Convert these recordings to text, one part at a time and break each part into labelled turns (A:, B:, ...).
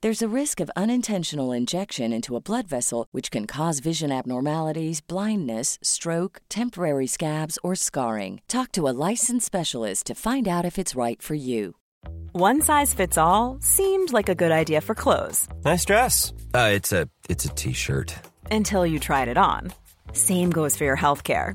A: There's a risk of unintentional injection into a blood vessel, which can cause vision abnormalities, blindness, stroke, temporary scabs, or scarring. Talk to a licensed specialist to find out if it's right for you.
B: One size fits all seemed like a good idea for clothes
C: Nice dress. Uh, it's a it's a t-shirt.
B: until you tried it on. Same goes for your healthcare.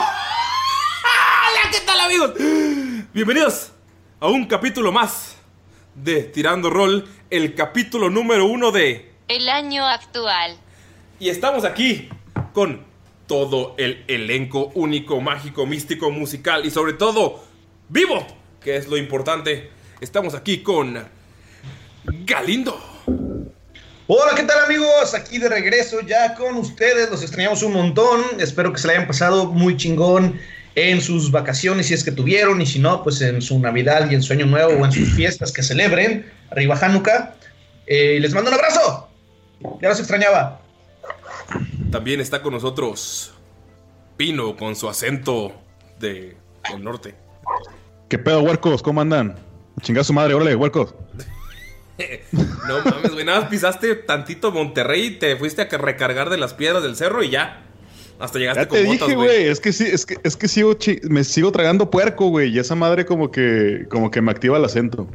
D: Hola, ¿qué tal amigos? Bienvenidos a un capítulo más de Tirando Roll, el capítulo número uno de...
E: El año actual.
D: Y estamos aquí con todo el elenco único, mágico, místico, musical y sobre todo vivo, que es lo importante. Estamos aquí con Galindo.
F: Hola, ¿qué tal amigos? Aquí de regreso ya con ustedes. Los extrañamos un montón. Espero que se la hayan pasado muy chingón en sus vacaciones, si es que tuvieron, y si no, pues en su Navidad y en su Año Nuevo o en sus fiestas que celebren. Arriba Hanukkah. Eh, les mando un abrazo. Ya los extrañaba.
D: También está con nosotros Pino con su acento de, del norte.
G: ¿Qué pedo, huercos? ¿Cómo andan? Chinga su madre, órale, huercos.
D: No mames, güey. Nada más pisaste tantito Monterrey y te fuiste a que- recargar de las piedras del cerro y ya. Hasta llegaste
G: Ya
D: con
G: te
D: botas,
G: dije,
D: güey.
G: güey, es que sí, es que, es que sigo chi- me sigo tragando puerco, güey, y esa madre como que, como que me activa el acento.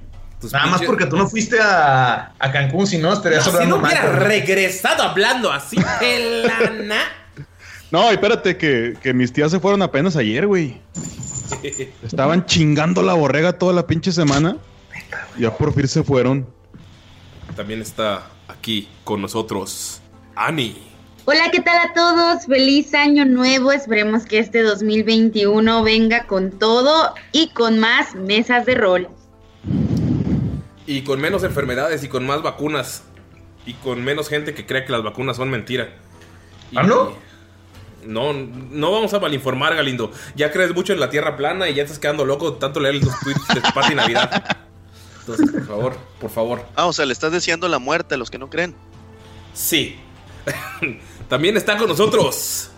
D: Tus
F: Nada más
D: pinches-
F: porque tú no fuiste a, a Cancún, si no, estarías
D: No, si
F: hablando
D: no
F: mal.
D: hubieras regresado hablando así, pelana.
G: No, y espérate, que, que mis tías se fueron apenas ayer, güey. Estaban chingando la borrega toda la pinche semana. Ya por fin se fueron.
D: También está aquí con nosotros Ani.
E: Hola, ¿qué tal a todos? Feliz año nuevo. Esperemos que este 2021 venga con todo y con más mesas de rol.
D: Y con menos enfermedades y con más vacunas. Y con menos gente que cree que las vacunas son mentira. Y-
F: ¿Ah, no?
D: No, no vamos a malinformar, Galindo. Ya crees mucho en la tierra plana y ya estás quedando loco de tanto leer los tweets de Pati Navidad. Entonces, por favor, por favor.
H: Ah, o sea, le estás deseando la muerte a los que no creen.
D: Sí. También está con nosotros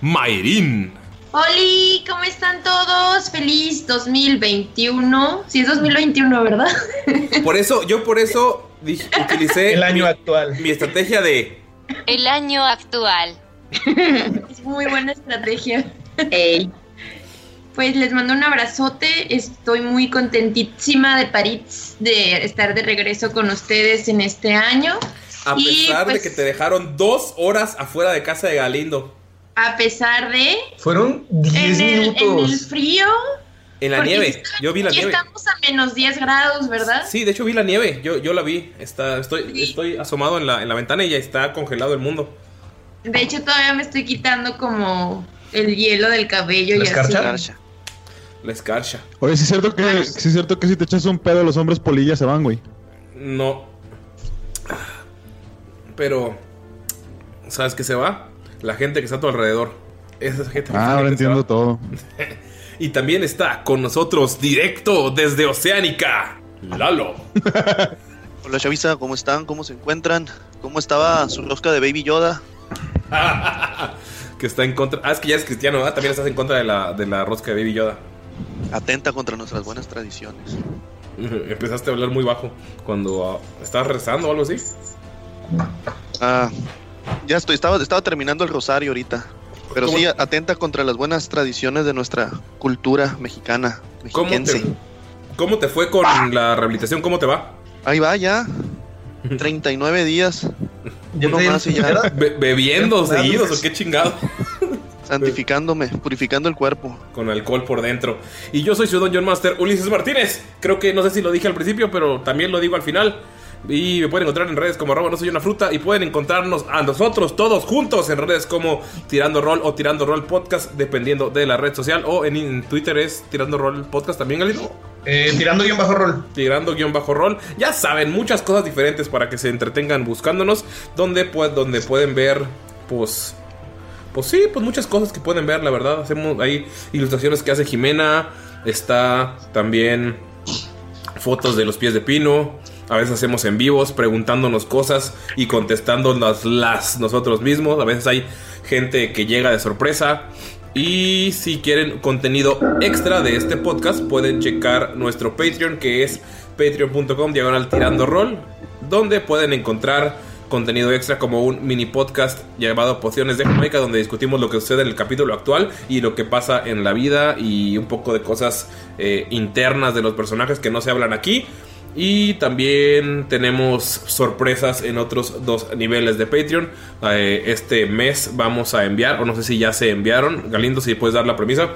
D: Mayrin.
E: Oli, ¿cómo están todos? Feliz 2021. Si es 2021, ¿verdad?
D: Por eso, yo por eso dije- utilicé
F: El año actual.
D: mi, mi estrategia de
E: El año actual.
I: Es muy buena estrategia.
E: Ey.
I: Pues les mando un abrazote. Estoy muy contentísima de París de estar de regreso con ustedes en este año.
D: A
I: Y,
D: pesar
I: pues-
D: de que te dejaron dos horas afuera de casa de Galindo.
I: A pesar de.
D: Fueron
I: En el, en el frío.
D: En la
I: porque
D: nieve. Yo vi la
I: Aquí
D: nieve.
I: estamos a menos 10 grados, ¿verdad?
D: Sí, de hecho vi la nieve. Yo, yo la vi. Está, estoy, estoy asomado en la, en la ventana y ya está congelado el mundo.
I: De hecho, todavía me estoy quitando como el hielo del cabello y así.
D: La escarcha.
G: Oye, sí es cierto que, sí es cierto que si te echas un pedo los hombres polillas se van, güey.
D: No. Pero. ¿Sabes qué se va? La gente que está a tu alrededor. Esa gente.
G: Ah, ahora entiendo todo.
D: Y también está con nosotros directo desde Oceánica, Lalo.
H: Hola Chavisa, ¿cómo están? ¿Cómo se encuentran? ¿Cómo estaba su rosca de Baby Yoda?
D: que está en contra. Ah, es que ya es cristiano, ¿verdad? También estás en contra de la, de la rosca de Baby Yoda.
H: Atenta contra nuestras buenas tradiciones.
D: Empezaste a hablar muy bajo cuando ah, estabas rezando o algo así.
H: Ah, ya estoy, estaba, estaba terminando el rosario ahorita. Pero sí, atenta contra las buenas tradiciones de nuestra cultura mexicana,
D: ¿Cómo
H: mexiquense.
D: te, ¿Cómo te fue con la rehabilitación? ¿Cómo te va?
H: Ahí va ya. 39 días. Uno más y ya.
D: Be- bebiendo seguidos o qué chingado.
H: Santificándome, purificando el cuerpo.
D: Con alcohol por dentro. Y yo soy su Don John Master, Ulises Martínez. Creo que no sé si lo dije al principio, pero también lo digo al final. Y me pueden encontrar en redes como arroba no soy una fruta. Y pueden encontrarnos a nosotros todos juntos en redes como Tirando Roll o Tirando Roll Podcast, dependiendo de la red social. O en, en Twitter es Tirando Roll Podcast también, Galindo.
F: Eh, tirando guión bajo rol.
D: Tirando guión bajo rol. Ya saben, muchas cosas diferentes para que se entretengan buscándonos. Donde, pue- donde pueden ver, pues, pues sí, pues muchas cosas que pueden ver, la verdad. Hacemos, hay ilustraciones que hace Jimena. Está también fotos de los pies de pino. A veces hacemos en vivos preguntándonos cosas y contestándonos las nosotros mismos. A veces hay gente que llega de sorpresa. Y si quieren contenido extra de este podcast, pueden checar nuestro Patreon que es patreon.com diagonal tirando rol, donde pueden encontrar contenido extra como un mini podcast llamado Pociones de Jamaica, donde discutimos lo que sucede en el capítulo actual y lo que pasa en la vida y un poco de cosas eh, internas de los personajes que no se hablan aquí. Y también tenemos sorpresas en otros dos niveles de Patreon. Eh, este mes vamos a enviar, o no sé si ya se enviaron. Galindo, si puedes dar la premisa.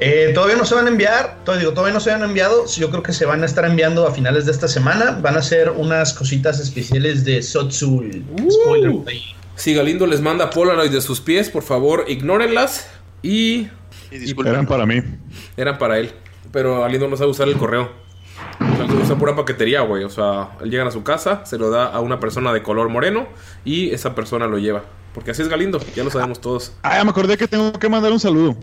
F: Eh, todavía no se van a enviar, to- digo, todavía no se han enviado, yo creo que se van a estar enviando a finales de esta semana, van a ser unas cositas especiales de Sotsul. Spoiler.
D: Si Galindo les manda Polaroid de sus pies, por favor, ignórenlas. Y.
G: Eran para mí.
D: Eran para él. Pero Galindo no sabe usar el correo. O sea, usa pura paquetería, güey. O sea, él llega a su casa, se lo da a una persona de color moreno y esa persona lo lleva. Porque así es Galindo, ya lo sabemos todos.
G: Ah, ya me acordé que tengo que mandar un saludo.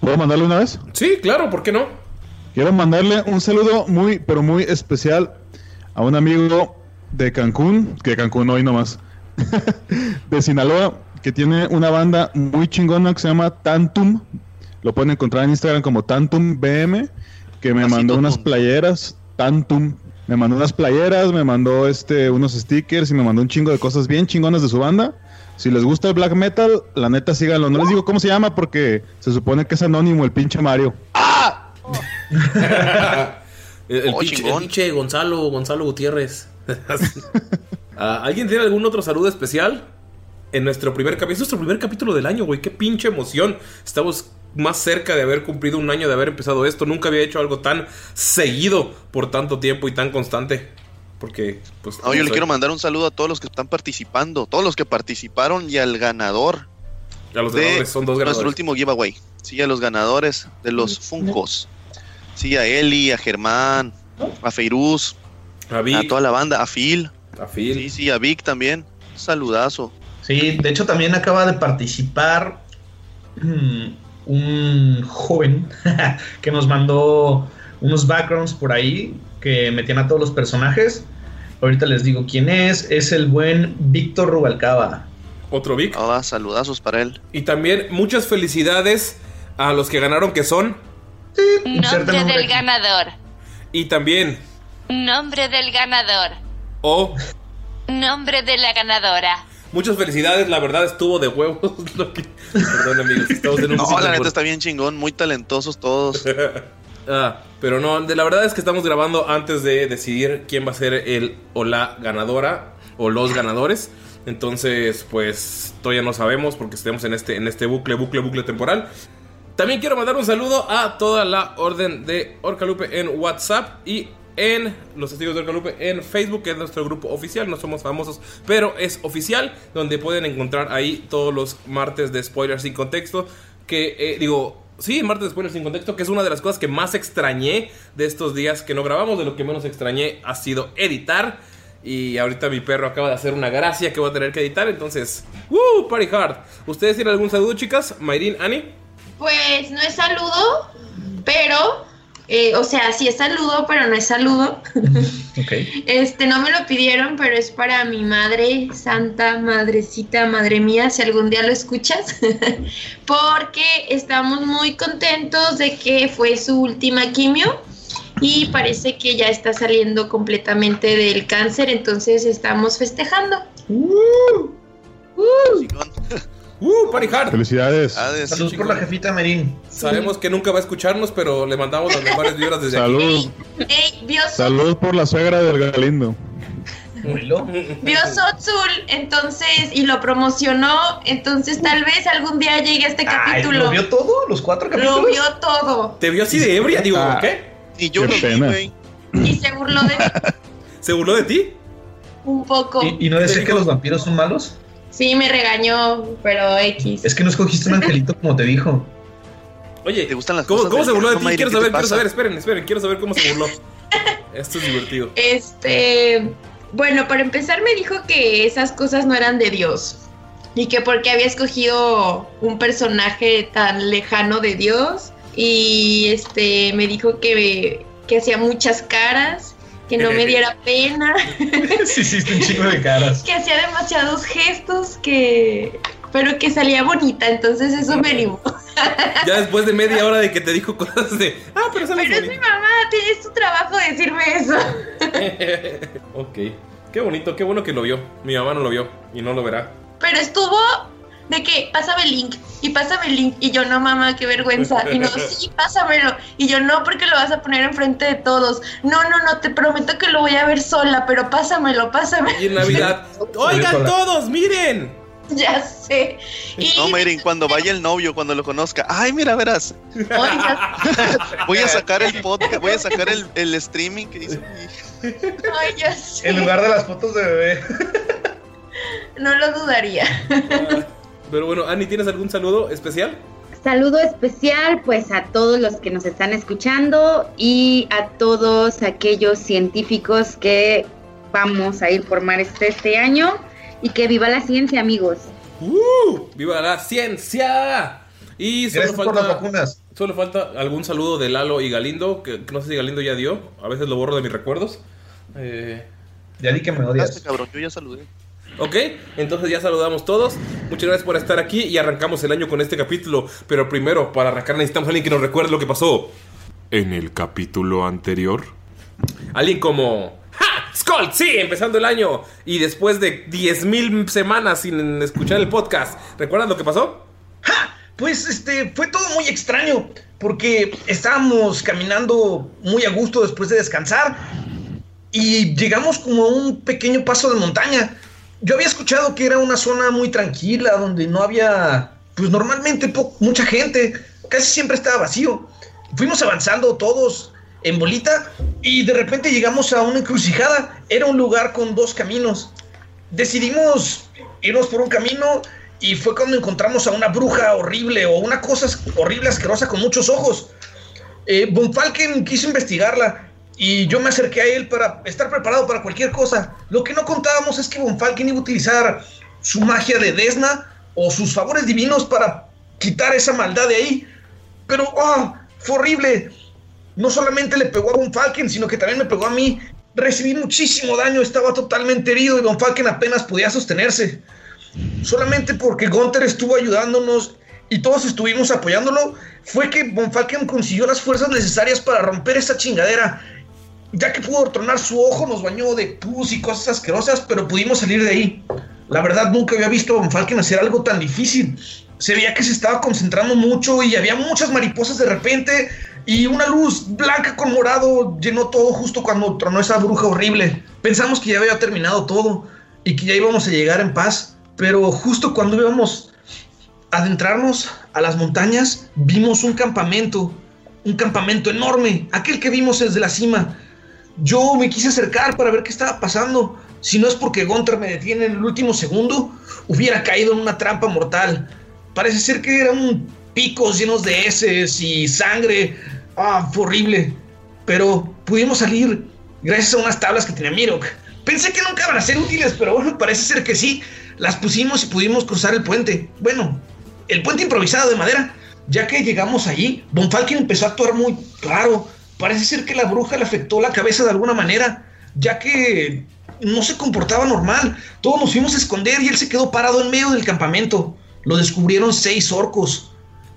G: ¿Puedo mandarle una vez?
D: Sí, claro, ¿por qué no?
G: Quiero mandarle un saludo muy, pero muy especial a un amigo de Cancún, que Cancún hoy nomás, de Sinaloa, que tiene una banda muy chingona que se llama Tantum. Lo pueden encontrar en Instagram como Tantum BM, que me mandó unas playeras, Tantum. Me mandó unas playeras, me mandó este unos stickers y me mandó un chingo de cosas bien chingonas de su banda. Si les gusta el black metal, la neta síganlo. No les digo cómo se llama porque se supone que es anónimo el pinche Mario.
D: El, el
G: Oh,
D: pinche,
G: chingón.
D: el pinche Gonzalo, Gonzalo Gutiérrez. Ah, ¿Alguien tiene algún otro saludo especial? En nuestro primer capítulo. Es nuestro primer capítulo del año, güey. Qué pinche emoción. Estamos más cerca de haber cumplido un año de haber empezado esto. Nunca había hecho algo tan seguido por tanto tiempo y tan constante. Porque, pues.
H: No, yo le
D: soy-
H: quiero mandar un saludo a todos los que están participando, todos los que participaron y al ganador.
D: A los ganadores, son dos ganadores.
H: Nuestro último giveaway. Sí, a los ganadores de los Funcos. Sí, a Eli, a Germán, a Feiruz,
D: a,
H: toda la banda, a Phil.
D: A Phil.
H: Sí, sí, a Vic también. Saludazo.
F: Sí, de hecho también acaba de participar mm, un joven que nos mandó unos backgrounds por ahí que metían a todos los personajes. Ahorita les digo quién es, es el buen Víctor Rubalcaba.
D: Otro Vic.
H: Ah, saludazos para él.
D: Y también muchas felicidades a los que ganaron, que son.
J: Nombre del ganador.
D: Y también.
J: Nombre del ganador.
D: O.
J: Nombre de la ganadora.
D: Muchas felicidades, la verdad estuvo de huevos. lo que- Perdón, amigos, estamos en un.
H: No, la neta
D: por-
H: está bien chingón, muy talentosos todos.
D: Ah, pero no, de- la verdad es que estamos grabando antes de decidir quién va a ser el o la ganadora. o los ganadores. Entonces, pues todavía no sabemos porque estemos en este, en este bucle, bucle, bucle temporal. También quiero mandar un saludo a toda la orden de Orcalupe en WhatsApp y en los testigos de Orcalupe en Facebook, que es nuestro grupo oficial. No somos famosos, pero es oficial, donde pueden encontrar ahí todos los martes de spoilers sin contexto. Que eh, digo, Sí, martes de spoilers sin contexto, que es una de las cosas que más extrañé de estos días que no grabamos, de lo que menos extrañé ha sido editar. Y ahorita mi perro acaba de hacer una gracia que voy a tener que editar, entonces, ¡woo! Party hard. ¿Ustedes tienen algún saludo, chicas? Mayrin, Ani.
I: Pues no es saludo, pero, eh, o sea, sí es saludo, pero no es saludo.
F: Ok.
I: Este, no me lo pidieron, pero es para mi madre, santa, madrecita, madre mía, si algún día lo escuchas, porque estamos muy contentos de que fue su última quimio y parece que ya está saliendo completamente del cáncer, entonces estamos festejando.
D: ¡Uh, Party Hard!
G: Felicidades.
F: Saludos por la jefita Merín.
D: Sabemos que nunca va a escucharnos, pero le mandamos las mejores vibras desde
G: Salud.
I: Ey, vio
G: Salud por la suegra del Galindo.
I: vio Sotzul, entonces, y lo promocionó, entonces tal vez algún día llegue este capítulo.
F: ¿Lo vio todo? ¿Los cuatro capítulos?
I: Lo vio todo.
D: Te vio así de ebria, digo,
G: Ah.
D: ¿qué?
H: Y
G: yo Qué lo vi, pena. güey.
I: Y se burló de mí
D: ¿Se burló de ti?
I: un poco.
F: ¿Y, y no decía que los vampiros son malos?
I: Sí, me regañó, pero X.
F: Es que no escogiste un angelito como te dijo.
D: Oye,
H: ¿te gustan las
D: ¿Cómo,
H: cosas
D: cómo
H: del
D: se burló de
H: diablo,
D: ti?
H: Mayrin?
D: Quiero
H: ¿Qué te
D: saber, quiero
H: pasa?
D: saber, esperen, esperen, quiero saber cómo se burló. Esto es divertido.
I: Este, bueno, para empezar me dijo que esas cosas no eran de Dios y que porque había escogido un personaje tan lejano de Dios y este me dijo que, que hacía muchas caras, que no me diera pena,
F: sí, hiciste un chico de caras.
I: que hacía demasiados gestos, que pero que salía bonita, entonces eso me animó.
D: Ya después de media hora de que te dijo cosas de. Ah, pero sale
I: Pero es mi mamá, es tu trabajo decirme eso.
D: Ok. Qué bonito, qué bueno que lo vio. Mi mamá no lo vio y no lo verá.
I: Pero estuvo de que pásame el link y pásame el link y yo no mamá, qué vergüenza. Y no, sí, pásamelo. Y yo no porque lo vas a poner enfrente de todos. No, no, no, te prometo que lo voy a ver sola, pero pásamelo,
D: Y
I: pásamelo.
D: en Navidad. ¡Oigan todos! ¡Miren!
I: Ya sé. Y
H: No, Mayrin, cuando vaya el novio, cuando lo conozca. Ay, mira, verás.
I: oiga,
H: Voy a sacar el podcast, voy a sacar el, el streaming que hice.
I: ay, ya sé.
F: En lugar de las fotos de bebé.
I: No lo dudaría.
D: Pero bueno, Ani, ¿tienes algún saludo especial?
E: Saludo especial pues a todos los que nos están escuchando y a todos aquellos científicos que vamos a ir por mar este, este año y que viva la ciencia amigos.
D: ¡Uh! ¡Viva la ciencia! Y solo
F: Gracias por
D: falta-
F: las vacunas.
D: Solo falta algún saludo de Lalo y Galindo, que que no sé si Galindo ya dio, a veces lo borro de mis recuerdos. Eh,
F: Ya di que me odias.
H: Cabrón, yo ya saludé.
D: ok, entonces ya saludamos todos. Muchas gracias por estar aquí y arrancamos el año con este capítulo. Pero primero, para arrancar necesitamos a alguien que nos recuerde lo que pasó
K: En el capítulo anterior.
D: Alguien como... ¡Ja! ¡Skull! Sí, empezando el año. Y después de 10.000 semanas sin escuchar el podcast. ¿Recuerdan lo que pasó?
F: Pues este, fue todo muy extraño, porque estábamos caminando muy a gusto después de descansar y llegamos como a un pequeño paso de montaña. Yo había escuchado que era una zona muy tranquila, donde no había, pues normalmente po- mucha gente, casi siempre estaba vacío. Fuimos avanzando todos en bolita y de repente llegamos a una encrucijada. Era un lugar con dos caminos decidimos irnos por un camino y fue cuando encontramos a una bruja horrible o una cosa as- horrible, asquerosa con muchos ojos. Eh, Von Falken quiso investigarla y yo me acerqué a él para estar preparado para cualquier cosa. Lo que no contábamos es que Von Falken iba a utilizar su magia de Desna o sus favores divinos para quitar esa maldad de ahí. Pero, ¡oh! Fue horrible. No solamente le pegó a Von Falken, sino que también me pegó a mí. Recibí muchísimo daño, estaba totalmente herido y Von Falken apenas podía sostenerse. Solamente porque Gunther estuvo ayudándonos y todos estuvimos apoyándolo, fue que Von Falken consiguió las fuerzas necesarias para romper esa chingadera. Ya que pudo tronar su ojo, nos bañó de pus y cosas asquerosas, pero pudimos salir de ahí. La verdad, nunca había visto a Von Falken hacer algo tan difícil. Se veía que se estaba concentrando mucho y había muchas mariposas de repente y una luz blanca con morado llenó todo justo cuando tronó esa bruja horrible. Pensamos que ya había terminado todo, y que ya íbamos a llegar en paz, pero justo cuando íbamos a adentrarnos a las montañas, vimos un campamento, un campamento enorme, aquel que vimos desde la cima. Yo me quise acercar para ver qué estaba pasando. Si no es porque Gontra me detiene en el último segundo, hubiera caído en una trampa mortal. Parece ser que eran picos llenos de heces y sangre. Ah, fue horrible. Pero pudimos salir gracias a unas tablas que tenía Mirok. Pensé que nunca iban a ser útiles, pero bueno, parece ser que sí. Las pusimos y pudimos cruzar el puente. Bueno, el puente improvisado de madera. Ya que llegamos allí, Von Falken empezó a actuar muy raro. Parece ser que la bruja le afectó la cabeza de alguna manera, ya que no se comportaba normal. Todos nos fuimos a esconder y él se quedó parado en medio del campamento. Lo descubrieron seis orcos.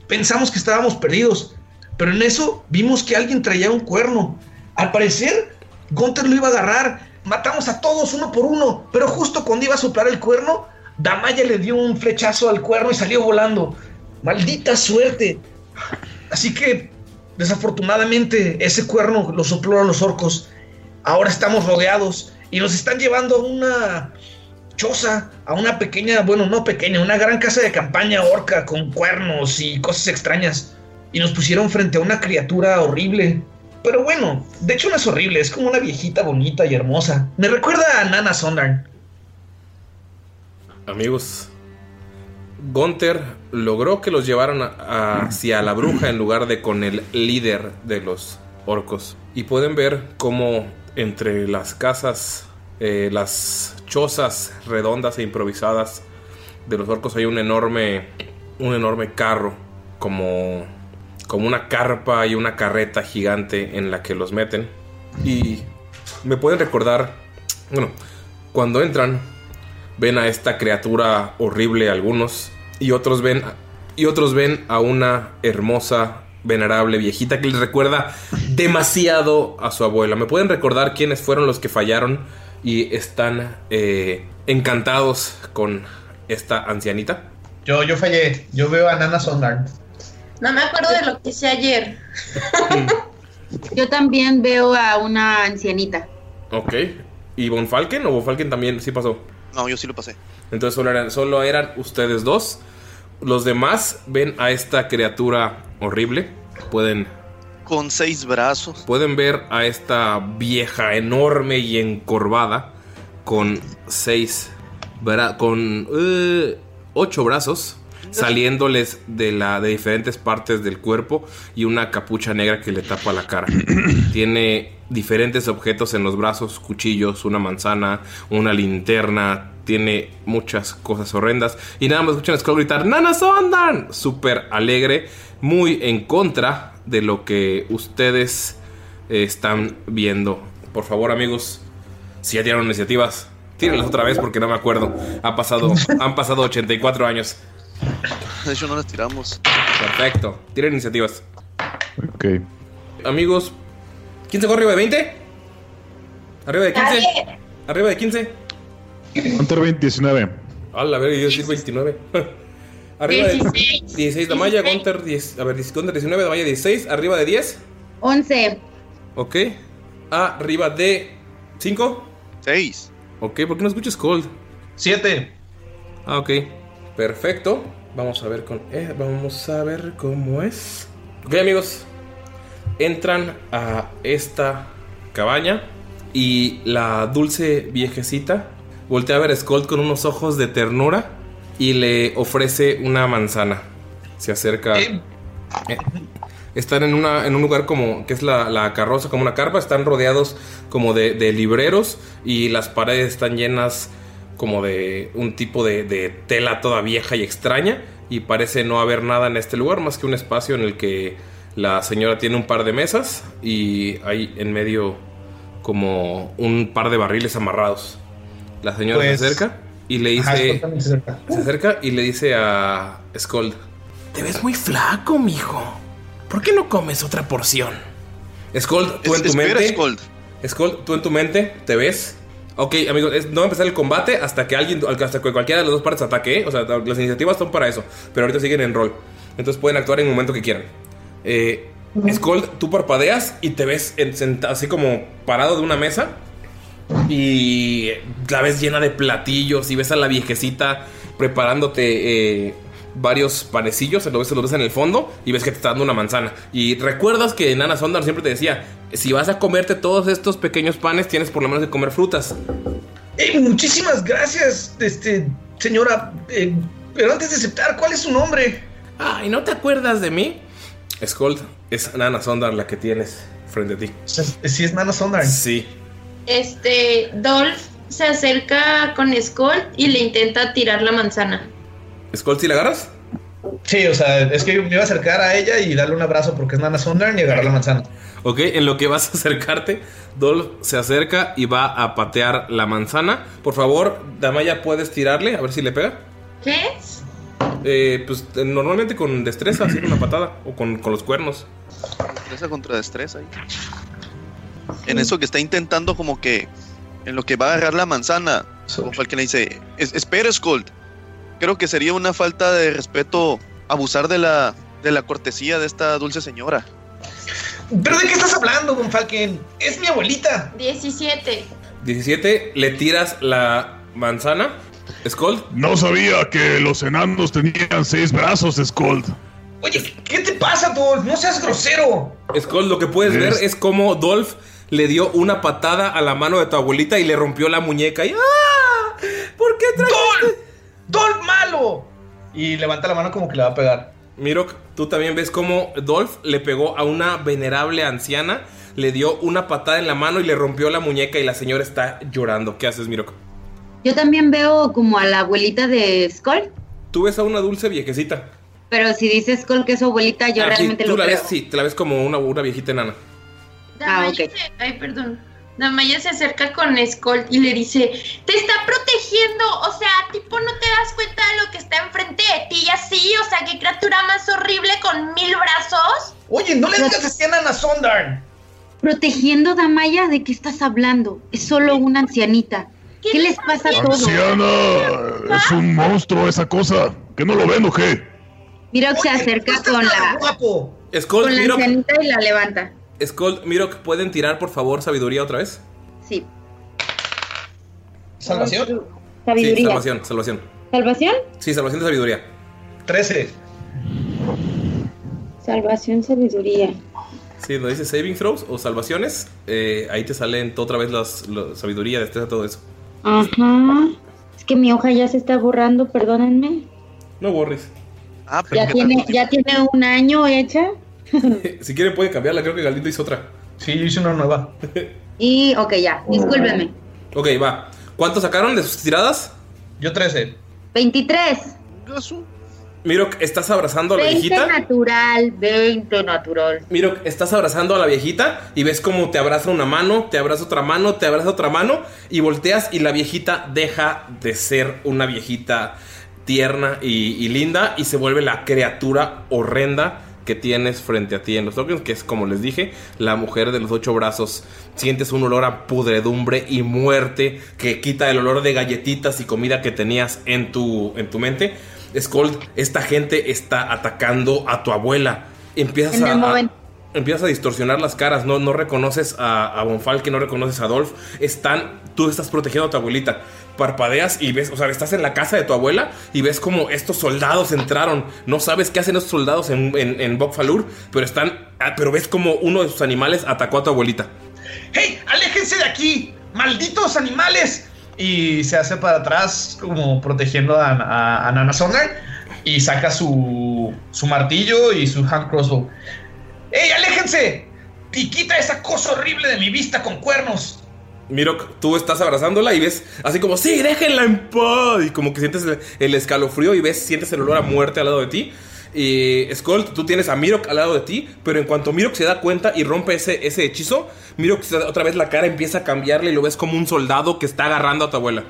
F: Pensamos que estábamos perdidos, pero en eso vimos que alguien traía un cuerno. Al parecer, Gunther lo iba a agarrar. Matamos a todos uno por uno, pero justo cuando iba a soplar el cuerno, Damaya le dio un flechazo al cuerno y salió volando. Maldita suerte. Así que, desafortunadamente, ese cuerno lo sopló a los orcos. Ahora estamos rodeados y nos están llevando a una choza, a una pequeña, bueno, no pequeña, una gran casa de campaña orca con cuernos y cosas extrañas. Y nos pusieron frente a una criatura horrible. Pero bueno, de hecho no es horrible, es como una viejita bonita y hermosa. Me recuerda a Nana Sondern.
D: Amigos, Gunther logró que los llevaran a- hacia la bruja en lugar de con el líder de los orcos. Y pueden ver cómo entre las casas, eh, las chozas redondas e improvisadas de los orcos hay un enorme, un enorme carro, como, como una carpa y una carreta gigante en la que los meten. Y me pueden recordar, bueno, cuando entran, ven a esta criatura horrible algunos y otros ven y otros ven a una hermosa venerable viejita que les recuerda demasiado a su abuela. ¿Me pueden recordar quiénes fueron los que fallaron y están eh, encantados con esta ancianita?
F: Yo, yo fallé, yo veo a Nana Sondern.
I: No me acuerdo de lo que hice ayer.
E: Yo también veo a una ancianita.
D: Ok. ¿Y Von Falken o Von Falken también sí pasó?
H: No, yo sí lo pasé.
D: Entonces solo eran, solo eran ustedes dos. Los demás ven a esta criatura horrible. Pueden.
H: Con seis brazos.
D: Pueden ver a esta vieja enorme y encorvada. Con seis. bra- con eh, ocho brazos. Saliéndoles de, la, de diferentes partes del cuerpo y una capucha negra que le tapa la cara. Tiene diferentes objetos en los brazos, cuchillos, una manzana, una linterna, tiene muchas cosas horrendas. Y nada más escuchan a Skull gritar, ¡Nana Sondan! Súper alegre, muy en contra de lo que ustedes eh, están viendo. Por favor, amigos, si ya tiraron iniciativas, tírenlas otra vez porque no me acuerdo. Ha pasado, han pasado 84 años.
H: De hecho, no las tiramos.
D: Perfecto, tiren iniciativas.
G: Ok.
D: Amigos, ¿quién se fue arriba de 20? ¿Arriba de 15? ¿Arriba de 15?
G: Hunter 29.
D: A la verga, yo sí 29. Arriba de 16. 16 de Maya, Gunter 10. A ver, Gunter 19, de Maya 16. Arriba de 10.
E: 11.
D: Ok. Arriba de 5.
H: 6.
D: Ok, ¿por qué no escuchas Cold?
F: 7.
D: Ah, ok. Perfecto. Vamos a ver con. eh, vamos a ver cómo es. Ok, amigos. Entran a esta cabaña. Y la dulce viejecita voltea a ver a Skull con unos ojos de ternura. Y le ofrece una manzana. Se acerca. Eh, están en, una, en un lugar como que es la, la carroza, como una carpa. Están rodeados como de, de libreros y las paredes están llenas como de un tipo de, de tela toda vieja y extraña. Y parece no haber nada en este lugar más que un espacio en el que la señora tiene un par de mesas y hay en medio como un par de barriles amarrados. La señora
F: Pues-
D: se acerca y le
F: Ajá,
D: dice...
F: Skull se acerca.
D: Se acerca y le dice a Scold: Te ves muy flaco, mijo. ¿Por qué no comes otra porción? Scold, tú en tu mente. Scold. tú en tu mente te ves. Ok, amigos, es- no va a empezar el combate hasta que alguien, hasta que cualquiera de las dos partes ataque. ¿eh? O sea, las iniciativas son para eso. Pero ahorita siguen en rol. Entonces pueden actuar en el momento que quieran. Eh, Scold, tú parpadeas y te ves en- senta- así como parado de una mesa Y la ves llena de platillos y ves a la viejecita preparándote eh, varios panecillos, lo ves, lo ves en el fondo y ves que te está dando una manzana. Y recuerdas que Nana Sondar siempre te decía, si vas a comerte todos estos pequeños panes, tienes por lo menos que comer frutas.
F: Eh, muchísimas gracias, este, señora. eh, pero antes de aceptar, ¿cuál es su nombre?
D: Ay, Ah, ¿no te acuerdas de mí? Scold, es Nana Sondar la que tienes frente a ti.
F: ¿Sí es Nana Sondar?
D: Sí.
I: Este, Dolph se acerca con Skull y le intenta tirar la manzana.
D: ¿Skull si la agarras?
F: Sí, o sea, es que me iba a acercar a ella y darle un abrazo porque es Nana Sondar y agarrar la manzana.
D: Ok, en lo que vas a acercarte, Dolph se acerca y va a patear la manzana. Por favor, Damaya, ¿puedes tirarle? A ver si le pega.
I: ¿Qué es?
D: Eh, pues eh, normalmente con destreza, así con una patada o con, con los cuernos.
H: Destreza contra destreza ahí. En eso que está intentando como que... En lo que va a agarrar la manzana. Como fue el que le dice... "Es- Espera, Scold. Creo que sería una falta de respeto abusar de la, de la cortesía de esta dulce señora.
F: ¿Pero de qué estás hablando, Gonfalken? Es mi abuelita.
I: 17.
D: 17, le tiras la manzana. Skull.
G: No sabía que los enanos tenían seis brazos, Scold.
F: ¿Qué te pasa, Dolph? No seas grosero.
D: Skull, lo que puedes ver
G: Es-
D: es como Dolph le dio una patada a la mano de tu abuelita y le rompió la muñeca. Y, ¡Ah! ¿Por qué este
F: ¡Dolph! ¡Dolph malo! Y levanta la mano como que le va a pegar.
D: Mirok, tú también ves cómo Dolph le pegó a una venerable anciana, le dio una patada en la mano y le rompió la muñeca y la señora está llorando. ¿Qué haces, Mirok?
E: Yo también veo como a la abuelita de Skull,
D: Tú ves a una dulce viejecita.
E: pero si dice Skull que es su abuelita, yo
D: Ah, sí,
E: realmente
D: tú
E: lo
D: la
E: creo. Ah,
D: ves, sí, te la ves como una, una viejita enana.
I: Damaya se- ay, perdón. Damaya se acerca con Skull y le dice, te está protegiendo, o sea, tipo no te das cuenta de lo que está enfrente de ti y así, o sea, qué criatura más horrible con mil brazos.
F: Oye, no le digas así a Nana Sondarn.
E: Protegiendo a Damaya, ¿de qué estás hablando? Es solo una ancianita. ¿Qué les pasa a todos?
G: ¡Anciana! ¡Es un monstruo esa cosa! ¿Que no lo ven o qué?
E: Mirok se acerca con la,
D: Skull,
E: con la
D: Mirok,
E: ancianita y la levanta.
D: Skull, Mirok, ¿pueden tirar por favor sabiduría otra vez?
E: Sí.
F: ¿Salvación?
D: Sí,
E: Sabiduría.
D: salvación, salvación.
E: ¿Salvación?
D: Sí, salvación de sabiduría.
F: 13.
E: Salvación, sabiduría.
D: Sí, donde dice saving throws o salvaciones, eh, ahí te salen otra vez las, la sabiduría, destreza, todo eso.
E: Ajá. Es que mi hoja ya se está borrando, perdónenme.
D: No borres.
H: Ah,
E: Ya tiene, ya tiene un año hecha.
D: Si quieren pueden cambiarla, creo que Galindo hizo otra.
F: Sí, yo hice una nueva.
E: Y, ok, ya, discúlpeme.
D: ok, va. ¿Cuánto sacaron de sus tiradas?
F: Yo 13.
E: 23.
D: Miro, estás abrazando a la
E: 20
D: viejita.
E: natural, 20 natural.
D: Miro, estás abrazando a la viejita y ves cómo te abraza una mano, te abraza otra mano, te abraza otra mano y volteas y la viejita deja de ser una viejita tierna y, y linda y se vuelve la criatura horrenda que tienes frente a ti en los tokens, que es como les dije, la mujer de los ocho brazos. Sientes un olor a pudredumbre y muerte que quita el olor de galletitas y comida que tenías en tu, en tu mente. Scold, esta gente está atacando a tu abuela. Empiezas
E: En el
D: a- a,
E: momento.
D: Empiezas a distorsionar las caras, no, no reconoces a, a Bonfalque, no reconoces a Adolf. Están, tú estás protegiendo a tu abuelita. Parpadeas y ves, o sea, estás en la casa de tu abuela y ves como estos soldados entraron. No sabes qué hacen estos soldados en, en, en Bokfalur, pero están, ah, pero ves como uno de sus animales atacó a tu abuelita.
F: ¡Hey! ¡Aléjense de aquí! ¡Malditos animales! Y se hace para atrás, como protegiendo a, a- a Nana Sonar. Y saca su, su martillo y su hand crossbow. ¡Hey! ¡Aléjense! Y quita esa cosa horrible de mi vista con cuernos.
D: Mirok, tú estás abrazándola y ves así como, sí, déjenla en paz. Y como que sientes el, el escalofrío y ves, sientes el olor a muerte al lado de ti. Y Skull, tú tienes a Mirok al lado de ti, pero en cuanto Mirok se da cuenta y rompe ese, ese hechizo, Mirok se da- otra vez la cara empieza a cambiarle y lo ves como un soldado que está agarrando a tu abuela.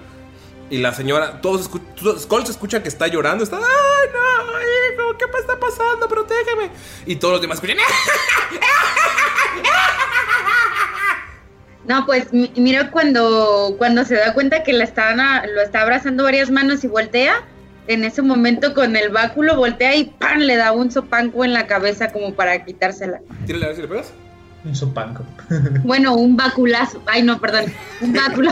D: Y la señora, todos escu- todos- Skull se escucha que está llorando, está, ¡ay, no, hijo! ¿Qué pa- está pasando? ¡Protégeme! Y todos los demás escuchan,
E: No, pues mi- mira cuando, cuando se da cuenta que la estaban a- lo está abrazando varias manos y voltea, en ese momento con el báculo voltea y ¡pam! le da un sopanco en la cabeza como para quitársela.
D: Tírale a ver si le pegas.
F: Un sopanco.
E: Bueno, un baculazo. Ay, no, perdón. Un báculo.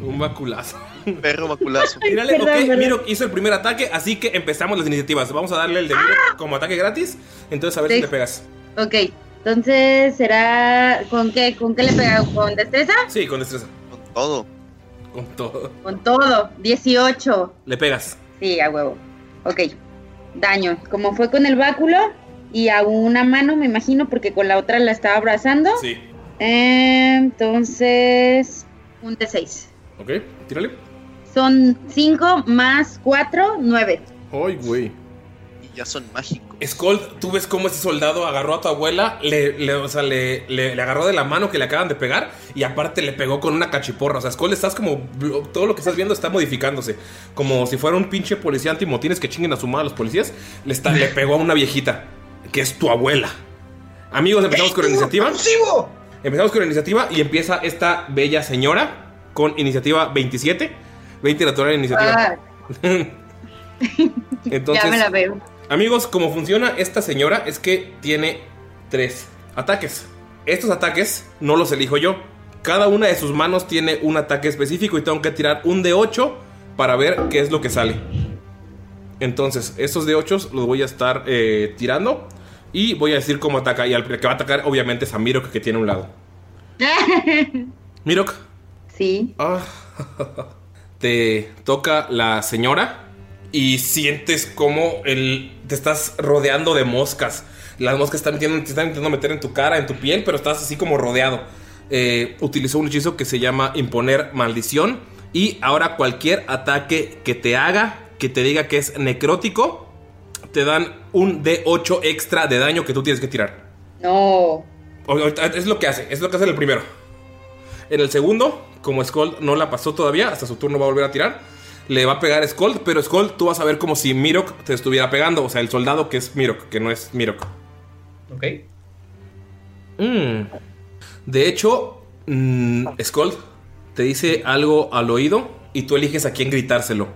D: Un vaculazo.
H: Perro vaculazo.
D: Mírale,
E: Perdón,
D: ok,
E: perdón.
D: Miro hizo el primer ataque, así que empezamos las iniciativas. Vamos a darle el de Miro como ataque gratis. Entonces a ver si
E: Ah. Sí.
D: te pegas.
E: ok, entonces será. ¿Con qué, ¿Con qué le pega? ¿Con destreza?
D: Sí, con destreza.
H: Con todo.
D: Con todo.
E: Con todo. 18.
D: Le pegas.
E: Sí, a huevo. Ok. Daño. Como fue con el báculo y a una mano, me imagino, porque con la otra la estaba abrazando.
D: Sí.
E: Eh, Entonces. Un T6.
D: Ok, tírale.
E: Son 5 más 4, 9.
D: Ay, güey.
H: Y ya son mágicos.
D: Skull, tú ves cómo ese soldado agarró a tu abuela, le, le- o sea, le, le- le agarró de la mano que le acaban de pegar y aparte le pegó con una cachiporra. O sea, Skull, estás como. Todo lo que estás viendo está modificándose. Como si fuera un pinche policía antimotines que chinguen a su madre a los policías. Le, está- le pegó a una viejita, que es tu abuela. Amigos, empezamos con la iniciativa. Empezamos con la iniciativa y empieza esta bella señora con iniciativa 27. 20 natural en iniciativa.
E: Ah,
D: Entonces,
E: ya me la veo.
D: Amigos, como funciona esta señora es que tiene tres ataques. Estos ataques no los elijo yo. Cada una de sus manos tiene un ataque específico y tengo que tirar un de 8 para ver qué es lo que sale. Entonces, estos de 8 los voy a estar eh, tirando y voy a decir cómo ataca. Y al que va a atacar, obviamente, es a Mirok que tiene a un lado. Mirok,
E: sí.
D: Ah, te toca la señora y sientes como el, te estás rodeando de moscas. Las moscas están metiendo- te están intentando meter en tu cara, en tu piel, pero estás así como rodeado. Eh, utilizó un hechizo que se llama imponer maldición y ahora cualquier ataque que te haga, que te diga que es necrótico, te dan un D8 extra de daño que tú tienes que tirar.
E: No.
D: O- ahorita- Es lo que hace, es lo que hace en el primero. En el segundo, como Skull no la pasó todavía, hasta su turno va a volver a tirar. Le va a pegar Skull, pero Skull tú vas a ver como si Mirok te estuviera pegando. O sea, el soldado que es Mirok, que no es Mirok.
F: Ok.
D: Mm. De hecho, mm, Skull te dice algo al oído y tú eliges a quién gritárselo.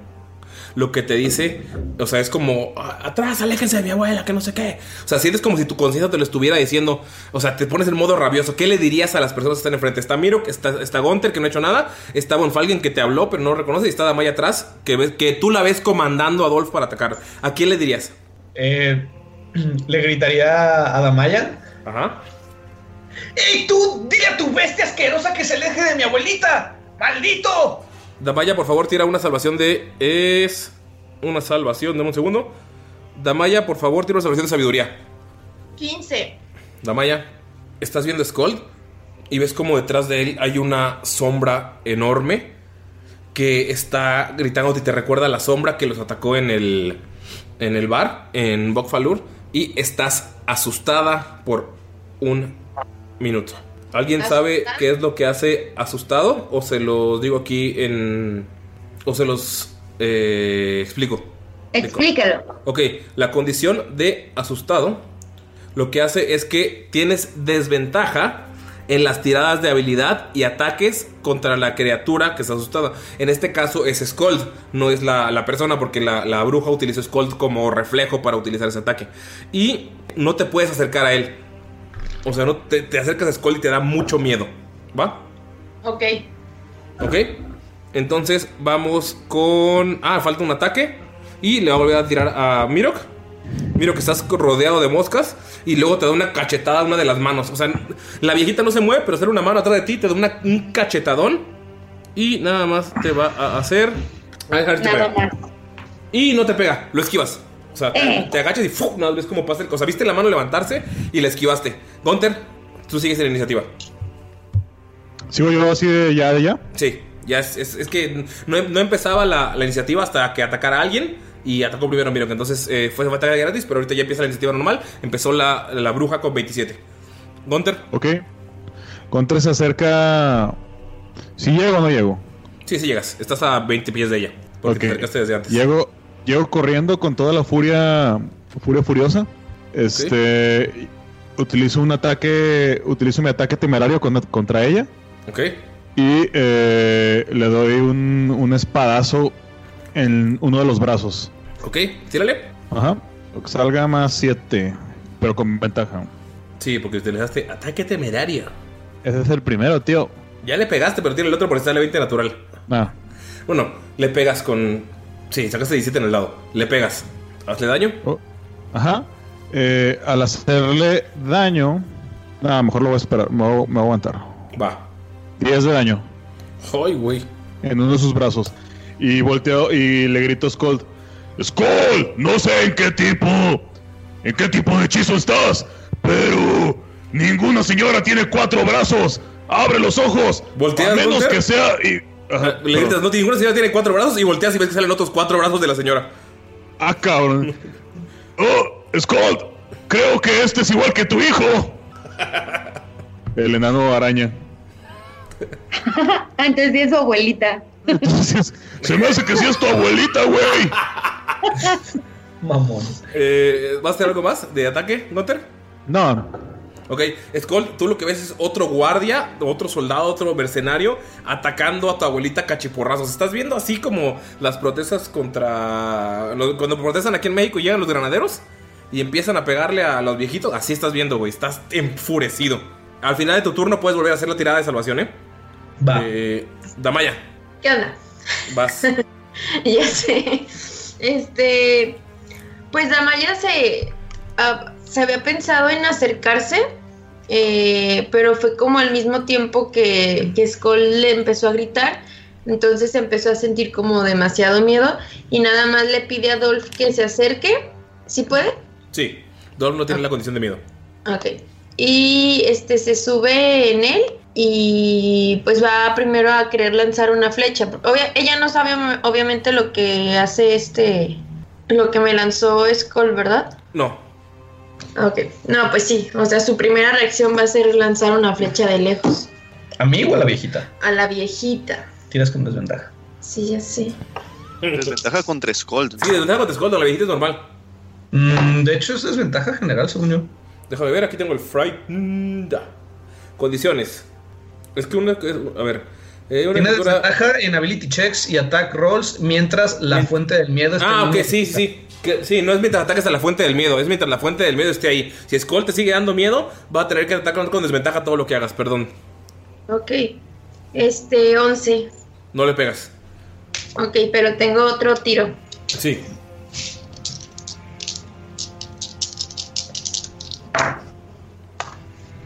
D: Lo que te dice, o sea, es como "Ah, atrás, aléjense de mi abuela, que no sé qué. O sea, sientes como si tu conciencia te lo estuviera diciendo. O sea, te pones en modo rabioso. ¿Qué le dirías a las personas que están enfrente? Está Miro, que está, está Gunter, que no ha hecho nada. Está Bonfalgen, que te habló, pero no lo reconoce. Y está Damaya atrás, que, ves, que tú la ves comandando a Adolf para atacar. ¿A quién le dirías?
F: Eh, le gritaría a Damaya.
D: Ajá.
F: ¡Ey, tú! ¡Dile a tu bestia asquerosa que se aleje de mi abuelita! ¡Maldito!
D: Damaya, por favor, tira una salvación de. Es. Una salvación, dame un segundo. Damaya, por favor, tira una salvación de sabiduría.
I: 15.
D: Damaya, estás viendo a Skold y ves como detrás de él hay una sombra enorme que está gritando y te recuerda la sombra que los atacó en el, en el bar, en Bokfalur, y estás asustada por un minuto. ¿Alguien sabe
I: ¿Asustada?
D: qué es lo que hace asustado? ¿O se los digo aquí en... o se los eh, explico?
E: Explícalo.
D: Ok, la condición de asustado lo que hace es que tienes desventaja en las tiradas de habilidad y ataques contra la criatura que está asustada. En este caso es Scold, no es la, la persona porque la, la bruja utilizó Scold como reflejo para utilizar ese ataque. Y no te puedes acercar a él. O sea, no te, te acercas a Scold y te da mucho miedo. ¿Va?
I: Ok.
D: Ok. Entonces vamos con. Ah, falta un ataque. Y le va a volver a tirar a Mirok. Mirok, estás rodeado de moscas. Y luego te da una cachetada a una de las manos. O sea, la viejita no se mueve, pero hacer una mano atrás de ti te da una- un cachetadón. Y nada más te va a hacer. A dejar te
E: Nada
D: pega.
E: más.
D: Y no te pega, lo esquivas. O sea, te,
E: Eh.
D: te agachas y ¡fuu! nada más ves cómo pasa el. O sea, viste la mano levantarse y la esquivaste. Gunter, tú sigues en la iniciativa.
G: ¿Sigo yo así de ya de ya?
D: Sí, ya es, es- es que no, no empezaba la, la iniciativa hasta que atacara a alguien y atacó primero a Mirok. Entonces eh, fue una batalla gratis, pero ahorita ya empieza la iniciativa normal. Empezó la, la bruja con 27. Gunter,
G: Ok. Contra se acerca. Si llego o no llego.
D: sí, sí llegas. Estás a 20 pies de ella. Porque te
G: Ok.
D: acercaste desde antes.
G: Llego, llego corriendo con toda la furia, furia furiosa. Este, utilizo un ataque, utilizo mi ataque temerario con- contra ella
D: Ok.
G: y eh, le doy un, un espadazo en uno de los brazos.
D: Ok, tírale.
G: Ajá. Lo que Salga más 7, pero con ventaja.
D: Sí, porque utilizaste ataque temerario.
G: Ese es el primero, tío. Ah,
D: Ya le pegaste, pero tiene el otro por estarle 20 natural.
G: No.
D: Bueno, le pegas con. Sí, sacaste 17 en el lado. Le pegas. Hazle daño.
G: Ajá. Eh, al hacerle daño. Ah, mejor lo voy a esperar. Me voy, me voy a aguantar.
D: Va.
G: 10 de daño.
D: ¡Ay, güey!
G: En uno de sus brazos. Y volteo y le grito a Scold. ¡Scold! No sé en qué tipo. ¿En qué tipo de hechizo estás? Pero. Ninguna señora tiene cuatro brazos. Abre los ojos.
D: Voltea,
G: a menos
D: voltea.
G: que sea. y- Ajá,
D: Le gritas,
G: perdón.
D: no, ninguna señora tiene cuatro brazos y volteas y ves que salen otros cuatro brazos de la señora.
G: Ah, cabrón. Oh, Scold. Creo que este es igual que tu hijo. El enano araña.
E: Antes de su abuelita.
G: Se me hace que sí es tu abuelita, güey.
F: Mamón.
D: Eh, ¿Vas a hacer algo más de ataque, Gunter?
G: No.
D: Ok, Skull, tú lo que ves es otro guardia, otro soldado, otro mercenario atacando a tu abuelita cachiporrazos. Estás viendo así como las protestas contra. lo- Cuando protestan aquí en México llegan los granaderos y empiezan a pegarle a los viejitos. Así estás viendo, güey. Estás enfurecido. Al final de tu turno puedes volver a hacer la tirada de salvación, ¿eh?
F: Va.
D: Damaya,
I: ¿Qué onda?
D: vas.
I: ya sé. Este. Pues Damaya se. ah, se había pensado en acercarse. eh, pero fue como al mismo tiempo que, que Skull le empezó a gritar. Entonces empezó a sentir como demasiado miedo. Y nada más le pide a Dolph que se acerque. ¿Sí puede?
D: Sí, Dolph no tiene la condición de miedo.
I: Ok. Y este se sube en él y pues va primero a querer lanzar una flecha. Obvia- ella no sabe om- obviamente lo que hace este, lo que me lanzó Skull, ¿verdad?
D: No,
I: Ok. No, pues sí. O sea, su primera reacción va a ser lanzar una flecha de lejos
F: ¿A mí o a la viejita?
I: a la viejita.
F: Tiras con desventaja.
I: Sí, ya sé.
H: Desventaja contra Scold.
D: Sí, desventaja contra Scold, la viejita es normal.
F: Mm, de hecho, es desventaja general, según yo.
D: Déjame ver, aquí tengo el Frightened. Condiciones. Es que una. es- A ver. eh, una
F: Tiene
D: criatura-
F: desventaja en ability checks y attack rolls mientras la fuente del miedo está
D: Ah,
F: en
D: ok,
F: uno.
D: sí, sí, sí. Que- sí, no es mientras ataques a la fuente del miedo, es mientras la fuente del miedo esté ahí. Si Skull te sigue dando miedo, va a tener que atacar con desventaja todo lo que hagas, perdón.
I: Ok. Este, 11.
D: No le pegas.
I: Ok, pero tengo otro tiro.
D: Sí.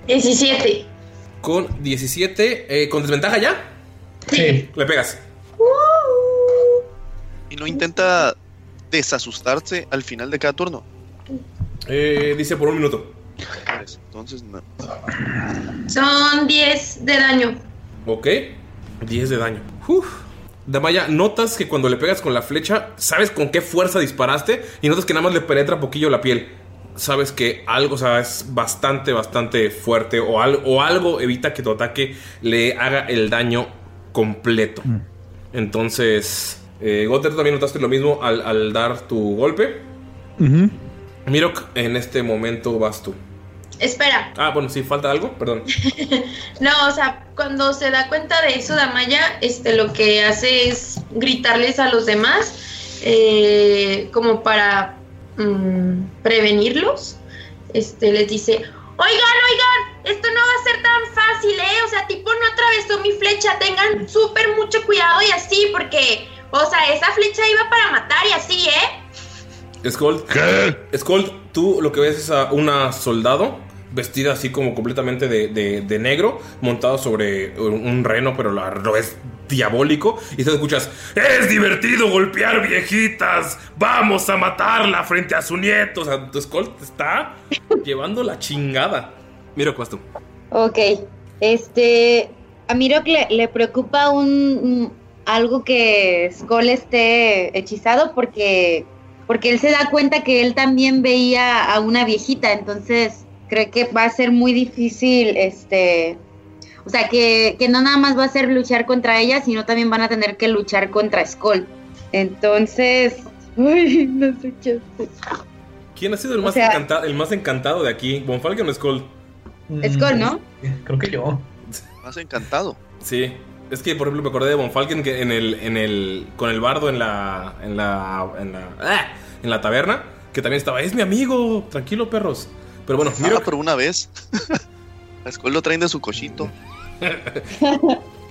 I: Diecisiete.
D: Con 17, eh, ¿con desventaja ya?
F: Sí.
D: Le pegas.
H: Y no intenta desasustarse al final de cada turno.
D: Eh, dice por un minuto.
H: Entonces, no.
I: Son 10 de daño.
D: Ok, 10 de daño. Uf. Damaya, notas que cuando le pegas con la flecha, sabes con qué fuerza disparaste y notas que nada más le penetra poquillo la piel. Sabes que algo, o sea, es bastante, bastante fuerte o, al- o algo evita que tu ataque le haga el daño completo.
G: Mm.
D: Entonces, eh, Gotter, también notaste lo mismo al, al dar tu golpe.
G: Ujú.
D: Mirok, en este momento vas tú.
I: Espera,
D: Ah, bueno, sí, falta algo, perdón.
I: No, o sea, cuando se da cuenta de eso Damaya, este, lo que hace es gritarles a los demás, eh, como para mm, prevenirlos. Este, les dice, oigan, oigan, esto no va a ser tan fácil, ¿eh? O sea, tipo no atravesó mi flecha, tengan súper mucho cuidado y así, porque, o sea, esa flecha iba para matar y así, ¿eh?
D: Skull. ¿Qué? tú lo que ves es a una soldado vestida así como completamente de, de- de negro, montado sobre un, un reno, pero la, lo ves diabólico. Y te escuchas, es divertido golpear viejitas, vamos a matarla frente a su nieto. O sea, tu Skull te está llevando la chingada. Mira, cuás tú.
E: Ok, este, a Mirok le, le preocupa un, mm, algo que Skull esté hechizado porque, porque él se da cuenta que él también veía a una viejita, entonces cree que va a ser muy difícil, este, o sea, que, que no nada más va a ser luchar contra ella, sino también van a tener que luchar contra Skull. Entonces, uy, no sé qué hacer.
D: ¿Quién ha sido el
E: O
D: más,
E: sea-
D: encanta- el más encantado de aquí? ¿Bonfalken o Skull?
E: Skull, ¿no?
F: Creo que yo.
H: Más encantado.
D: Sí. Es que, por ejemplo, me acordé de Bonfalken que en el, en el, con el bardo en la, en la, en la, ¡ah! en la taberna, que también estaba, es mi amigo, tranquilo perros. Pero bueno,
H: mira. por una vez. la escuela lo traen de su cochito.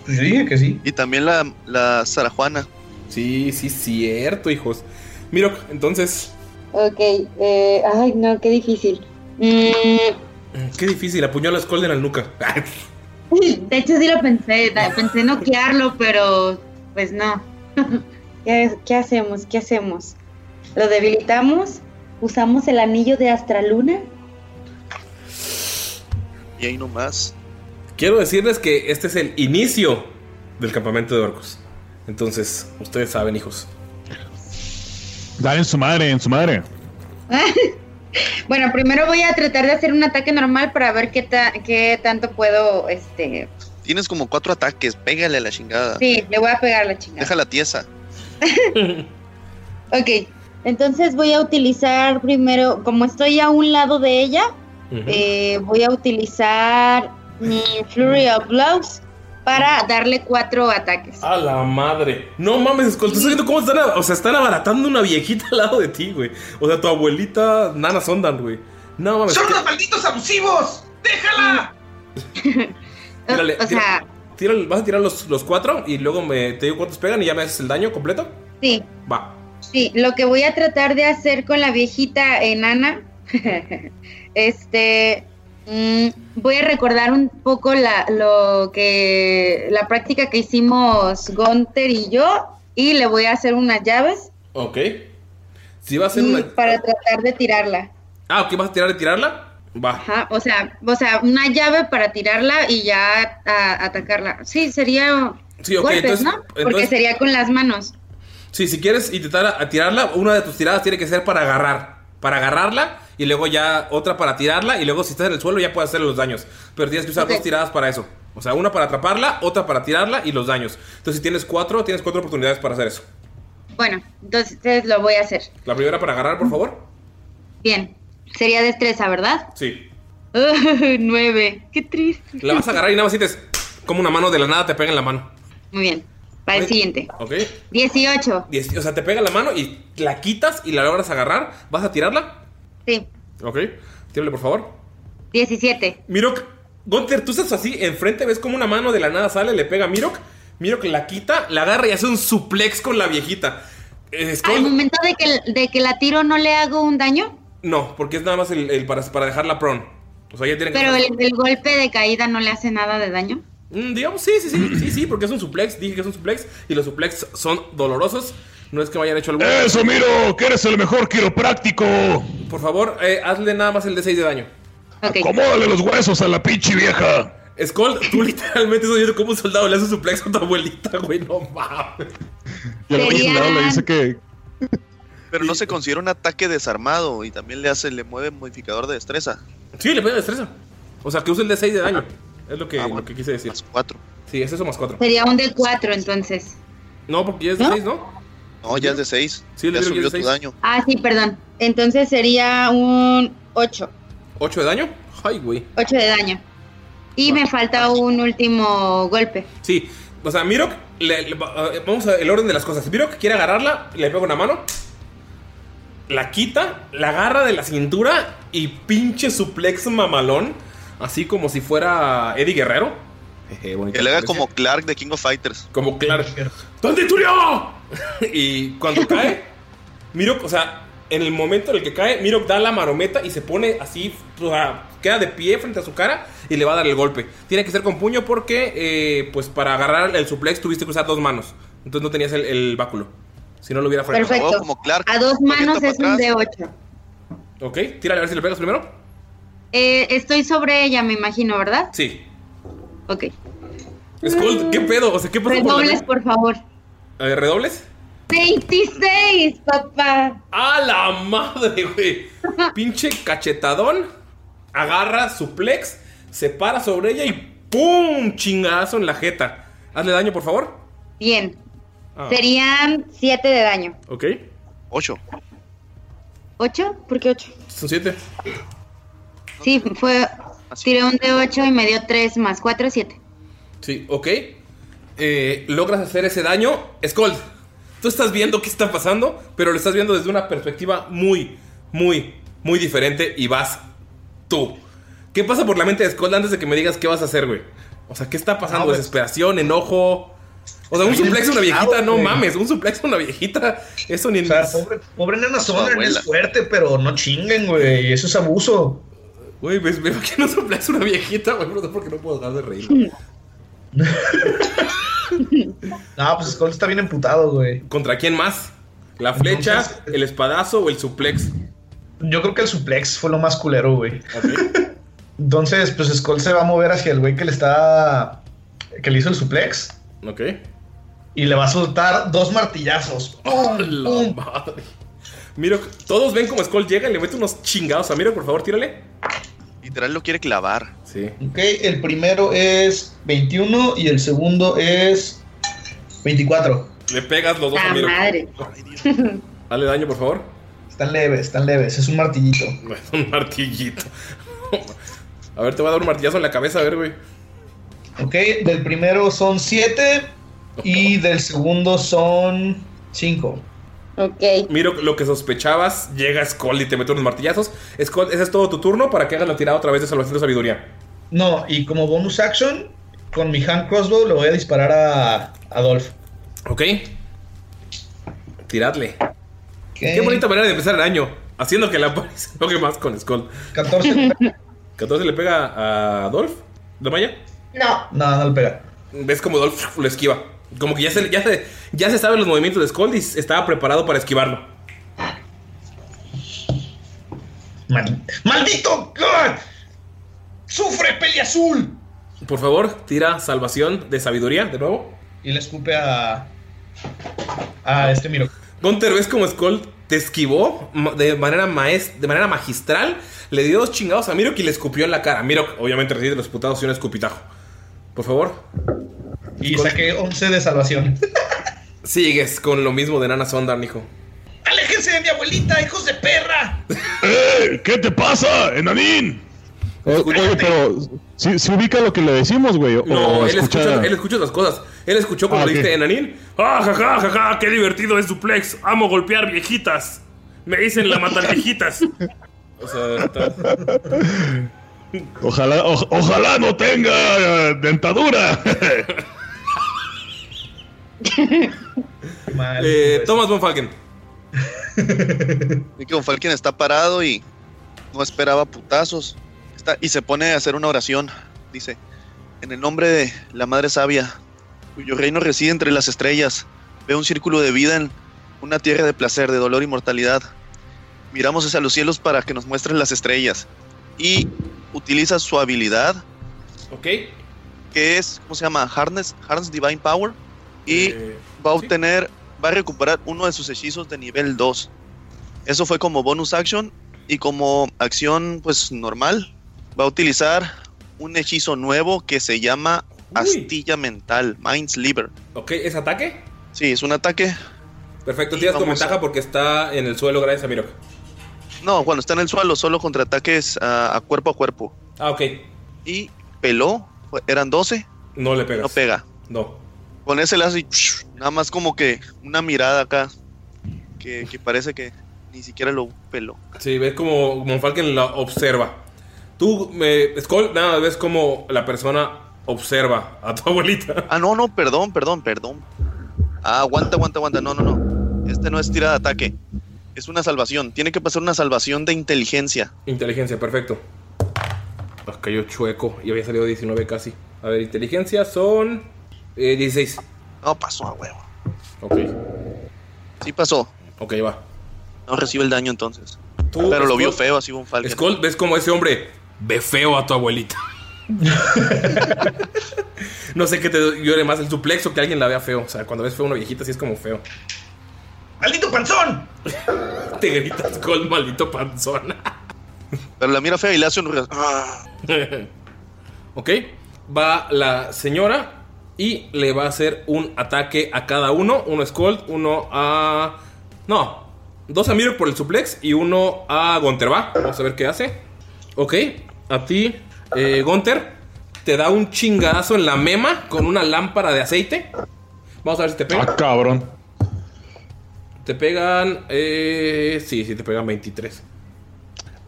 F: Pues yo dije que sí.
H: Y también la, la Sarajuana.
D: Sí, sí, cierto, hijos. Miro, entonces,
E: Ok, eh, ay no, qué difícil. Mm,
D: qué difícil, apuñala a Skolden al nuca.
E: de hecho sí lo pensé, da- pensé noquearlo, pero pues no. ¿Qué, qué hacemos? ¿Qué hacemos? ¿Lo debilitamos? ¿Usamos el anillo de Astraluna?
H: Y ahí nomás.
D: Quiero decirles que este es el inicio del campamento de orcos. Entonces, ustedes saben, hijos.
G: Dale en su madre, en su madre.
E: bueno, primero voy a tratar de hacer un ataque normal para ver qué, ta- qué tanto puedo, este...
H: Tienes como cuatro ataques. Pégale a la chingada.
E: Sí, le voy a pegar la chingada.
H: Deja la tiesa.
E: Ok, entonces voy a utilizar primero, como estoy a un lado de ella, eh, voy a utilizar mi Flurry of Blows para darle cuatro ataques.
D: A la madre. No mames, Skull, ¿tú estás viendo cómo están? a- O sea, están abaratando una viejita al lado de ti, güey. O sea, tu abuelita, Nana Sondan, güey. No mames.
F: ¡Son
D: qué-
F: unos malditos abusivos!
D: Mm,
F: ¡Déjala!
D: Tírale,
E: o
D: tira-
E: sea-
D: tira- vas a tirar los, los cuatro y luego me, te digo cuántos pegan y ya me haces el daño completo.
E: Sí,
D: Va.
E: sí, lo que voy a tratar de hacer con la viejita enana, este, mm, voy a recordar un poco la, lo que, la práctica que hicimos Gunter y yo, y le voy a hacer unas llaves
D: Ok. Si vas a hacer
E: y
D: una.
E: para tratar de tirarla.
D: Ah, ok, vas a tirar y tirarla. Va.
E: Ajá, o sea, o sea, una llave para tirarla y ya a- atacarla. Sí, sería
D: Sí, ok,
E: golpes,
D: entonces-
E: ¿no? Porque
D: entonces-
E: sería con las manos.
D: Sí, si quieres intentar a, a tirarla, una de tus tiradas tiene que ser para agarrar. Para agarrarla y luego ya otra para tirarla y luego si estás en el suelo ya puedes hacer los daños. Pero tienes que usar
E: Ok.
D: dos tiradas para eso. O sea, una para atraparla, otra para tirarla y los daños. Entonces si tienes cuatro, tienes cuatro oportunidades para hacer eso.
E: Bueno, entonces lo voy a hacer.
D: La primera para agarrar, por favor.
E: Bien. Sería destreza, ¿verdad?
D: Sí.
E: nueve. Qué triste.
D: La vas a agarrar y nada más sientes como una mano de la nada te pega en la mano.
E: Muy bien. Para el
D: Ok.
E: siguiente.
D: ¿Ok?
E: Dieciocho.
D: Diez- o sea, te pega en la mano y la quitas y la logras agarrar. ¿Vas a tirarla?
E: Sí.
D: ¿Ok? Tírale, por favor.
E: Diecisiete.
D: Mirok, Gunter, tú estás así, enfrente ves como una mano de la nada sale, le pega a Mirok. Mirok la quita, la agarra y hace un suplex con la viejita. Eh,
E: Al
D: Skull,
E: momento de que, de que la tiro no le hago un daño,
D: no, porque es nada más el, el para, para dejarla prone. O sea, ya tiene que.
E: pero el, el golpe de caída no le hace nada de daño.
D: Mm, digamos, sí, sí, sí, sí, sí, porque es un suplex. Dije que es un suplex y los suplex son dolorosos. No es que me hayan hecho algo.
G: ¡Eso, Miro! ¡Que eres el mejor quiropráctico!
D: Por favor, eh, hazle nada más el de 6 de daño.
E: Ok.
G: ¡Acomódale los huesos a la pinche vieja!
D: Skull, tú literalmente estás viendo cómo un soldado le hace un suplex a tu abuelita, güey, no mames.
G: Y el otro soldado le dice que.
H: Pero no se considera un ataque desarmado. Y también le hace, le mueve modificador de destreza.
D: Sí, le pega destreza. O sea, que usa el de 6 de daño. Es
H: Ah,
D: lo que, lo que quise decir. Más
H: 4.
D: Sí, es eso más 4.
E: Sería un de cuatro, entonces.
D: No, porque ya es de 6, ¿no?
H: No, ya es de 6.
D: Sí, le
H: ya
D: digo que
H: subió
D: es
H: tu
D: de 6.
H: daño.
E: Ah, sí, perdón. Entonces sería un 8.
D: ¿8 de daño? Ay, güey.
E: 8 de daño. Y me falta un último golpe.
D: Sí, o sea, Mirok, le- le- va- eh, vamos a el orden de las cosas. Mirok quiere agarrarla, le pega una mano, la quita, la agarra de la cintura y pinche suplex mamalón, así como si fuera Eddie Guerrero. Jeje, bonita
H: Que le haga
D: referencia.
H: como Clark de King of Fighters.
D: Como Clark. ¿Dónde Tulio? y cuando cae, Mirok, o sea, en el momento en el que cae, Mirok da la marometa y se pone así, o sea, queda de pie frente a su cara y le va a dar el golpe. Tiene que ser con puño porque, eh, pues, para agarrar el suplex tuviste que usar dos manos. Entonces no tenías el, el báculo. Si no lo hubiera frenado.
E: Perfecto. A dos manos es
D: Ah.
E: un de 8.
D: Ok, tírale a ver si le pegas primero.
E: Eh, estoy sobre ella, me imagino, ¿verdad?
D: Sí.
E: Ok.
D: Skull, ¿qué pedo? O sea, ¿qué pasó por la-
E: Redobles, por favor.
D: Eh, ¿Redobles?
E: 26, papá.
D: ¡A la madre, güey! Pinche cachetadón. Agarra suplex, se para sobre ella y ¡pum! Chingazo en la jeta. Hazle daño, por favor.
E: Bien.
D: Ah,
E: Serían 7 de daño.
D: Ok. 8.
E: ¿8? ¿Por qué 8?
D: Son 7.
E: Sí, fue. Tiré un de 8 y me dio 3 más 4, 7.
D: Sí, ok. Eh, logras hacer ese daño. Skull, tú estás viendo qué está pasando, pero lo estás viendo desde una perspectiva muy, muy, muy diferente y vas tú. ¿Qué pasa por la mente de Skull antes de que me digas qué vas a hacer, güey? O sea, ¿qué está pasando?
F: pues,
D: Desesperación, enojo. O sea, un
F: Está bien
D: suplex a una viejita,
F: empezado,
D: no
F: güey.
D: mames. Un suplex a una viejita, eso ni en.
F: pobre, pobre nena sola,
D: abuela.
F: es fuerte, pero no chinguen, güey. Eso es abuso.
D: Güey, pues, me, me imagino un suplex a una viejita, güey, no sé por qué no puedo dejar de reír.
F: No, pues Skull está bien emputado, güey.
D: ¿Contra quién más? ¿La flecha, el espadazo o el suplex?
F: Yo creo que el suplex fue lo más culero, güey. Entonces, pues Skull se va a mover hacia el güey que le está. que le hizo el suplex.
D: Ok.
F: Y le va a soltar dos martillazos.
D: ¡Oh, la madre! Miro, todos ven como Skull llega y le mete unos chingados a Miro, por favor, tírale.
H: Literal lo quiere clavar.
D: Sí.
F: Ok, el primero es 21 y el segundo es 24.
D: Le pegas los dos Pues a
E: ¡Ah,
D: Miro.
E: madre!
D: Dale daño, por favor.
F: Están leves, están leves. Es un martillito.
D: Es un martillito. A ver, te voy a dar un martillazo en la cabeza, a ver, güey.
F: Ok, del primero son 7 y del segundo son 5.
E: Ok.
D: Miro lo que sospechabas, llega Skull y te mete unos martillazos. Skull, ese es todo tu turno para que hagas la tirada otra vez de salvación de sabiduría.
F: No, y como bonus action, con mi hand crossbow le voy a disparar a Adolf.
D: Ok. Tiradle. Qué bonita manera de empezar el año. Haciendo que la poli se enoje más con Skull.
F: 14.
D: 14 le pega a Adolf. ¿De Maya?
I: No.
F: No, no le pega.
D: Ves como Adolf lo esquiva. Como que ya se, ya se, ya se sabe los movimientos de Skull y estaba preparado para esquivarlo.
F: ¡Maldito! ¡Ah! ¡Sufre, peli azul!
D: Por favor, tira salvación de sabiduría de nuevo.
F: Y le escupe a. a este Miro.
D: Gunter, ves como Skull te esquivó ma- de manera, maes- de manera magistral. Le dio dos chingados a Mirok y le escupió en la cara. Mirok, obviamente, recibe los putados y un escupitajo. Por favor.
F: Y saqué 11 de salvación.
D: Sigues con lo mismo de Nana Sondan, hijo.
F: ¡Aléjense de mi abuelita, hijos de perra!
G: ¡Eh! ¿Qué te pasa, enanín? O- oye, pero si ubica lo que le decimos, güey. o-
D: No,
G: o
D: él
G: escucha-
D: escucha, él escucha otras cosas. Él escuchó cuando
G: Ah,
D: le
G: ok.
D: dijiste Enanín. ¡Ah, jaja, jaja! ¡Qué divertido es suplex! ¡Amo golpear viejitas! Me dicen la matan viejitas. O sea, está-
G: Ojalá, o- ojalá no tenga eh, dentadura.
D: Eh, Thomas Von Falken.
H: Y que Von Falken está parado y no esperaba putazos. Está- y se pone a hacer una oración. Dice, en el nombre de la Madre Sabia, cuyo reino reside entre las estrellas, veo un círculo de vida en una tierra de placer, de dolor y mortalidad. Miramos hacia los cielos para que nos muestren las estrellas. Y utiliza su habilidad,
D: Ok.
H: que es, ¿cómo se llama? Harness, Harness Divine Power. Y
D: Eh,
H: va a obtener, va a recuperar uno de sus hechizos de nivel 2. Eso fue como bonus action y como acción pues normal va a utilizar un hechizo nuevo que se llama Astilla Mental, Mind Sliver.
D: Ok, ¿es ataque?
H: Sí, es un ataque.
D: Perfecto, tiras con
H: Vamos a-
D: ventaja porque está en el suelo gracias a Mirok.
H: No, cuando está en el suelo, solo contra ataques a, a cuerpo a cuerpo.
D: Ah, ok.
H: Y peló, fue- eran 12.
D: No le pegas.
H: No pega.
D: No.
H: Con ese lazo y ¡shh! nada más como que una mirada acá que, que parece que ni siquiera lo peló.
D: Sí, ves como Monfalken la observa. Tú, me, Skull, nada, más ves como la persona observa a tu abuelita.
H: Ah, no, no, perdón, perdón, perdón. Ah, aguanta, aguanta, aguanta. No, no, no. Este no es tirada de ataque. Es una salvación. Tiene que pasar una salvación de inteligencia.
D: Inteligencia, perfecto. Ah, cayó chueco y había salido 19 casi. A ver, inteligencia son eh, 16.
H: No pasó a huevo.
D: Ok.
H: Sí pasó.
D: Ok, va.
H: No recibe el daño entonces.
D: Tú,
H: Pero lo
D: Skull-
H: vio feo, así un falco.
D: Skull, ves como ese hombre ve feo a tu abuelita. no sé qué te llore más el suplex o que alguien la vea feo. O sea, cuando ves feo a una viejita, sí es como feo.
F: ¡Maldito panzón!
D: Te gritas Skull, maldito panzón.
H: Pero la mira fea y le hace un... re- Ah.
D: ok, va la señora y le va a hacer un ataque a cada uno. Uno a Skull, uno a... No, dos a Mirror por el suplex y uno a Gonter, va. Vamos a ver qué hace. Ok, a ti, eh, Gonter, te da un chingadazo en la mema con una lámpara de aceite. Vamos a ver si te pega.
G: ah, cabrón.
D: Te pegan... Eh, sí, sí, te pegan 23.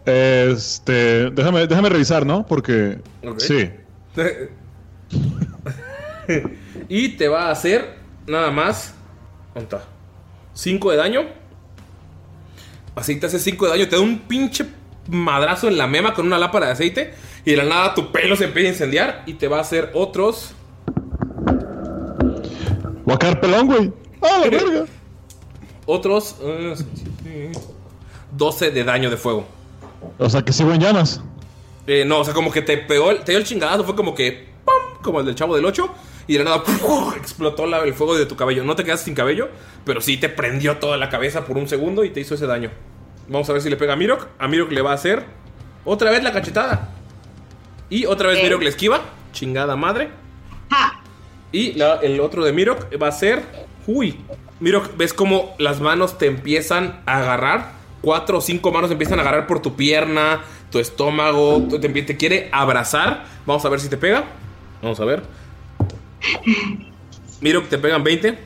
G: Este, déjame, déjame revisar, ¿no? Porque
D: Ok.
G: sí.
D: y te va a hacer nada más. 5 de daño. Así te hace 5 de daño. Te da un pinche madrazo en la mema con una lámpara de aceite. Y de la nada tu pelo se empieza a incendiar. Y te va a hacer otros.
G: Guacar pelón, güey. ¡Ah, la verga!
D: Otros. eh, siete, 12 de daño de fuego.
G: O sea, que sigo en llamas.
D: Eh, no, o sea, como que te pegó, el- te dio el chingadazo, fue como que ¡pum! como el del chavo del 8 y de la nada ¡pum! explotó la- el fuego de tu cabello. No te quedas sin cabello, pero sí te prendió toda la cabeza por un segundo y te hizo ese daño. Vamos a ver si le pega a Mirok. A Mirok le va a hacer otra vez la cachetada. Y otra vez Mirok le esquiva. Chingada madre. Y la- el otro de Mirok va a ser. Uy. Mirok, ves como las manos te empiezan a agarrar. Cuatro o cinco manos empiezan a agarrar por tu pierna, tu estómago. Te, empie- te quiere abrazar. Vamos a ver si te pega. Vamos a ver. Mirok, te pegan 20.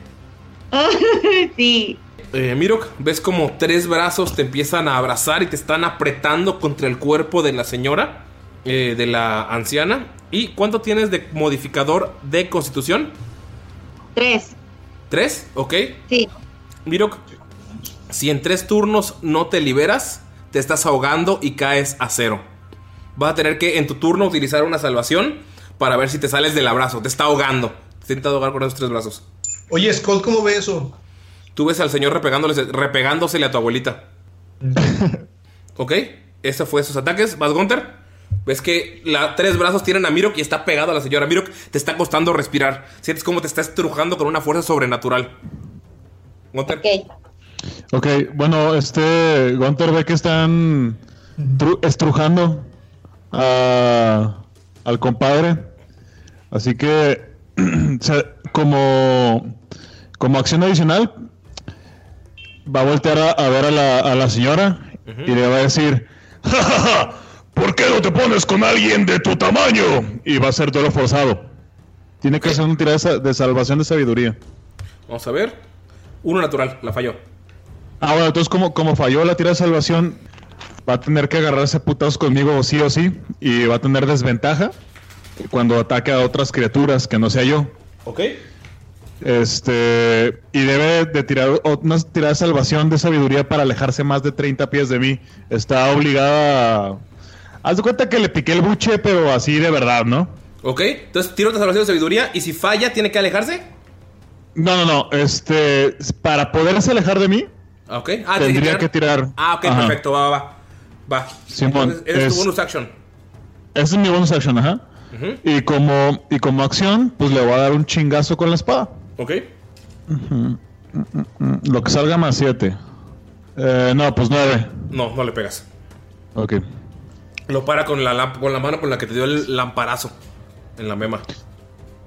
E: sí.
D: Eh, Mirok, ves como tres brazos te empiezan a abrazar y te están apretando contra el cuerpo de la señora, eh, de la anciana. ¿Y cuánto tienes de modificador de constitución?
E: Tres.
D: ¿Tres? ¿Ok?
E: Sí.
D: Mirok, si en tres turnos no te liberas, te estás ahogando y caes a cero. Vas a tener que en tu turno utilizar una salvación para ver si te sales del abrazo. Te está ahogando. Te intenta ahogar con esos tres brazos.
F: Oye, Scott, ¿cómo ve eso?
D: Tú ves al señor repegándole- repegándosele a tu abuelita. ok, ese fue sus ataques. Vas, Gunter. Ves que la, tres brazos tienen a Mirok y está pegado a la señora. Mirok te está costando respirar. Sientes como te está estrujando con una fuerza sobrenatural. Gunter.
G: Ok, bueno, este Gunter ve que están tru- estrujando a- al compadre. Así que se- como, como acción adicional va a voltear a, a ver a la, a la señora y le va a decir "Ja, ja, ja, ¿Por qué no te pones con alguien de tu tamaño? Y va a ser duelo forzado. Tiene que hacer un tirada de sa- de salvación de sabiduría.
D: Vamos a ver. Uno natural, la falló.
G: Ah, bueno, entonces como, como falló la tira de salvación, va a tener que agarrarse a putazos conmigo sí o sí, y va a tener desventaja cuando ataque a otras criaturas que no sea yo.
D: Ok.
G: Este, y debe de tirar o- una tirada de salvación de sabiduría para alejarse más de 30 pies de mí. Está obligada a... Haz de cuenta que le piqué el buche, pero así de verdad, ¿no?
D: Ok, entonces tiro otra salvación de sabiduría y si falla, tiene que alejarse.
G: No, no, no. Este, para poderse alejar de mí,
D: Ah, Ok, ah, tiene
G: tendría que tirar.
D: Ah, ok,
G: Ajá.
D: perfecto, va, va, va. Va.
G: Simón,
D: Entonces, ese es,
G: es-
D: tu bonus action.
G: Ese es mi bonus action, ajá.
D: Ujú.
G: Y como, y como acción, pues le voy a dar un chingazo con la espada.
D: Ok.
G: Ujú. Mm, mm, Lo que salga más 7. no, pues 9.
D: No, no le pegas.
G: Ok.
D: Lo para con la, lamp- con la mano con la que te dio el lamparazo en la mema.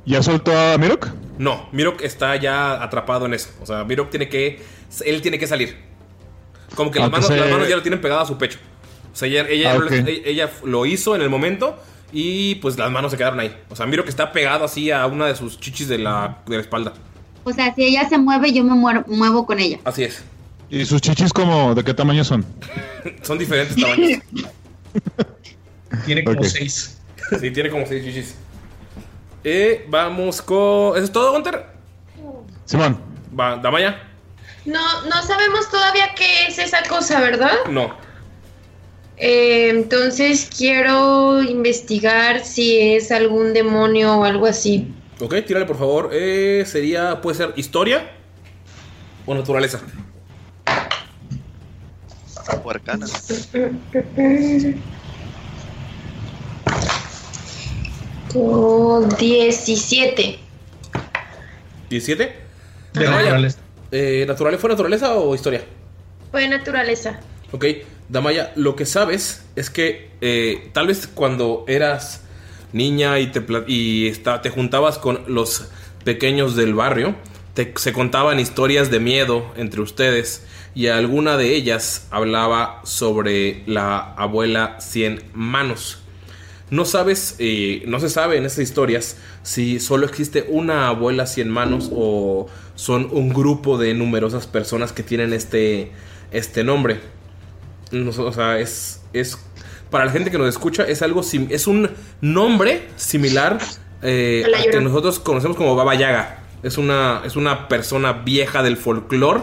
G: ¿Ya soltó a Mirok?
D: No, Mirok está ya atrapado en eso. O sea, Mirok tiene que. Él tiene que salir. Como que las
G: Aunque
D: manos,
G: se-
D: las manos ya lo tienen pegado a su pecho. O sea, ella, ella,
G: Ah,
D: no les-
G: ok.
D: e- ella lo hizo en el momento y pues las manos se quedaron ahí. O sea, Mirok está pegado así a una de sus chichis de la, de la espalda.
E: O sea, si ella se mueve, yo me muero- muevo con ella.
D: Así es.
G: ¿Y sus chichis como de qué tamaño son?
D: Son diferentes tamaños.
F: Tiene como
G: Ok.
F: seis.
D: Sí, tiene como seis chichis. Eh, vamos con. ¿Eso es todo, Gunter?
G: Simón.
D: Va, Damaya.
I: No, no sabemos todavía qué es esa cosa, ¿verdad?
D: No.
I: Eh, entonces quiero investigar si es algún demonio o algo así.
D: Ok, tírale por favor. Eh, sería, puede ser historia o naturaleza.
H: O arcana.
I: Con 17.
D: 17.
F: De
D: Damaya,
F: naturaleza.
D: Ah, eh, ¿naturale- ¿Fue naturaleza o historia?
I: Fue naturaleza.
D: Ok, Damaya, lo que sabes es que eh, tal vez cuando eras niña y, te, pla- y esta- te juntabas con los pequeños del barrio, te- se contaban historias de miedo entre ustedes y alguna de ellas hablaba sobre la abuela Cien Manos. No sabes, eh, no se sabe en estas historias si solo existe una abuela cien manos o son un grupo de numerosas personas que tienen este, este nombre. No, o sea, es, es. Para la gente que nos escucha, es algo. sim- Es un nombre similar eh,
I: A la
D: al
I: llorona.
D: que nosotros conocemos como Baba Yaga. Es una, es una persona vieja del folclore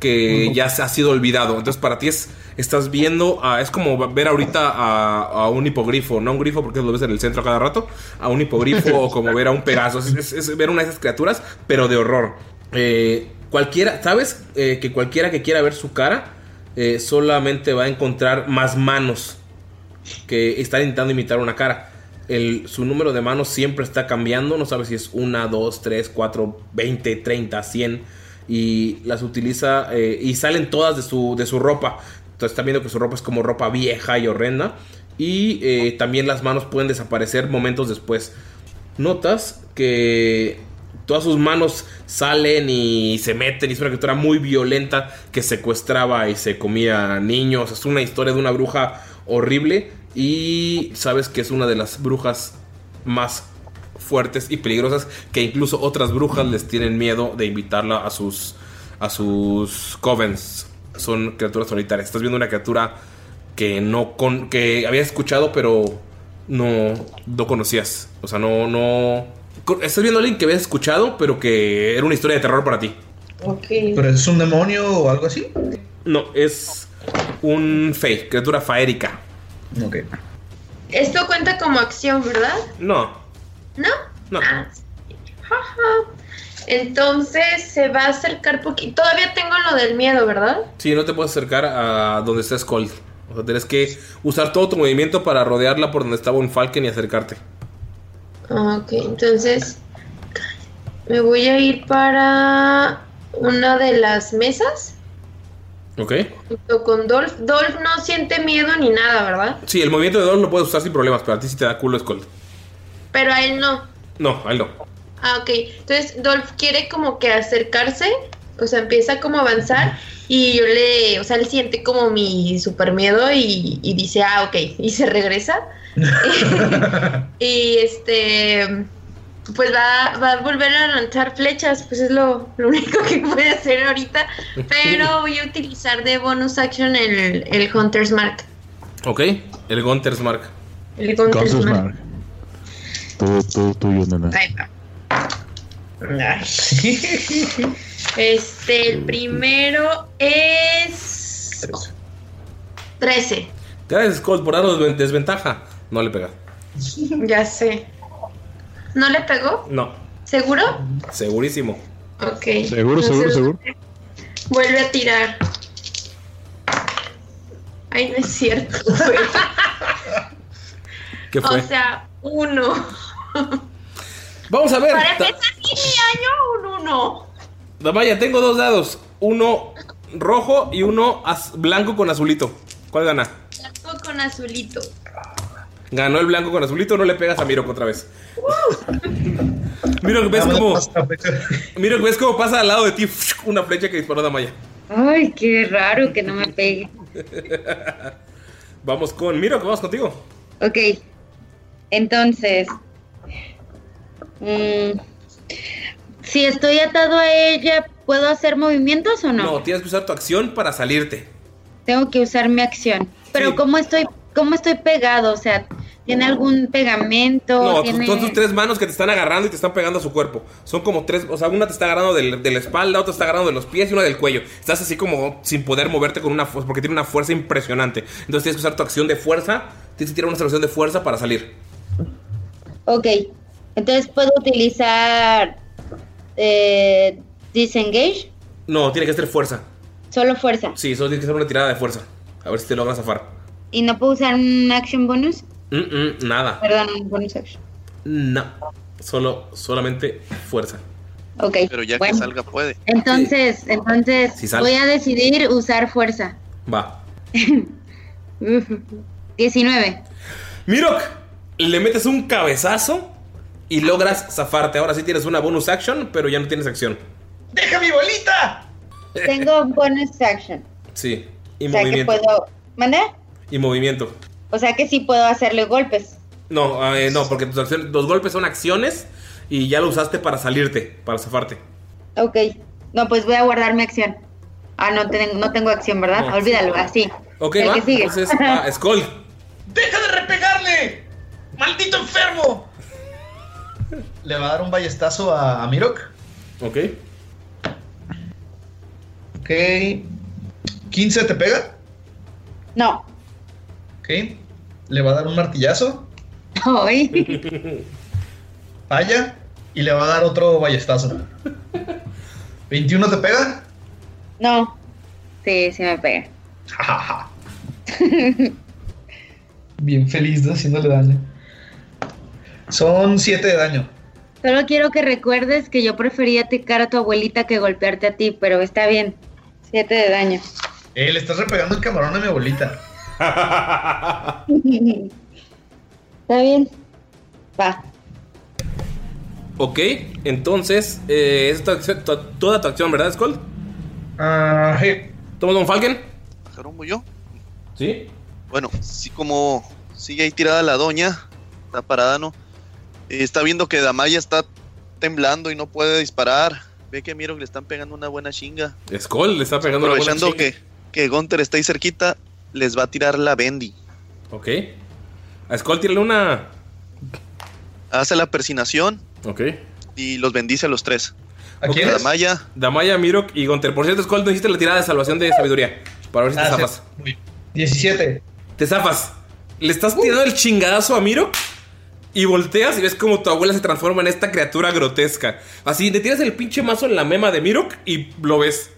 D: que
K: Ujú.
D: ya se ha sido olvidado. Entonces, para ti es. Estás viendo. a- es como ver ahorita a, a un hipogrifo. No un grifo, porque lo ves en el centro a cada rato. A un hipogrifo o como ver a un pegaso. Es, es- es ver una de esas criaturas, pero de horror. Eh, cualquiera. ¿Sabes eh, que cualquiera que quiera ver su cara eh, solamente va a encontrar más manos que están intentando imitar una cara. El, su número de manos siempre está cambiando, no sabes si es 1, 2, 3, 4, 20, 30, 100. Y las utiliza eh, y salen todas de su, de su ropa. Entonces están viendo que su ropa es como ropa vieja y horrenda. Y eh, también las manos pueden desaparecer momentos después. Notas que todas sus manos salen y se meten. Y es una criatura muy violenta que secuestraba y se comía niños. Es una historia de una bruja horrible. Y sabes que es una de las brujas más fuertes y peligrosas. Que incluso otras brujas les tienen miedo de invitarla a sus, a sus covens. Son criaturas solitarias. Estás viendo una criatura que no con, que había escuchado, pero no, no conocías. O sea, no, no. co- Estás viendo a alguien que habías escuchado, pero que era una historia de terror para ti.
I: Ok.
F: ¿Pero es un demonio o algo así?
D: No, es un fey, criatura faérica.
F: Ok.
I: Esto cuenta como acción, ¿verdad?
D: No,
I: ¿No? Ah.
D: no.
I: Ajá. Entonces se va a acercar poquito. Todavía tengo lo del miedo, ¿verdad?
D: Sí, no te puedes acercar a donde está Skull. O sea, tienes que usar todo tu movimiento para rodearla por donde estaba un Falcon y acercarte.
I: Ah, Ok, entonces me voy a ir para una de las mesas
D: ¿Ok?
I: junto con Dolph. Dolph no siente miedo ni nada, ¿verdad?
D: Sí, el movimiento de dos lo puedes usar sin problemas, pero a ti sí te da culo Skull.
I: Pero a él no.
D: No, a él no.
I: Ah, ok. Entonces Dolph quiere como que acercarse, o sea, empieza como a avanzar y yo le, o sea, él siente como mi super miedo y, y dice, ah, ok, y se regresa. y este, pues va, va a volver a lanzar flechas, pues es lo, lo único que puede hacer ahorita, pero voy a utilizar de bonus action el, el Hunter's Mark.
D: ¿Ok? El Gunter's Mark.
I: El Hunter's
G: Gonzos
I: Mark.
G: Mark. Todo, todo tuyo, nena.
I: Ahí va. Este, el primero es 13.
D: Te das Skull por darnos ven- desventaja. No le pega.
I: Ya sé. ¿No le pegó?
D: No,
I: ¿Seguro?
D: segurísimo.
I: Ok.
G: Seguro, seguro,
I: Entonces, eh,
G: seguro.
I: Vuelve a tirar. Ay, no es cierto. güey.
D: ¿Qué fue?
I: O sea, uno.
D: Vamos a ver.
I: Para
D: Ta-
I: empezar mi año, un uno.
D: Damaya, tengo dos dados. Uno rojo y uno az- blanco con azulito. ¿Cuál gana?
I: Blanco con azulito.
D: Ganó el blanco con azulito, no le pegas a Miro otra vez. Miro, ¿ves cómo? Miro, ¿ves cómo pasa al lado de ti una flecha que disparó Damaya?
E: Ay, qué raro que no me pegue.
D: Vamos con Miro, vamos contigo.
E: Ok, entonces. mm, si estoy atado a ella, ¿puedo hacer movimientos o no?
D: No, tienes que usar tu acción para salirte.
E: Tengo que usar mi acción. Pero ¿cómo estoy cómo estoy pegado? O sea, ¿tiene algún pegamento?
D: No, pues,
E: ¿Tiene-
D: son tus tres manos que te están agarrando y te están pegando a su cuerpo. Son como tres, o sea, una te está agarrando del- de la espalda, otra te está agarrando de los pies y una del cuello. Estás así como sin poder moverte con una fuerza, porque tiene una fuerza impresionante. Entonces tienes que usar tu acción de fuerza, tienes que tirar una salvación de fuerza para salir.
E: Ok, entonces puedo utilizar eh, disengage,
D: No, tiene que ser fuerza.
E: solo fuerza.
D: Sí, solo tienes que hacer una tirada de fuerza. A ver si te logras zafar.
E: Y no puedo usar un action bonus.
D: Mm, mm, nada.
E: Perdón, un bonus action.
D: No. Solo, solamente fuerza.
E: Ok.
H: Pero ya
E: bueno.
H: que salga puede.
E: Entonces, entonces
D: Sí sale.
E: voy a decidir usar fuerza.
D: Va.
E: Uf, 19.
D: Mirok, le metes un cabezazo y logras zafarte. Ahora sí tienes una bonus action, pero ya no tienes acción.
F: ¡Deja mi bolita!
E: Tengo un bonus action.
D: Sí. Y
E: O sea que
D: movimiento.
E: puedo. ¿Manda?
D: Y movimiento.
E: O sea que sí puedo hacerle golpes.
D: No, eh, no, porque tus acciones, los golpes son acciones y ya lo usaste para salirte, para zafarte.
E: Ok. No, pues voy a guardar mi acción. Ah, no, ten- no tengo acción, ¿verdad?
D: No.
E: Olvídalo, así.
D: Ok,
E: El
D: va.
E: que sigue.
D: Entonces, ah, Skull.
F: ¡Deja de repegarle! ¡Maldito enfermo! Le va a dar un ballestazo a, a Mirok.
D: Ok.
F: Ok. ¿15 te pega?
E: No.
F: Ok. Le va a dar un martillazo.
E: Ay.
F: Falla. Y le va a dar otro ballestazo. ¿21 te pega?
E: No. Sí, sí me pega.
F: Jajaja. Bien feliz ¿no? haciéndole daño. Son 7 de daño.
E: Solo quiero que recuerdes que yo prefería picar a tu abuelita que golpearte a ti, pero está bien. Siete de daño.
F: Eh, le estás repegando el camarón a mi abuelita.
E: está bien. Va.
D: Ok, entonces, eh, es tu acción- tu- toda tu acción, ¿verdad, Skull?
F: Ah,
D: ¿Tomas un Falcon?
H: ¿Carombo yo?
D: Sí.
H: Bueno, sí, como sigue ahí tirada la doña, está parada, ¿no? Eh, está viendo que Damaya está temblando y no puede disparar. Ve que Miro le están pegando una buena chinga.
D: Skull le está pegando la bola.
H: Aprovechando que, que Gunter está ahí cerquita, les va a tirar la Bendy.
D: Ok. A Skull tírale una.
H: Hace la persinación.
D: Ok.
H: Y los bendice a los tres.
F: ¿A
H: quién es? Damaya.
D: Damaya, Mirok y Gunter. Por cierto, Skull, no hiciste la tirada de salvación de sabiduría. Para ver si te
F: Ah, sí.
D: zafas.
F: 17.
D: Te zafas. Le estás tirando el chingadazo a Mirok. Y volteas y ves como tu abuela se transforma en esta criatura grotesca. Así, le tiras el pinche mazo en la mema de Mirok y lo ves.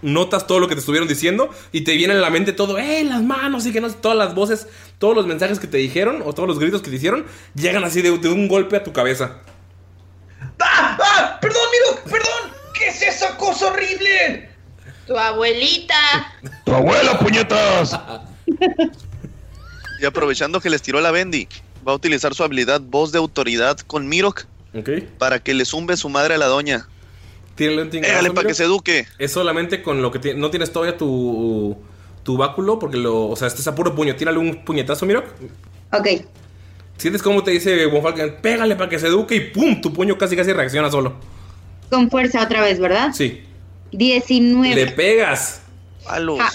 D: Notas todo lo que te estuvieron diciendo y te viene en la mente todo, eh, las manos y que no, sé, todas las voces, todos los mensajes que te dijeron o todos los gritos que te hicieron, llegan así de, de un golpe a tu cabeza.
F: ¡Ah! ¡Ah! ¡Perdón, Miro! ¡Perdón! ¿Qué es esa cosa horrible?
I: Tu abuelita.
H: ¡Tu abuela, puñetas! y aprovechando que les tiró la Bendy, va a utilizar su habilidad voz de autoridad con Mirok
D: Ok.
H: para que le zumbe su madre a la doña. Eh,
D: Tírale un tingazo,
H: Pégale para
D: Mirok.
H: que se eduque.
D: Es solamente con lo que ti- no tienes todavía tu, tu báculo, porque lo, o sea, este es a puro puño. Tírale un puñetazo, Mirok.
E: Ok.
D: Sientes cómo te dice Von Falken, pégale para que se eduque y pum, tu puño casi casi reacciona solo.
E: Con fuerza otra vez, ¿verdad?
D: Sí. Le
E: 19.
D: pegas.
H: Palos.
E: Ah.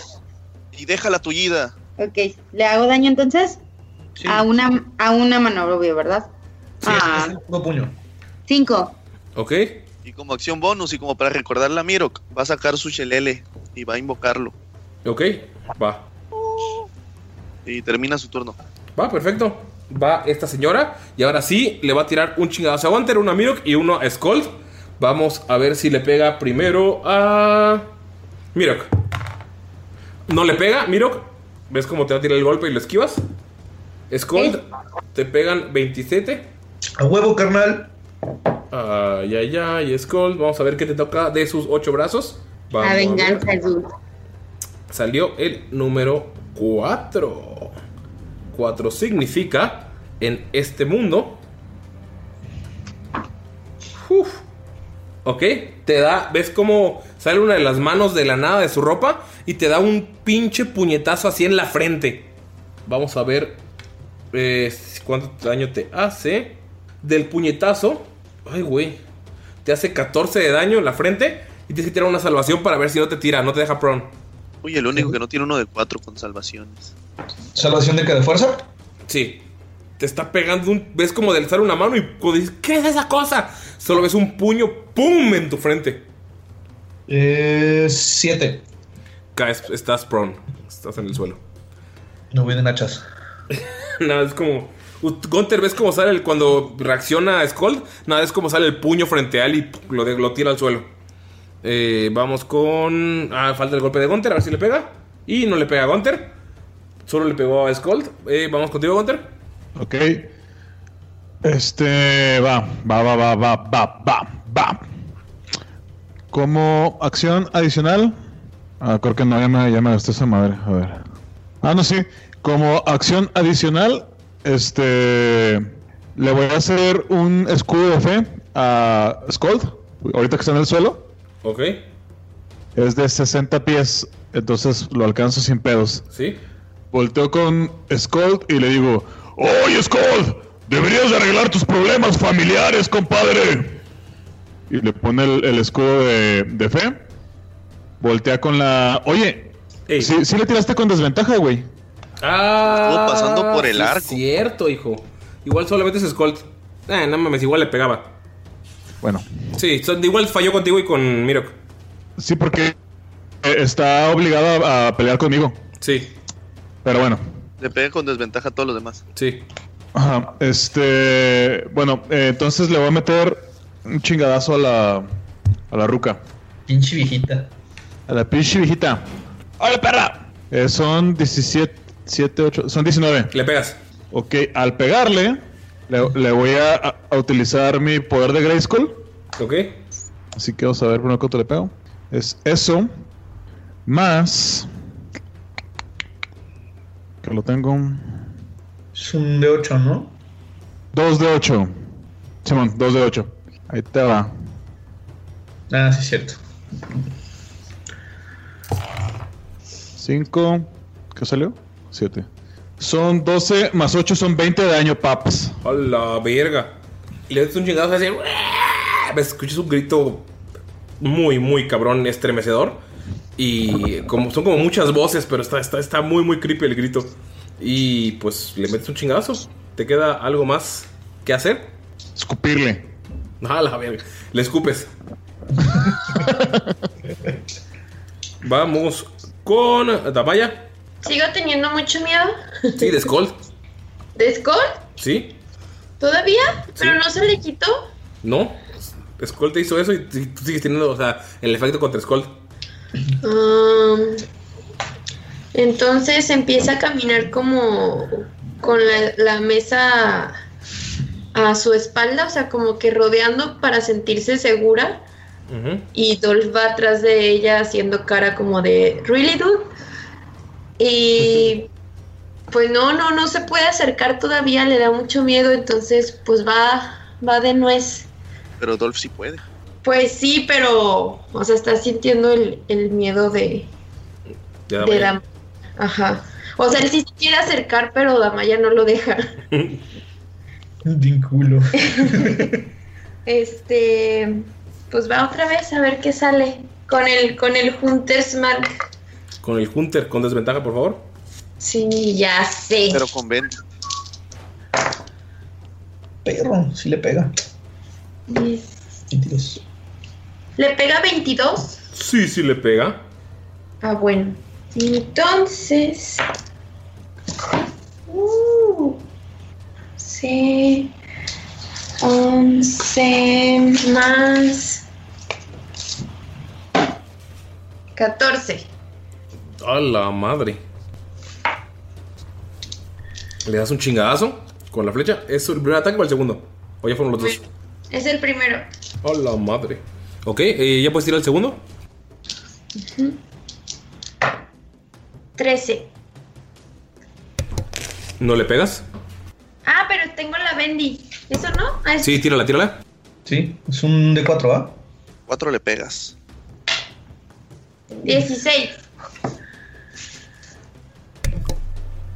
H: Y deja la tullida.
E: Ok. ¿Le hago daño entonces? A una a una mano, obvio, ¿verdad? ah,
F: puño.
E: cinco.
D: Ok.
H: Y como acción bonus y como para recordarla a Mirok, va a sacar su chelele y va a invocarlo.
D: Ok, va.
H: Y termina su turno.
D: Va, perfecto. Va esta señora y ahora sí le va a tirar un chingadazo a Gunter, uno a Mirok y uno a Skull. Vamos a ver si le pega primero a Mirok. No le pega, Mirok. ¿Ves cómo te va a tirar el golpe y lo esquivas? Skull, te pegan 27.
F: A huevo, carnal.
D: Ay, ay, ay, Skull. Vamos a ver qué te toca de sus 8 brazos. Vamos
E: La
D: a ver.
E: venganza es dulce.
D: Salió el número 4. 4 significa en este mundo. Uf. Ok, te da, ves cómo sale una de las manos de la nada de su ropa y te da un pinche puñetazo así en la frente. Vamos a ver eh, cuánto daño te hace. Del puñetazo, ay güey, te hace 14 de daño en la frente y tienes que tirar una salvación para ver si no te tira, no te deja prone.
H: Uy, el único que no tiene uno de cuatro con salvaciones.
F: ¿Salvación de qué? ¿De fuerza?
D: Sí. Te está pegando un. Ves como de alzar una mano y cuando dices, ¿qué es esa cosa? Solo ves un puño, ¡pum! en tu frente.
F: Eh, 7.
D: Caes, estás prone. Estás en el suelo.
F: No vienen hachas.
D: Nada, es como. Ut- Gunter, ¿ves cómo sale el, cuando reacciona a Scold? Nada, es como sale el puño frente a él y ¡pum! lo, de- lo tira al suelo. Eh, vamos con. Ah, falta el golpe de Gunter, a ver si le pega. Y no le pega a Gunter. Solo le pegó a Scold. Eh, vamos contigo, Gunter.
G: Ok. Este va, va, va, va, va, va, va, va. Como acción adicional. Ah, creo que no, ya me, ya me gasté esa madre. A ver. Ah, no, sí. Como acción adicional, este. Le voy a hacer un escudo de fe a Scold. Ahorita que está en el suelo.
D: Ok,
G: Es de 60 pies. Entonces lo alcanzo sin pedos.
D: sí.
G: Volteo con Scold y le digo: ¡Oye, Scold! ¡Deberías de arreglar tus problemas familiares, compadre! Y le pone el, el escudo de, de fe. Voltea con la. Oye, Sí, sí le tiraste con desventaja, güey.
D: Ah,
H: Estuvo pasando por el
D: sí
H: arco.
D: Es cierto, hijo. Igual solamente es Scold. Eh, no mames, igual le pegaba.
G: Bueno.
D: Sí, son- igual falló contigo y con Mirok.
G: Sí, porque eh, está obligado a, a pelear conmigo.
D: Sí.
G: Pero bueno.
H: Le pegué con desventaja a todos los demás.
D: Sí.
G: Ajá, Este. Bueno, eh, entonces le voy a meter un chingadazo a la. A la ruca.
F: Pinche viejita.
G: A la pinche viejita. ¡Hola, perra! Eh, son 17, 7, 8, son 19.
D: Le pegas.
G: Ok, al pegarle, le, le voy a, a utilizar mi poder de Grayskull.
D: ¿Ok?
G: Así que vamos a ver primero cuánto le pego. Es eso. Más. Que lo tengo.
F: Es un de 8, ¿no?
G: 2 de 8. Simón, 2 de 8. Ahí te va.
F: Ah, sí, es cierto.
G: 5. ¿Qué salió? 7. Son 12 más 8 son 20 de daño, paps.
D: A la verga. Y le das un chingadazo así. ¡uah! Ves, Escuchas un grito muy, muy cabrón, estremecedor. Y como, son como muchas voces, pero está, está, está muy, muy creepy el grito. Y pues le metes un chingadazo. ¿Te queda algo más que hacer?
G: Escupirle.
D: A la verga. Le escupes. Vamos con Damaya.
I: Sigo teniendo mucho miedo.
D: Sí, de Skull.
I: ¿De Skull?
D: Sí,
I: ¿Todavía? ¿Pero no se le quitó?
D: no. Skull te hizo eso y t- tú sigues teniendo, o sea, el efecto contra Skull.
I: Um, entonces empieza a caminar como con la, la mesa a su espalda, o sea, como que rodeando para sentirse segura. Y Dolph va atrás de ella haciendo cara como de, ¿really dude? Y pues no, no, no se puede acercar todavía, le da mucho miedo, entonces pues va, va de nuez.
H: Pero Dolph sí puede.
I: Pues sí, pero, o sea, está sintiendo el, el miedo de, de Dam- Ajá. O sea, él sí se quiere acercar, pero Damaya no lo deja.
F: Dinculo.
I: Este, pues va otra vez a ver qué sale con el con el Hunter's Mark.
D: Con el Hunter, con desventaja, por favor.
I: Sí, ya sé.
H: Pero con Ben.
F: Perro, sí le pega. Mentiras.
I: Le pega 22.
D: Sí, sí le pega.
I: Ah, bueno. Entonces. Uh, sí. 11 más 14.
D: A la madre. Le das un chingadazo con la flecha. ¿Es el primer ataque o el segundo? O ya fueron los dos.
I: Es el primero.
D: A la madre. Ok, eh, ¿ya puedes tirar el segundo?
I: 13.
D: ¿No le pegas?
I: Ah, pero tengo la Bendy. ¿Eso no? Ah, es-
D: Sí, tírala, tírala.
F: Sí, es un de 4, ¿ah?
H: 4 le pegas.
I: 16.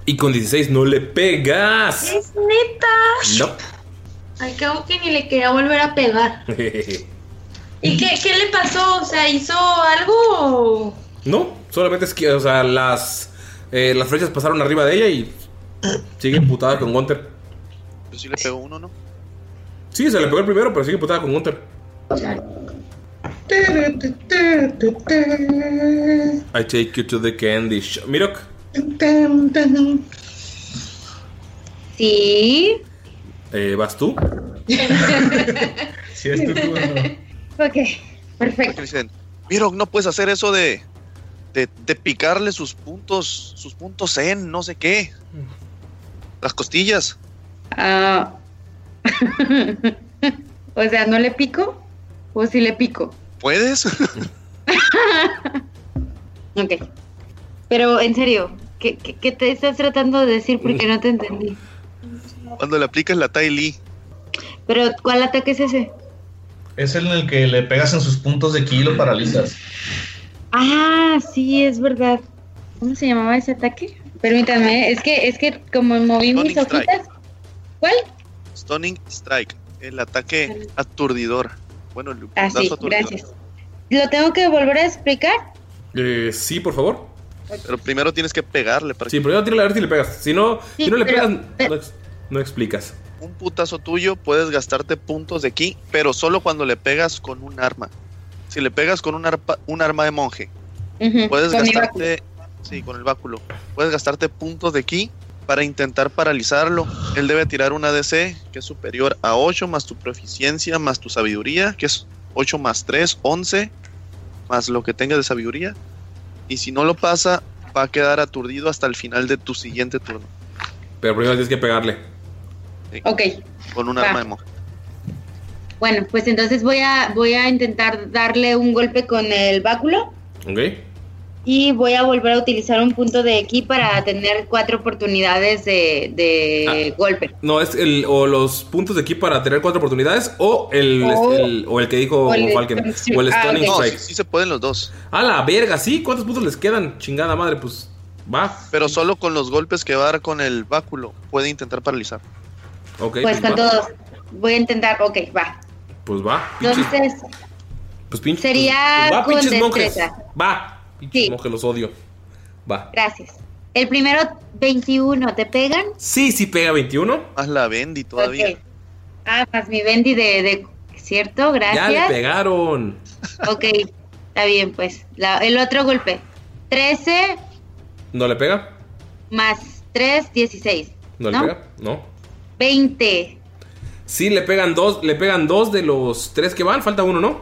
D: Y con 16 no le pegas.
I: Es neta.
D: Ah, No.
I: Al cabo que ni le quería volver a pegar. ¿Y qué, qué le pasó? O sea, ¿hizo algo? o-
D: no, solamente es que, o sea, las, eh, las flechas pasaron arriba de ella y sigue emputada con Gunter.
H: Yo Pues sí le pego uno, ¿no?
D: Sí, se le pegó el primero, pero sigue emputada con Gunter. I take you to the candy shop. Mirok,
E: Sí.
D: eh, ¿vas tú?
F: Sí, es tu
E: Ok, perfecto.
H: Que dicen, Miro, no puedes hacer eso de, de, de picarle sus puntos, sus puntos en no sé qué.
D: Mm.
H: Las costillas.
E: Ah. o sea, ¿no le pico? ¿O si le pico?
H: ¿Puedes?
E: Ok. Pero en serio, ¿qué, qué, qué te estás tratando de decir? Porque no te entendí.
H: Cuando le aplicas la Tai Lee.
E: Pero, ¿cuál ataque es ese?
F: Es el en el que le pegas en sus puntos de ki y lo paralizas.
E: Ah, sí, es verdad. ¿Cómo se llamaba ese ataque? Permítanme, es que, es que como moví mis
H: Sonic Strike.
E: hojitas. ¿Cuál?
H: Stunning Strike. El ataque aturdidor. Bueno, el
E: Ah, sí,
H: puntazo aturdidor.
E: gracias. ¿Lo tengo que volver a explicar?
D: Eh, sí, por favor.
H: Pero primero tienes que pegarle para
D: Sí, primero tírale a ver si le pegas. Si no,
H: Sí,
D: si no le
H: pero-
D: pegas, no, ex- no explicas.
H: un putazo tuyo puedes gastarte puntos de ki, pero solo cuando le pegas con un arma. Si le pegas con un, arpa- un arma de monje, puedes
L: Con mi
H: gastarte. Sí, con el báculo. Puedes gastarte puntos de ki para intentar paralizarlo. Él debe tirar una DC que es superior a 8 más tu proficiencia más tu sabiduría, que es 8 más 3, 11, más lo que tengas de sabiduría. Y si no lo pasa, va a quedar aturdido hasta el final de tu siguiente turno.
D: Pero primero tienes que pegarle.
H: Sí,
E: Ok,
H: Con un
E: Va.
H: arma de monje.
E: bueno, pues entonces voy a, voy a intentar darle un golpe con el báculo
D: ¿Ok?
E: y voy a volver a utilizar un punto de aquí para tener cuatro oportunidades de, de
D: Ah.
E: golpe.
D: No, es el, o los puntos de aquí para tener cuatro oportunidades o el, este,
E: O-
D: el- o el que dijo
E: Oh. o el-
D: Falken. O el
E: Ah,
D: Stunning
E: ok.
D: Strike.
E: No,
H: sí, se pueden los dos.
D: A la verga, sí. ¿Cuántos puntos les quedan? Chingada madre, pues va.
H: Pero solo con los golpes que va a dar con el báculo puede intentar paralizar.
D: Ok,
E: Pues
D: va.
E: con todos. Voy a intentar, ok, va.
D: Pues va. pinches-
E: Entonces
D: pues pinches.
E: sería
D: pues va,
E: con
D: pinches monjes.
E: destreza.
D: Va. Pinches monjes, los odio. Va.
E: Gracias. El primero, 21, ¿te pegan?
D: Sí, sí pega 21.
H: Más la Bendy
E: Ok. Ah, más mi bendy de, de- ¿Cierto?
D: Ya
E: Gracias.
D: le pegaron.
E: Ok, está bien, pues. La- el otro golpe. 13
D: ¿No le pega?
E: más 3, 16.
D: ¿No le
E: ¿No?
D: pega? No.
E: 20.
D: Sí, le pegan dos, le pegan dos de los tres que van, falta uno, ¿no?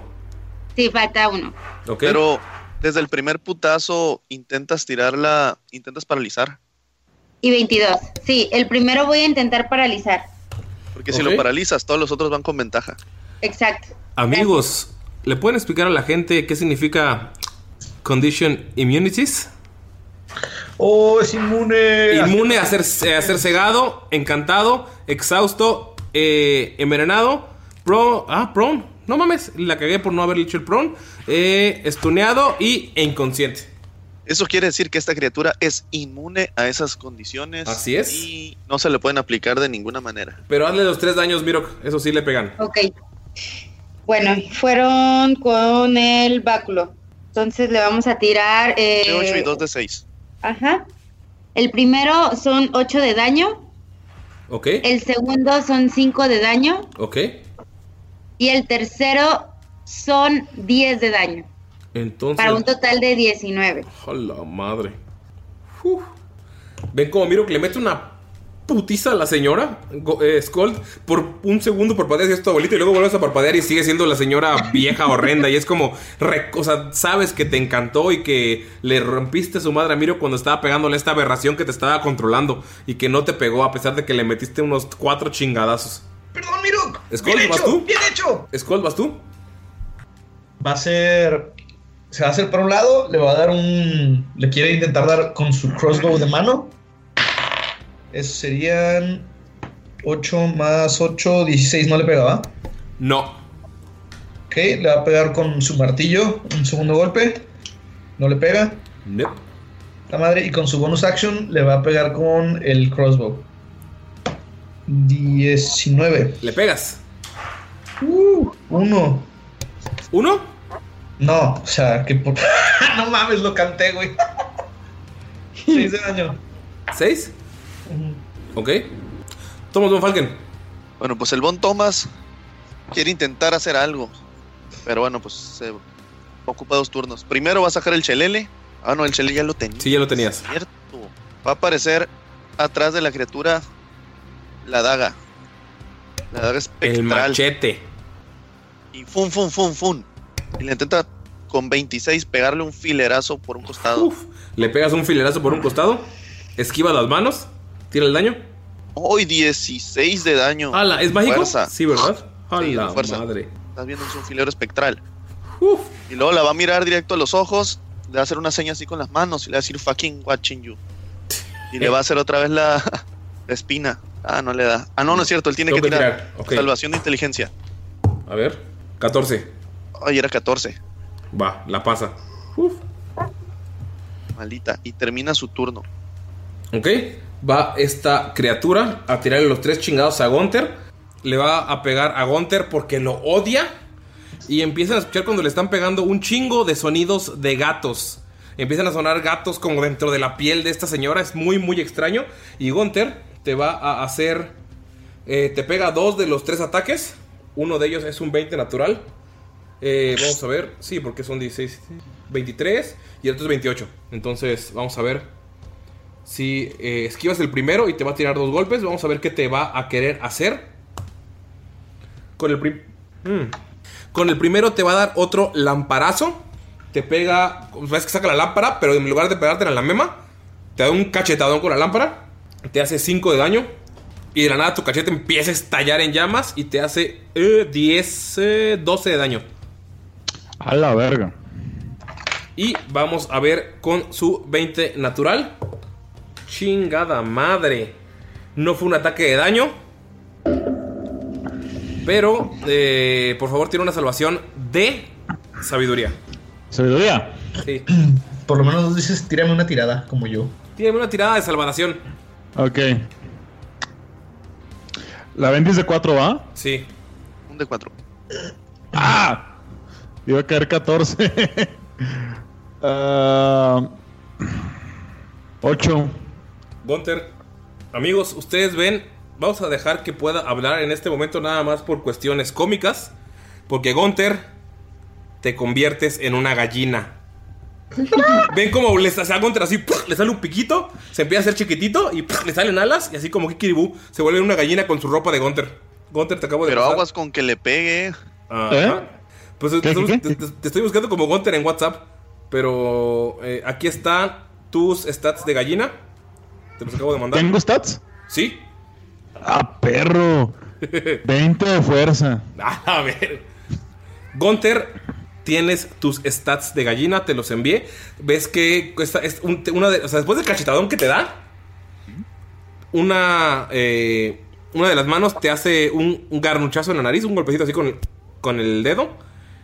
E: Sí, falta uno.
H: Pero desde el primer putazo intentas tirarla, intentas paralizar.
E: Y 22. Sí, el primero voy a intentar paralizar.
H: Porque si lo paralizas, todos los otros van con ventaja.
E: Exacto.
D: Amigos, ¿le pueden explicar a la gente qué significa condition immunities?
F: Oh, es inmune.
D: Inmune a ser, a ser cegado, encantado, exhausto, eh, envenenado, pro, ah, prone. No mames, la cagué por no haber dicho el prone. Eh, estuneado y inconsciente.
H: Eso quiere decir que esta criatura es inmune a esas condiciones.
D: Así es.
H: Y no se le pueden aplicar de ninguna manera.
D: Pero hazle los tres daños, Mirok. Eso sí le pegan.
E: Ok. Bueno, fueron con el báculo. Entonces le vamos a tirar. eh,
H: De 8 y 2 de 6.
E: Ajá. El primero son 8 de daño.
D: ¿Ok?
E: El segundo son 5 de daño.
D: ¿Ok?
E: Y el tercero son 10 de daño.
D: Entonces.
E: Para un total de 19.
D: ¡A la madre! Uf. ¿Ven cómo Mirok le mete una putiza a la señora Go- eh, Scold? Por un segundo parpadeas y es tu abuelita y luego vuelves a parpadear y sigue siendo la señora vieja horrenda. Y es como, re- o sea, sabes que te encantó y que le rompiste su madre a Mirok cuando estaba pegándole esta aberración que te estaba controlando y que no te pegó a pesar de que le metiste unos cuatro chingadazos.
F: ¡Perdón, Mirok!
D: Skull,
F: ¡Bien
D: ¿vas
F: hecho!
D: tú?
F: ¡Bien hecho!
D: Skull, ¿vas tú?
F: Va a ser. Se va a hacer para un lado, le va a dar un. Le quiere intentar dar con su crossbow de mano. Eso serían. 8 más 8, 16, no le pegaba.
D: No.
F: Ok, le va a pegar con su martillo, un segundo golpe. No le pega.
D: No.
F: La madre, y con su bonus action le va a pegar con el crossbow. 19.
D: ¿Le pegas?
F: Uh, uno.
D: ¿Uno?
F: No, o sea, que por. no mames, lo canté, güey. 6 de daño.
D: ¿Seis? ¿Ok? Thomas Von Falken.
H: Bueno, pues el Von Thomas quiere intentar hacer algo. Pero bueno, pues se ocupa dos turnos. Primero va a sacar el chelele. Ah, no, el chelele ya lo tenía.
D: Sí, ya lo tenías.
H: Cierto. Va a aparecer atrás de la criatura la daga. La daga espectral.
D: El machete.
H: Y fun, fun, fun, fun. Y le intenta con 26 pegarle un filerazo por un costado.
D: Le pegas un filerazo por un costado, esquiva las manos, tira el daño.
H: Hoy 16 de daño.
D: ¡Hala! ¿Es mágico?
H: Fuerza.
D: Sí, ¿verdad? ¡A
H: Sí,
D: la
H: fuerza.
D: madre!
H: Estás viendo es un filero espectral. Y luego la va a mirar directo a los ojos, le va a hacer una seña así con las manos y le va a decir fucking watching you. Y le va a hacer otra vez la, la espina. Ah, no le da. Ah, no, no es cierto, él tiene que,
D: Tengo que
H: tirar.
D: tirar, ok.
H: Salvación de inteligencia.
D: A ver, 14.
H: Ay, era 14.
D: Va, la pasa.
H: Maldita. Y termina su turno.
D: Ok, va esta criatura a tirarle los tres chingados a Gunter. Le va a pegar a Gunter porque lo odia. Y empiezan a escuchar cuando le están pegando un chingo de sonidos de gatos. Empiezan a sonar gatos como dentro de la piel de esta señora. Es muy, muy extraño. Y Gunther te va a hacer. eh, te pega dos de los tres ataques. Uno de ellos es un 20 natural. Eh, vamos a ver. Sí, porque son 16. 23 y el otro es 28. Entonces, vamos a ver. Si eh, esquivas el primero y te va a tirar dos golpes, vamos a ver qué te va a querer hacer. Con el, prim- Mm. Con el primero te va a dar otro lamparazo. Te pega. Ves que saca la lámpara, pero en lugar de pegarte en la mema, te da un cachetadón con la lámpara. Te hace 5 de daño. Y de la nada tu cachete empieza a estallar en llamas y te hace eh, 10, eh, 12 de daño.
G: A la verga.
D: Y vamos a ver con su 20 natural. Chingada madre. No fue un ataque de daño. Pero, eh, por favor, tiene una salvación de sabiduría.
G: Sabiduría.
D: Sí.
F: Por lo menos dices, tírame una tirada, como yo.
D: Tiene una tirada de salvación.
G: Ok. La bendice de 4, ¿va?
D: Sí.
H: Un de 4.
G: ¡Ah! Iba a caer 14. Ah. 8.
D: Gunter, amigos, ustedes ven, vamos a dejar que pueda hablar en este momento nada más por cuestiones cómicas, porque Gunter, te conviertes en una gallina. Ven como les hace a Gunter así, ¡puf! le sale un piquito, se empieza a hacer chiquitito y ¡puf! le salen alas y así como Kikiribú se vuelve una gallina con su ropa de Gunter. Gunter, te acabo de
H: Pero
D: pasar.
H: aguas con que le pegue.
D: Ajá. Pues te,
H: ¿Eh? ¿Qué,
D: estoy-
H: qué,
D: te- te estoy buscando como Gunter en WhatsApp. Pero eh, aquí están tus stats de gallina. Te los acabo de mandar.
G: ¿Tengo stats?
D: Sí.
G: ¡Ah, perro! 20 de fuerza.
D: A ver. Gunter, tienes tus stats de gallina, te los envié. Ves que esta es un- una de. O sea, después del cachetadón que te da, una. eh, una de las manos te hace un, un garnuchazo en la nariz, un golpecito así con, con el dedo.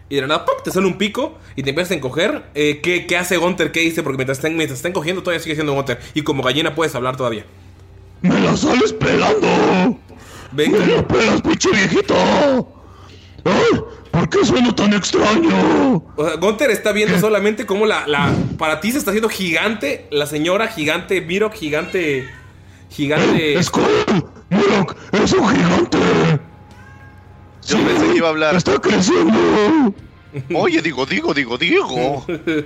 D: Y de la nada, ¡pop! te sale un pico y te empiezas a encoger. Eh, ¿qué, qué hace Gunter? ¿Qué dice? Porque mientras está, mientras está encogiendo, todavía sigue siendo Gunter. Y como gallina puedes hablar todavía.
G: ¡Me la sales pelando!
D: Ven
G: ¡Me la pelas, pinche viejito! ¡Ay! ¿Por qué sueno tan extraño?
D: O sea, Gunther está viendo solamente cómo la, la- Para ti se está haciendo gigante la señora, gigante Virok, gigante. Gigante.
G: ¡Mirok! ¡Es un gigante!
H: Yo pensé que iba a hablar.
G: ¡Está creciendo!
H: Oye, digo, digo, digo, digo.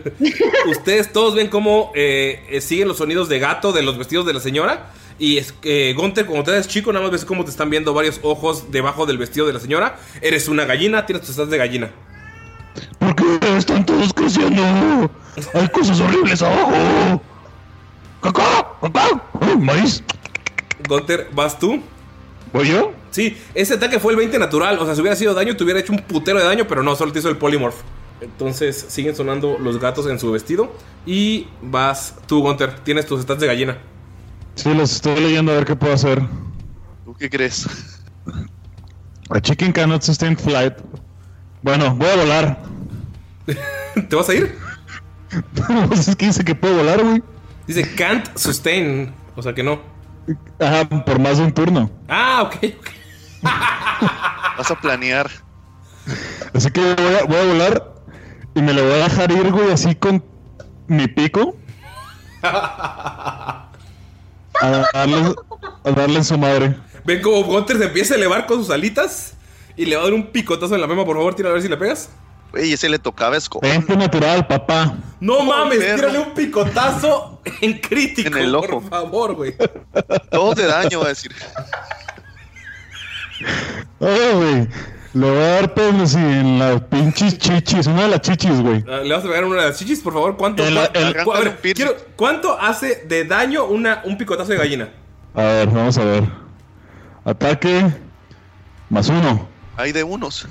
D: Ustedes todos ven cómo eh, eh, siguen los sonidos de gato de los vestidos de la señora. Y es, eh, Gunther, cuando te das chico, nada más ves cómo te están viendo varios ojos debajo del vestido de la señora. Eres una gallina, tienes tus estás de gallina.
G: ¿Por qué están todos creciendo? Hay cosas horribles abajo. ¡Cacá! ¡Cacá! ¡Ay, maíz!
D: Gunter, ¿vas tú?
G: ¿Voy yo?
D: Sí, ese ataque fue el 20 natural. O sea, si hubiera sido daño, te hubiera hecho un putero de daño, pero no, solo te hizo el polymorph. Entonces siguen sonando los gatos en su vestido. Y vas tú, Gunter. Tienes tus stats de gallina.
G: Sí, los estoy leyendo a ver qué puedo hacer.
H: ¿Tú qué crees?
G: A chicken cannot sustain flight. Bueno, voy a volar.
D: ¿Te vas a ir?
G: Pues es que dice que puedo volar, güey.
D: Dice can't sustain. O sea que no.
G: Ajá, por más de un turno.
D: Ah, ok.
H: Vas a planear.
G: Así que voy a, voy a volar y me lo voy a dejar ir, güey, así con mi pico. A darle, a darle en su madre.
D: Ven como Gunter se empieza a elevar con sus alitas. Y le va a dar un picotazo en la mema. Por favor, tira a ver si le pegas.
H: Oye, ese le tocaba escobar.
G: 20 natural, papá.
D: No mames,
H: perro.
D: tírale un picotazo en crítico.
H: En el ojo.
D: Por favor, güey.
H: Dos de daño, va a decir.
G: Ay, güey. Le voy a dar pelos y en las pinches chichis. Una de las chichis, güey.
D: Ah, Le vas a pegar una de las chichis, por favor. ¿Cuánto,
G: El-
D: cua-
G: el-
D: cua- a ver, quiero- ¿cuánto hace de daño una, un picotazo de gallina?
G: A ver, vamos a ver. Ataque más uno.
H: Hay de unos.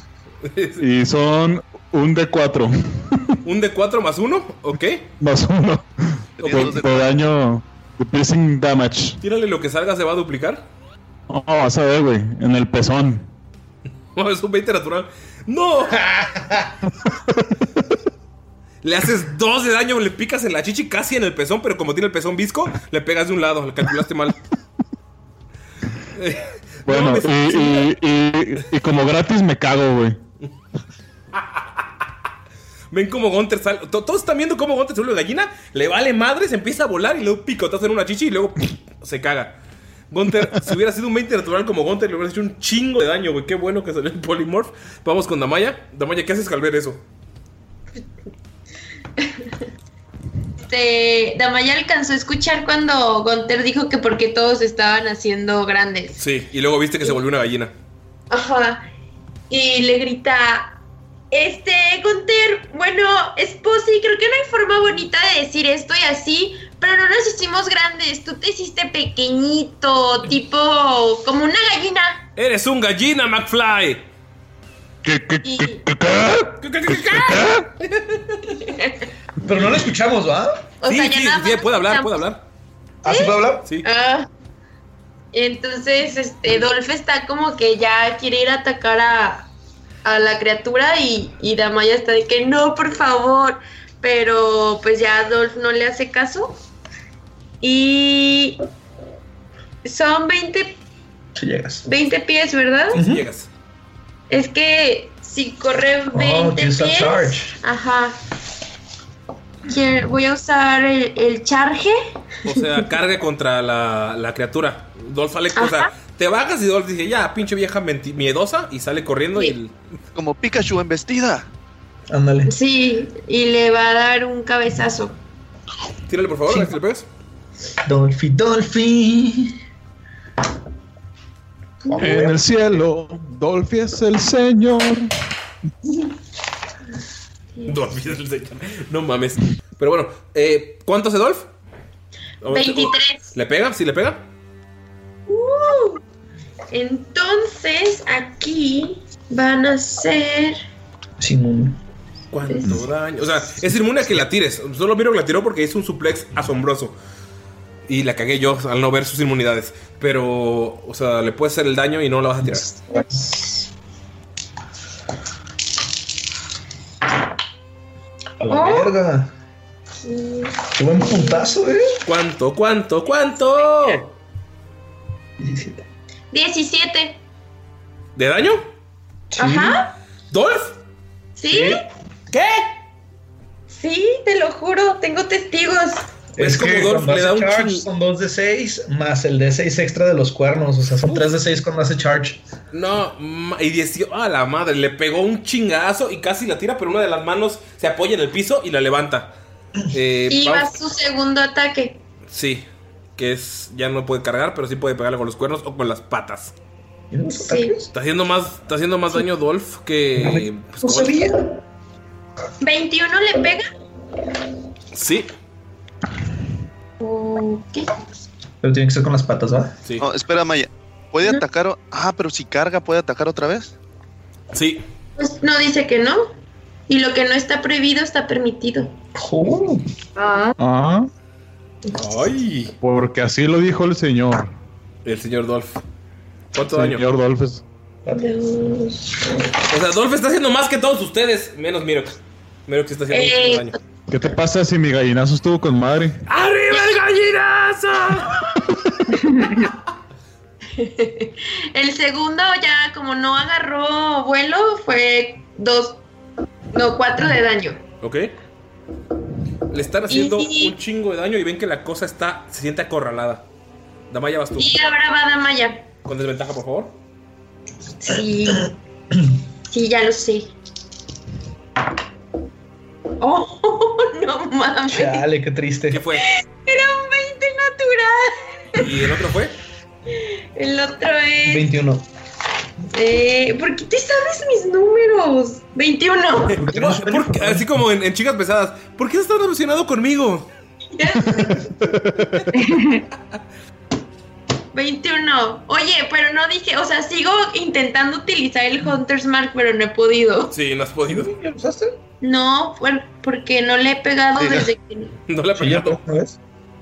G: Y son un de cuatro.
D: ¿Un de 4 más 1? ¿Ok?
G: Más uno.
D: Tenía
G: De,
D: dos de
G: de daño. De piercing damage.
D: Tírale lo que salga, se va a duplicar.
G: Oh, vas a ver, güey. En el pezón.
D: No, es un 20 natural. ¡No! le haces 2 de daño, le picas en la chichi casi en el pezón, pero como tiene el pezón visco, le pegas de un lado, le calculaste mal. Eh,
G: Bueno,
D: no,
G: y,
D: me-
G: y- y- y como gratis me cago, güey.
D: Ven cómo Gunter sale. to- Todos están viendo cómo Gunter se vuelve gallina. Le vale madre, se empieza a volar y luego picotazo en una chichi y luego se caga. Gunter, si hubiera sido un 20 natural como Gunter, le hubieras hecho un chingo de daño, güey. Qué bueno que salió el Polymorph. Vamos con Damaya. Damaya, ¿qué haces al ver eso?
I: Este, Damaya alcanzó a escuchar cuando Gunter dijo que porque todos estaban haciendo grandes.
D: Sí, y luego viste que se volvió una gallina.
I: Ajá. Y le grita, este, Gunter, bueno, Esposi, creo que no hay forma bonita de decir esto y así, pero no nos hicimos grandes, tú te hiciste pequeñito, tipo, como una gallina.
D: ¡Eres un gallina, McFly!
I: Y,
F: Pero no lo escuchamos, ¿va?
I: O
D: sí,
I: sea, ya
D: sí,
I: nada
D: sí, puede hablar, puede hablar.
F: ¿Ah, sí puede hablar?
D: Sí.
I: Ah. entonces, este, Dolph está como que ya quiere ir a atacar a, a la criatura y, y Damaya está de que no, por favor. Pero pues ya Dolph no le hace caso. Y son 20,
F: Si llegas.
I: 20 pies, ¿verdad?
D: llegas.
I: Es que si corre 20
F: Oh, tienes a
I: pies.
F: charge.
I: Ajá. Quiero- Voy a usar el, el charge.
D: O sea, carga contra la, la criatura. Dolph sale, o sea, te bajas y Dolph dice, ya, pinche vieja menti- miedosa, y sale corriendo y...
H: Como Pikachu embestida.
F: Ándale.
I: Sí, y le va a dar un cabezazo.
D: Tírale, por favor, a ver si le pegas.
F: Dolphy, Dolphy.
G: En el cielo, Dolphy es el señor.
D: Dolph es el señor. No mames. Pero bueno, eh, ¿cuánto hace Dolph?
I: 23.
D: ¿Le pega? ¿Sí le pega?
I: ¡Uh! Entonces aquí van a ser.
D: ¿Cuánto daño? O sea, es inmune a que la tires. Solo miro que la tiró porque hizo un suplex asombroso. Y la cagué yo al no ver sus inmunidades. Pero, o sea, le puede hacer el daño y no la vas a tirar.
F: A la verga. Qué buen putazo, eh.
D: ¿Cuánto, cuánto, cuánto?
I: 17.
D: ¿De daño?
I: Ajá.
D: ¿Dolph?
I: ¿Sí?
D: ¿Qué?
I: Sí, te lo juro, tengo testigos.
F: Es, como
D: Dolph
F: cuando
D: le
F: hace
D: da un
F: charge son 2 de 6 más el de 6 extra de los cuernos. O sea, son 3 de 6 cuando hace charge.
D: No, ma- y 18. ¡A la madre! Le pegó un chingazo y casi la tira, pero una de las manos se apoya en el piso y la levanta. Eh,
I: Y va
D: vamos-
I: su segundo ataque.
D: Sí, que es. Ya no puede cargar, pero sí puede pegarle con los cuernos o con las patas.
I: Sí.
D: Está haciendo más, está haciendo más daño Dolph que. pues, Colt.
I: 21 le pega.
D: Sí,
I: Ok.
F: Pero tiene que ser con las patas, ¿va?
H: No, espera, Maya. ¿Puede atacar? o- Ah, pero si carga, ¿puede atacar otra vez?
D: Sí.
I: Pues no dice que no. Y lo que no está prohibido está permitido. Ah.
G: Ah.
D: Ay.
G: Porque así lo dijo el señor.
D: el señor Dolph. ¿Cuánto daño?
G: Señor Dolph es-
D: O sea, Dolph está haciendo más que todos ustedes, menos Mirok. Mirok sí está haciendo
I: Eh,
D: mucho daño.
G: ¿Qué te pasa si mi gallinazo estuvo con madre?
D: ¡Arriba el gallinazo!
I: El segundo ya como no agarró vuelo fue dos, no, cuatro de daño.
D: Ok. Le están haciendo un chingo de daño y ven que la cosa está. se siente acorralada. Damaya vas tú.
I: Y ahora va Damaya.
D: Con desventaja, por favor.
I: Sí. Sí, ya lo sé. Oh, no mames.
F: Chale, qué triste. ¿Qué
D: fue?
I: Era un 20 natural.
D: ¿Y el otro fue?
I: El otro es.
F: 21.
I: Eh, ¿Por qué te sabes mis números? 21.
D: ¿Por qué? así como en, en chicas pesadas. ¿Por qué estás tan obsesionado conmigo?
I: 21. Oye, pero no dije, o sea, sigo intentando utilizar el Hunter's Mark, pero no he podido.
D: Sí, no has podido.
I: No, por- porque no le he pegado
D: Sí, ya.
I: desde que.
D: No la pegado.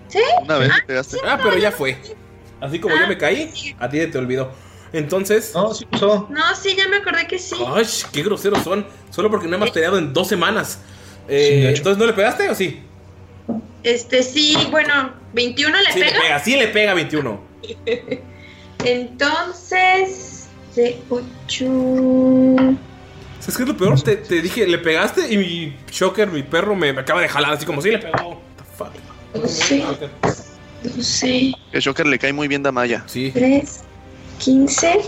I: ¿Sí?
H: Una vez
I: Ah,
H: le pegaste.
D: Ah, pero ya fue. Así como yo me caí, a ti te olvidó. Entonces.
F: No, sí pasó.
I: No, sí, ya me acordé que sí.
D: ¡Ay, qué groseros son! Solo porque no hemos peleado en dos semanas. Eh, entonces, ¿no le pegaste o sí?
I: Este sí, bueno, 21 le
D: Sí le
I: pega.
D: pega, sí le pega 21.
I: Entonces, de 8.
D: ¿Sabes qué es lo peor? Te, te dije, le pegaste y mi Shocker, mi perro, me, me acaba de jalar así como si le pegó. What the fuck?
I: Sí. 12,
H: El Joker le cae muy bien Damaya.
D: Sí.
I: 3, 15.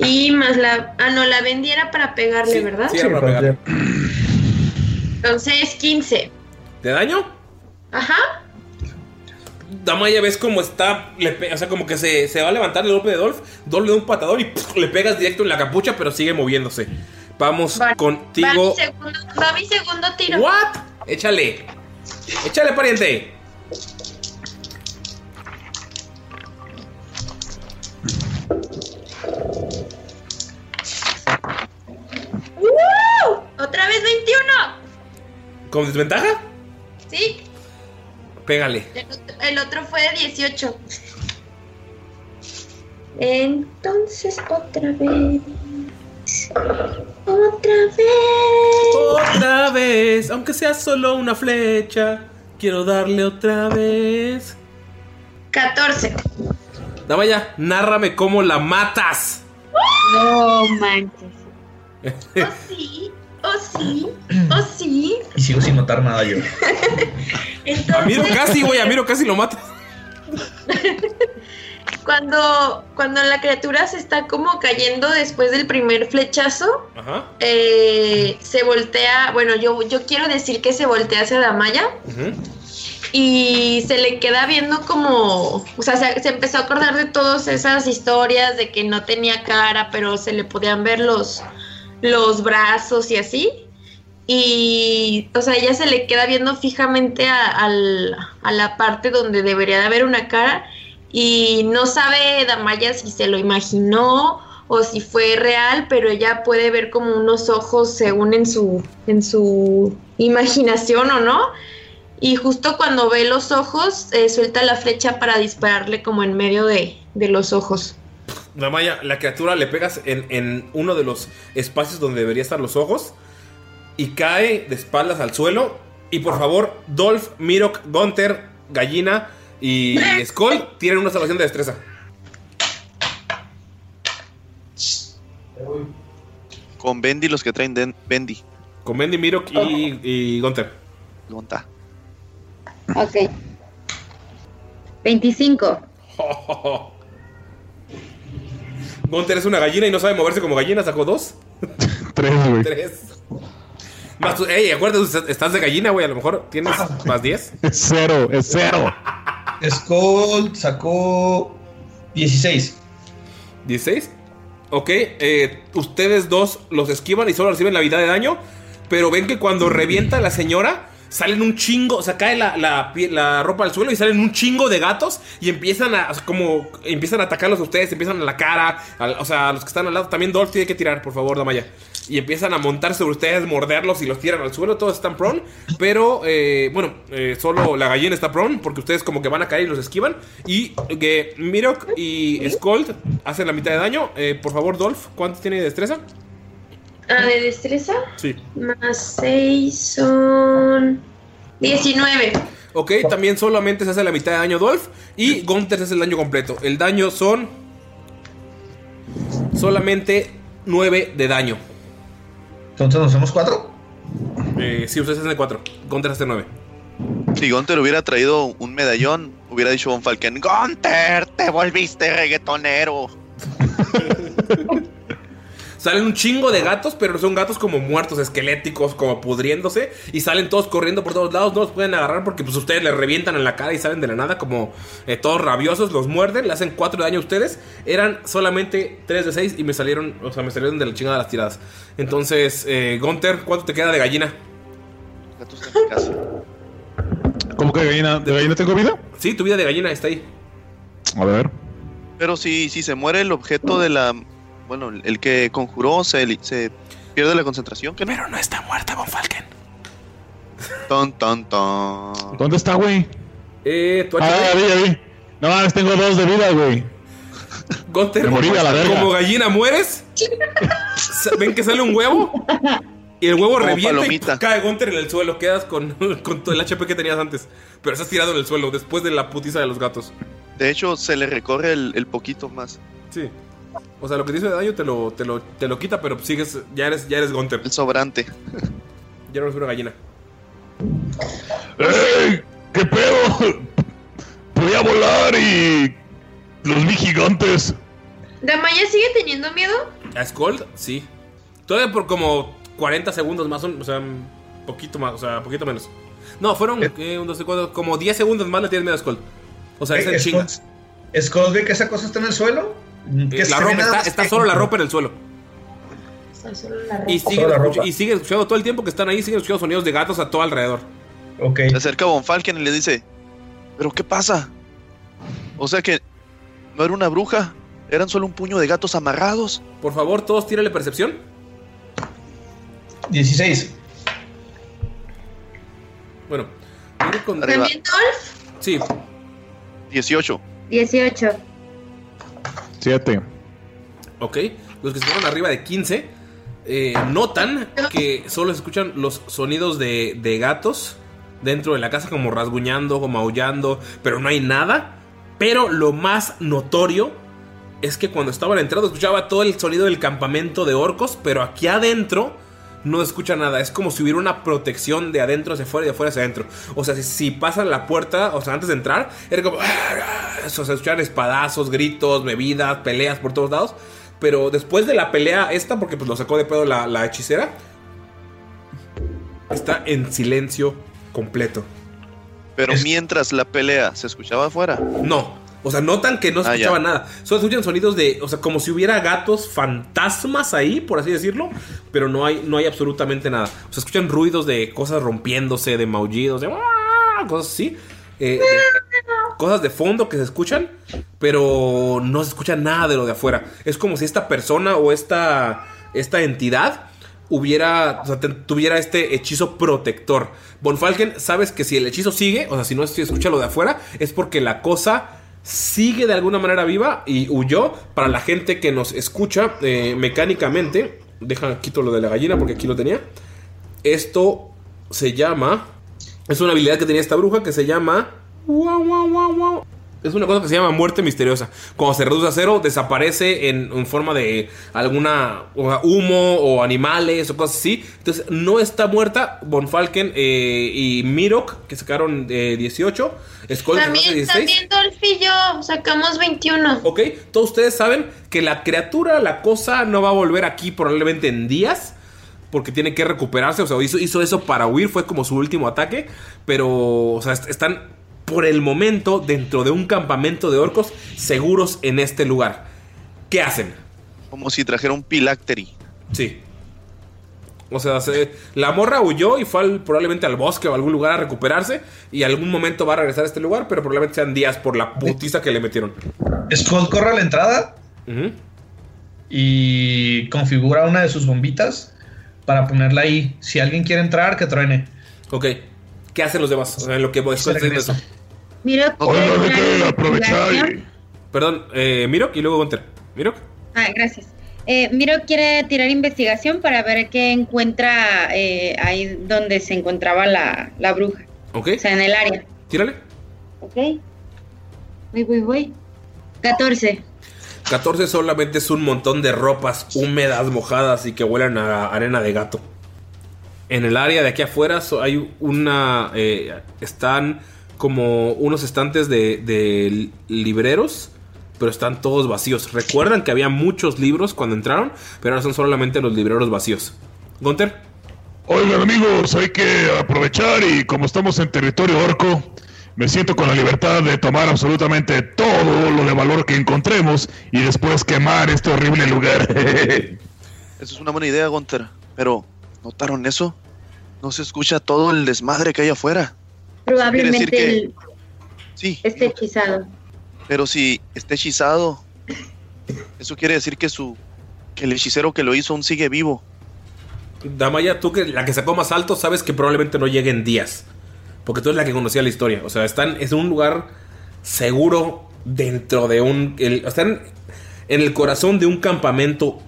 I: Y más la. Ah, no, la vendiera para pegarle, ¿verdad? Entonces, 15.
D: ¿De daño?
I: Ajá.
D: Damaya ves cómo está, le pe- o sea, como que se, se va a levantar el golpe de Dolph, Dolph le da un patadón y ¡puf! le pegas directo en la capucha, pero sigue moviéndose. Vamos
I: Va mi,
D: contigo.
I: segundo, va mi segundo tiro.
D: ¿What? Échale. Échale, pariente.
I: ¡Woo! ¡Otra vez 21!
D: ¿Con desventaja?
I: Sí,
D: Pégale.
I: el otro, el otro fue de 18. Entonces, otra vez. Otra vez.
D: Otra vez, aunque sea solo una flecha, quiero darle otra vez.
I: 14.
D: Damaya, nárrame cómo la matas.
E: No manches.
I: Sí, oh sí, oh sí.
F: Y sigo sin notar nada yo.
I: Entonces,
D: Miro casi, güey, a Miro casi lo mata.
I: Cuando, cuando la criatura se está como cayendo después del primer flechazo,
D: Ajá.
I: eh, se voltea. Bueno, yo, yo quiero decir que se voltea hacia Damaya y se le queda viendo como. O sea, se, se empezó a acordar de todas esas historias de que no tenía cara, pero se le podían ver los, los brazos y así. Y, o sea, ella se le queda viendo fijamente a, al- a la parte donde debería de haber una cara y no sabe Damaya si se lo imaginó o si fue real, pero ella puede ver como unos ojos según en su, en su imaginación o no. Y justo cuando ve los ojos, eh, suelta la flecha para dispararle como en medio de, de los ojos.
D: Damaya, la criatura le pegas en, en uno de los espacios donde debería estar los ojos y cae de espaldas al suelo. Y por favor, Dolph, Mirok, Gunter, Gallina y Skull tienen una salvación de destreza.
H: Con Bendy, los que traen Den- Bendy.
D: Con Bendy, Mirok y, y Gunter.
H: Gonta.
E: Ok. 25.
D: Gunter es una gallina y no sabe moverse como gallina, sacó dos.
G: Tres, güey.
D: Tres. Más tu- ey, acuérdate, estás de gallina, güey. A lo mejor tienes
G: Ah,
D: más diez.
G: Es cero, es cero.
F: Skull sacó 16.
D: ¿16? Ok, eh, ustedes dos los esquivan y solo reciben la vida de daño. Pero ven que cuando revienta la señora, salen un chingo, o sea, cae la, la pie- la ropa al suelo y salen un chingo de gatos y empiezan a, o sea, como, empiezan a atacarlos a ustedes, empiezan a la cara, al- o sea, a los que están al lado. También Dolph tiene que tirar, por favor, Damaya. Y empiezan a montar sobre ustedes, morderlos y los tiran al suelo. Todos están prone, pero, eh, bueno, eh, solo la gallina está prone porque ustedes como que van a caer y los esquivan. Y que Mirok y Scold hacen la mitad de daño. Eh, por favor, Dolph, ¿cuánto tiene de destreza?
I: Ah, de destreza,
D: Sí.
I: más 6 son 19.
D: Ok, también solamente se hace la mitad de daño Dolph y Gunther se hace el daño completo. El daño son solamente 9 de daño.
F: Entonces nos hacemos 4.
D: Eh, sí, ustedes hacen 4. Gunther hace 9.
H: Si Gunter hubiera traído un medallón, hubiera dicho Von Falken: ¡Gunter! ¡Te volviste reggaetonero!
D: Salen un chingo de gatos, pero son gatos como muertos, esqueléticos, como pudriéndose. Y salen todos corriendo por todos lados. No los pueden agarrar porque pues ustedes les revientan en la cara y salen de la nada como eh, todos rabiosos. Los muerden, le hacen 4 de daño a ustedes. Eran solamente 3 de 6 y me salieron, o sea, me salieron de la chingada las tiradas. Entonces, eh, Gunther, ¿cuánto te queda de gallina?
G: ¿Cómo que gallina? ¿De gallina tengo vida?
D: Sí, tu vida de gallina está ahí.
G: A ver.
H: Pero si, si se muere el objeto de la. Bueno, el que conjuró, se, li- se pierde la concentración. ¿qué no?
D: Pero no está muerta, Von Falken.
H: Ton, ton, ton.
G: ¿Dónde está, güey?
D: Eh, tu
G: Ah, ya vi, ya vi. No mames, tengo dos de vida, güey.
D: Gunter,
G: Me morí a la verga.
D: como gallina mueres. Sa- Ven que sale un huevo. Y el huevo
H: Como
D: revienta y
H: palomita.
D: cae Gunter en el suelo. Quedas con, con todo el HP que tenías antes. Pero estás tirado en el suelo después de la putiza de los gatos.
H: De hecho, se le recorre el, el poquito más.
D: Sí. O sea, lo que te hizo de daño te lo, te lo, te lo quita, pero sigues, ya eres, ya eres Gunter. El
H: sobrante.
D: Ya no eres una gallina.
L: ¡Ey! ¿Qué pedo? Podía volar y. Los vi gigantes.
I: ¿Damaya sigue teniendo miedo?
D: ¿A Scold? Sí. Todavía por como 40 segundos más, o sea, un poquito más, o sea, poquito menos. No, fueron
F: Eh.
D: ¿qué? Un, dos, tres, cuatro, como 10 segundos más le tienes miedo a Scold. O sea, es
F: Eh,
D: en chinga.
F: Scott- Scott ve que esa cosa está en el suelo.
D: Eh,
F: se
D: La
F: ve
D: ropa
F: nada
D: está,
F: más
D: está
F: mm, que-
D: solo la ropa en el suelo. Y siguen,
F: Solo la
D: escuch-
F: ropa.
D: y siguen escuchando todo el tiempo que están ahí, siguen escuchando sonidos de gatos a todo alrededor.
H: Se acerca a Von Falken y le dice: ¿Pero qué pasa? O sea que no era una bruja, eran solo un puño de gatos amarrados.
D: Por favor, todos tírale percepción.
F: 16.
D: Bueno, viene con-
E: ¿También Dolph?
D: Sí.
H: 18.
E: 18.
G: 7.
D: Ok, los que estuvieron arriba de 15 eh, notan que solo se escuchan los sonidos de, de gatos dentro de la casa, como rasguñando, como aullando, pero no hay nada. Pero lo más notorio es que cuando estaban entrando escuchaba todo el sonido del campamento de orcos, pero aquí adentro no escucha nada. Es como si hubiera una protección de adentro hacia afuera y de afuera hacia adentro. O sea, si, si pasan la puerta, o sea, antes de entrar, era como. O sea, se escuchaban espadazos, gritos, bebidas, peleas por todos lados. Pero después de la pelea esta, porque pues lo sacó de pedo la, la hechicera, está en silencio completo.
H: Pero mientras la pelea se escuchaba afuera.
D: No. O sea, notan que no
H: Ah, ya.
D: escuchaba nada. Solo escuchan sonidos de. O sea, como si hubiera gatos fantasmas ahí, por así decirlo. Pero no hay, no hay absolutamente nada. O sea, escuchan ruidos de cosas rompiéndose, de maullidos, de. "Ah", Cosas así. Eh, de- cosas de fondo que se escuchan. Pero no se escucha nada de lo de afuera. Es como si esta persona o esta. Esta entidad hubiera, o sea, te- tuviera este hechizo protector. Bonfalken, sabes que si el hechizo sigue, o sea, si no se escucha lo de afuera, es porque la cosa sigue de alguna manera viva y huyó. Para la gente que nos escucha eh, mecánicamente, deja, quito lo de la gallina porque aquí lo tenía. Esto se llama, es una habilidad que tenía esta bruja que se llama, Wow, wow, wow, wow. es una cosa que se llama muerte misteriosa. Cuando se reduce a cero, desaparece en, en forma de alguna o sea, humo o animales o cosas así. Entonces, no está muerta. Bonfalken eh, y Mirok, que sacaron eh, 18. Skull, que sacaste
I: También,
D: 16.
I: también Dolph y yo sacamos 21.
D: Ok, todos ustedes saben que la criatura, la cosa, no va a volver aquí probablemente en días. Porque tiene que recuperarse. O sea, hizo, hizo eso para huir. Fue como su último ataque. Pero, o sea, est- están por el momento dentro de un campamento de orcos seguros en este lugar. ¿Qué hacen?
H: Como si trajera un pilactery.
D: Sí. O sea, se- la morra huyó y fue al- probablemente al bosque o a algún lugar a recuperarse. Y algún momento va a regresar a este lugar, pero probablemente sean días por la putiza que le metieron.
F: Scott corre a la entrada y configura una de sus bombitas para ponerla ahí. Si alguien quiere entrar, que truene.
D: Ok. ¿Qué hacen los demás? O sea, en lo que voy
F: Se regresa.
E: Mira,
D: Perdón, eh, Mirok y luego Gunter. Mirok.
E: Ah, gracias. Eh, Miro quiere tirar investigación para ver qué encuentra eh, ahí donde se encontraba la, la bruja.
D: Ok.
E: O sea, en el área.
D: Tírale.
E: ¿Ok? Voy, voy, voy. 14.
D: 14 solamente es un montón de ropas húmedas, mojadas y que huelen a arena de gato. En el área de aquí afuera so- hay una... eh, están como unos estantes de, de libreros, pero están todos vacíos. Recuerdan que había muchos libros cuando entraron, pero ahora son solamente los libreros vacíos. Gunter.
L: Oigan amigos, hay que aprovechar y como estamos en territorio orco, me siento con la libertad de tomar absolutamente todo lo de valor que encontremos y después quemar este horrible lugar.
H: Eso es una buena idea, Gunter. Pero, ¿notaron eso? No se escucha todo el desmadre que hay afuera.
E: Probablemente
H: Quiere
E: el-
H: Sí,
E: esté hechizado.
H: pero si está hechizado, eso quiere decir que su que el hechicero que lo hizo aún sigue vivo.
D: Damaya, tú que la que sacó más alto, sabes que probablemente no llegue en días. Porque tú eres la que conocía la historia. O sea, están es un lugar seguro dentro de un. el- están en el corazón de un campamento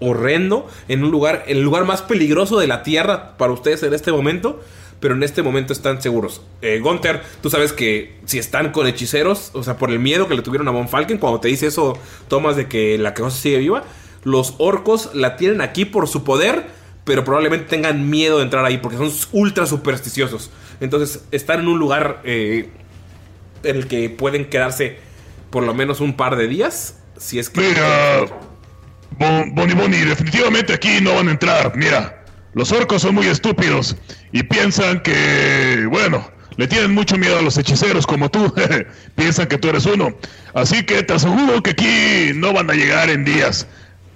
D: horrendo. En un lugar. El lugar más peligroso de la tierra para ustedes en este momento. pero en este momento están seguros. Eh, Gunther, tú sabes que si están con hechiceros, o sea, por el miedo que le tuvieron a Von Falken, cuando te dice eso, tomas de que la cosa sigue viva. Los orcos la tienen aquí por su poder, pero probablemente tengan miedo de entrar ahí porque son ultra supersticiosos. Entonces, están en un lugar eh, en el que pueden quedarse por lo menos un par de días, si es que.
L: Mira, Bon- Bonnie Bonnie, definitivamente aquí no van a entrar. Mira, los orcos son muy estúpidos y piensan que, bueno, le tienen mucho miedo a los hechiceros como tú. jeje. piensan que tú eres uno. Así que te aseguro que aquí no van a llegar en días.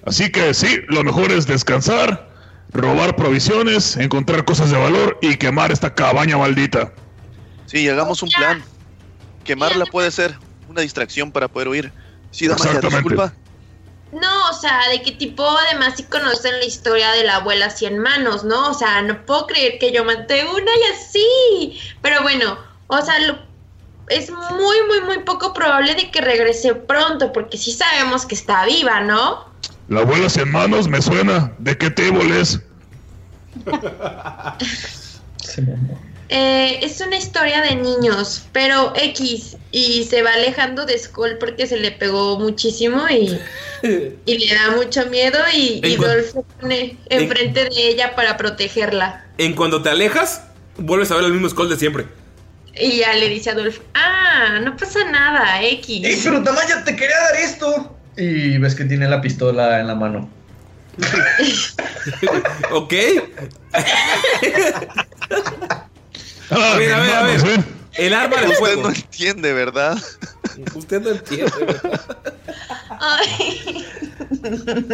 L: Así que sí, lo mejor es descansar, robar provisiones, encontrar cosas de valor y quemar esta cabaña maldita.
H: Sí, hagamos un plan. Quemarla puede ser una distracción para poder huir. Sí, Damaya,
L: Exactamente.
H: disculpa.
I: No, o sea, de qué tipo, además si conocen la historia de la abuela Cien Manos, ¿no? O sea, no puedo creer que yo maté una y así. Pero bueno, o sea, lo- es muy, muy, muy poco probable de que regrese pronto, porque sí sabemos que está viva, ¿no?
L: La abuela sin manos me suena. ¿De qué table es?
I: Eh, es una historia de niños, pero X, y se va alejando de Skull porque se le pegó muchísimo y, y le da mucho miedo y, y
D: En cuan-
I: Dolph se pone enfrente de ella para protegerla.
D: En cuando te alejas, vuelves a ver el mismo Skull de siempre.
I: Y ya le dice a Adolfo, ah, no pasa nada, X.
F: ¡Ey, pero Tamaya, te quería dar esto! Y ves que tiene la pistola en la mano.
D: ok.
L: Ah, a
D: ver, a ver, a ver. El arma de
H: Usted
D: fuego.
H: no entiende, ¿verdad?
D: Usted no entiende.
I: Ay.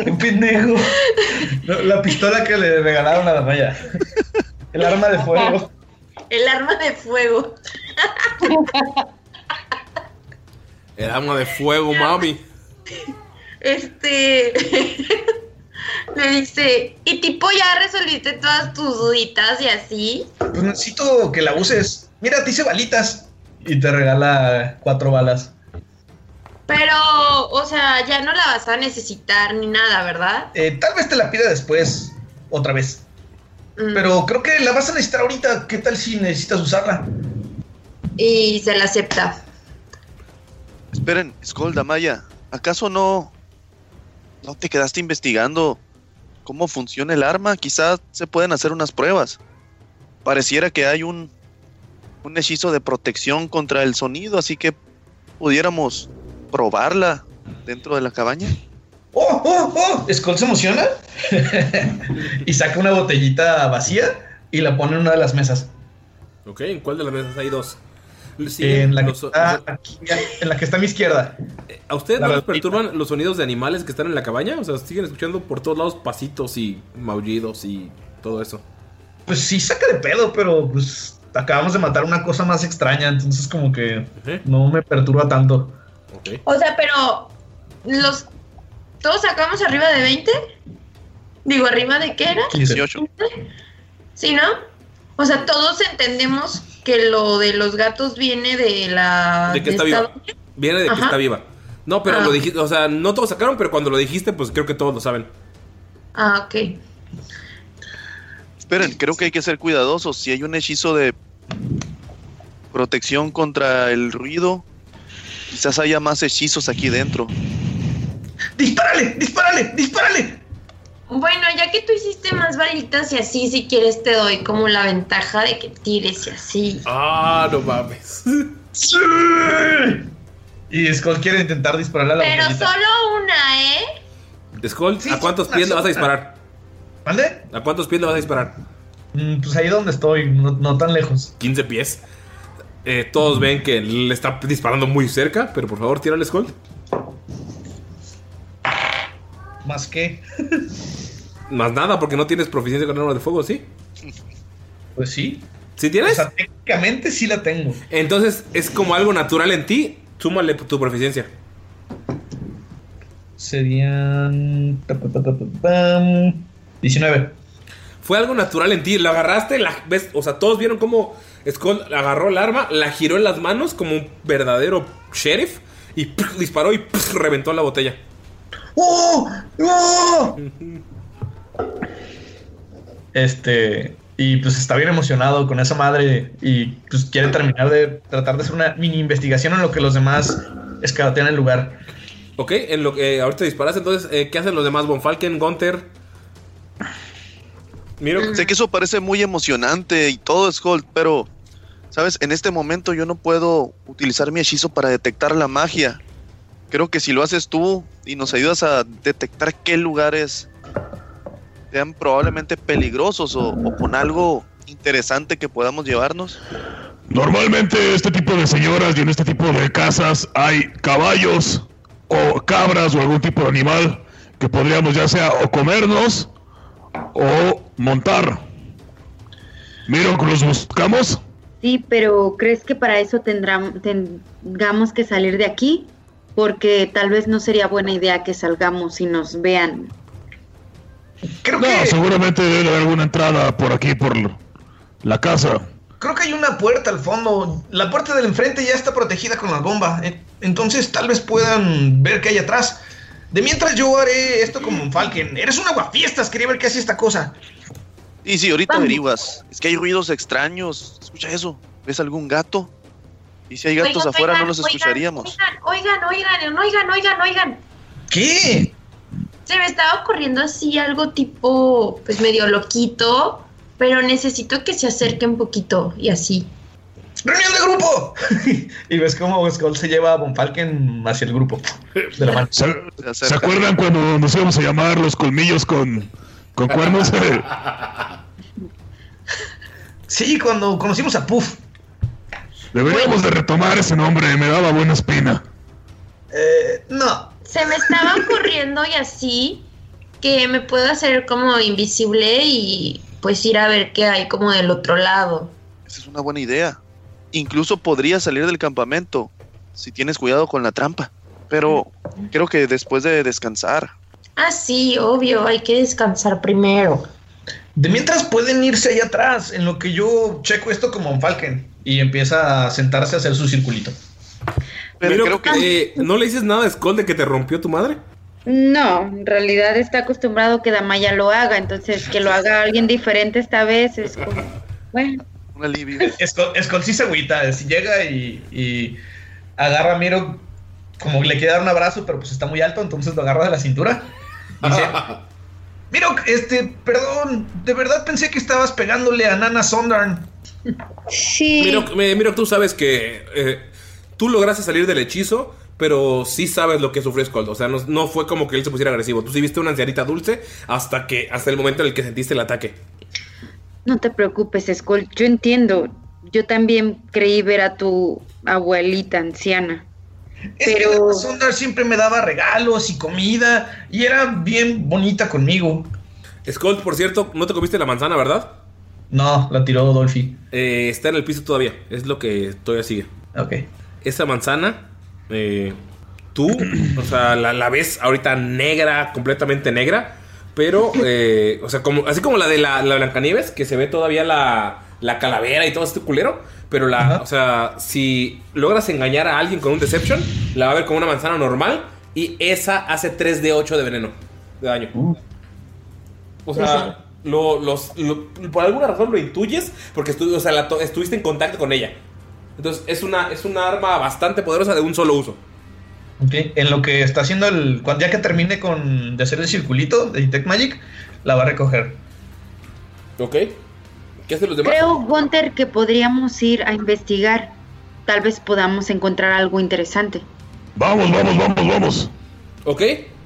F: ¡Qué pendejo! No, la pistola que le regalaron a Damaya. El arma de fuego.
I: El arma de fuego.
D: El arma de fuego, mami.
I: Este. le dice, y tipo, ya resolviste todas tus duditas y así.
F: Pues necesito que la uses. Mira, te hice balitas. Y te regala cuatro balas.
I: Pero, o sea, ya no la vas a necesitar ni nada, ¿verdad?
F: Eh, tal vez te la pida después, otra vez. Pero creo que la vas a necesitar ahorita. ¿Qué tal si necesitas usarla?
I: Y se la acepta.
H: Esperen, Skull, Damaya, ¿acaso no, no te quedaste investigando cómo funciona el arma? Quizás se pueden hacer unas pruebas. Pareciera que hay un, un hechizo de protección contra el sonido, así que pudiéramos probarla dentro de la cabaña.
F: ¡Oh, oh, oh! Skull se emociona y saca una botellita vacía y la pone en una de las mesas.
D: Ok, ¿en cuál de las mesas hay dos? Sí,
F: en, la que
D: los-
F: está aquí, en la que está a mi izquierda.
D: Eh, ¿A ustedes
F: La
D: no les
F: verdad.
D: perturban los sonidos de animales que están en la cabaña? O sea, siguen escuchando por todos lados pasitos y maullidos y todo eso.
F: Pues sí, saca de pedo, pero pues acabamos de matar una cosa más extraña. Entonces, como que no me perturba tanto.
I: O sea, pero los todos sacamos arriba de 20? Digo, arriba de qué era?
H: 18.
I: ¿Sí, no? O sea, todos entendemos que lo de los gatos viene de la
D: De que está
I: esta-
D: viva. Viene de que
I: Ah, Ajá.
D: está viva. No, pero
I: Ah.
D: lo dijiste, o sea, no todos sacaron, pero cuando lo dijiste, pues creo que todos lo saben.
I: Ah, ok.
H: Esperen, creo que hay que ser cuidadosos. Si hay un hechizo de protección contra el ruido, quizás haya más hechizos aquí dentro.
F: ¡Dispárale! ¡Dispárale! ¡Dispárale!
I: Bueno, ya que tú hiciste más varitas y así, si quieres te doy como la ventaja de que tires y así.
D: Ah, no mames.
F: ¡Sí! Y Skull quiere intentar dispararle a la
I: Pero
F: botellita.
I: solo una, ¿eh?
D: Skull, ¿a cuántos pies le vas a disparar?
F: ¿Mande?
D: ¿A cuántos pies le vas a disparar?
F: Mm, Pues ahí donde estoy, no, no tan lejos.
D: 15 pies. Eh, todos ven que le está disparando muy cerca, pero por favor, tira el Skull.
F: ¿Más que
D: Más nada, porque no tienes proficiencia con armas de fuego, ¿sí?
F: Pues sí.
D: ¿Sí tienes?
F: O sea, técnicamente sí la tengo.
D: Entonces, es como algo natural en ti. Súmale tu proficiencia.
F: Serían. pa, pa, pa, pa, pa, pam, 19.
D: Fue algo natural en ti. Lo agarraste, la, ves, o sea, todos vieron cómo Skull agarró el arma, la giró en las manos como un verdadero sheriff y ¡puf! disparó y ¡puf! reventó la botella.
F: ¡Oh! ¡No! Este. Y pues está bien emocionado con esa madre y pues quiere terminar de tratar de hacer una mini investigación en lo que los demás escaratean el lugar.
D: Ok, en lo que eh, ahorita disparas, entonces, eh, ¿qué hacen los demás? Bonfalken, Gunter.
H: Sé que eso parece muy emocionante y todo es Hold, pero, ¿sabes? En este momento yo no puedo utilizar mi hechizo para detectar la magia. Creo que si lo haces tú y nos ayudas a detectar qué lugares sean probablemente peligrosos o, o con algo interesante que podamos llevarnos.
L: Normalmente este tipo de señoras y en este tipo de casas hay caballos o cabras o algún tipo de animal que podríamos ya sea o comernos o montar. Miro que los buscamos.
E: Sí, pero ¿crees que para eso tendrá- tengamos que salir de aquí? Porque tal vez no sería buena idea que salgamos y nos vean.
L: no, seguramente debe haber alguna entrada por aquí, por la casa.
F: Creo que hay una puerta al fondo. La puerta del enfrente ya está protegida con la bomba. eh, Entonces tal vez puedan ver qué hay atrás. De mientras yo haré esto como un Falken. Eres un aguafiestas, quería ver qué hace esta cosa.
H: Y si ahorita
F: Vamos.
H: averiguas, es que hay ruidos extraños. Escucha eso. ¿Ves algún gato? Y si hay gatos
I: Oigan,
H: afuera,
I: oigan,
H: no los
I: oigan,
H: escucharíamos.
I: Oigan, oigan, oigan, oigan, oigan.
F: ¿Qué?
I: Se me estaba ocurriendo así algo tipo, pues medio loquito, pero necesito que se acerque un poquito y así.
F: ¡Reunión de grupo! Y ves cómo Skull se lleva a Bonfalken hacia el grupo. De la mano.
L: ¿Se, se acuerdan cuando nos íbamos a llamar los colmillos con, con cuernos?
F: Sí, cuando conocimos a Puff.
L: Deberíamos de retomar ese nombre, me daba buena espina.
F: No.
I: Se me estaba ocurriendo y así que me puedo hacer como invisible y pues ir a ver qué hay como del otro lado.
H: Esa es una buena idea. Incluso podría salir del campamento si tienes cuidado con la trampa. Pero creo que después de descansar.
I: Ah, sí, obvio, hay que descansar primero.
F: De mientras pueden irse ahí atrás, en lo que yo checo esto como un Falken. Y empieza a sentarse a hacer su circulito.
D: Pero creo que. eh, ¿No le dices nada a Skull de que te rompió tu madre?
E: No, en realidad está acostumbrado que Damaya lo haga, entonces que lo haga alguien diferente esta vez es como, bueno,
H: Un alivio.
F: Skull, Skull sí se agüita, sí llega y, y agarra a Miro como que le quiere dar un abrazo, pero pues está muy alto, entonces lo agarra de la cintura. Dice, Miro, este, perdón, de verdad pensé que estabas pegándole a Nana Sondern.
E: Sí.
D: Miro, me- Miro, eh, tú sabes que eh, tú lograste salir del hechizo, pero sí sabes lo que sufrió Skull. O sea, no, no fue como que él se pusiera agresivo. Tú sí viste una ancianita dulce hasta que hasta el momento en el que sentiste el ataque.
E: no te preocupes, Skull, yo entiendo. Yo también creí ver a tu abuelita anciana.
F: Pero Nana Sondern siempre me daba regalos y comida y era bien bonita conmigo.
D: Skull, por cierto, no te comiste la manzana, ¿verdad?
F: No, la tiró Dolphy.
D: Eh, está en el piso todavía. Es lo que todavía sigue.
F: Ok.
D: Esa manzana, eh, tú, o sea, la, la ves ahorita negra, completamente negra. Pero, eh, o sea, como, así como la de la, la Blancanieves, que se ve todavía la, la calavera y todo este culero. Pero la, o sea, si logras engañar a alguien con un Deception, la va a ver como una manzana normal. Y esa hace 3 de 8 de veneno, de daño. O sea, lo- los, lo- por alguna razón lo intuyes porque estu- o sea, la to- estuviste en contacto con ella. Entonces es una, es una arma bastante poderosa de un solo uso.
F: Ok, En lo que está haciendo el. cuando- Ya que termine con de hacer el circulito de Tech Magic, la va a recoger.
D: Ok. ¿Qué hacen los
E: Creo, Gunter, que podríamos ir a investigar. Tal vez podamos encontrar algo interesante.
L: Vamos, vamos, vamos, vamos.
D: Ok,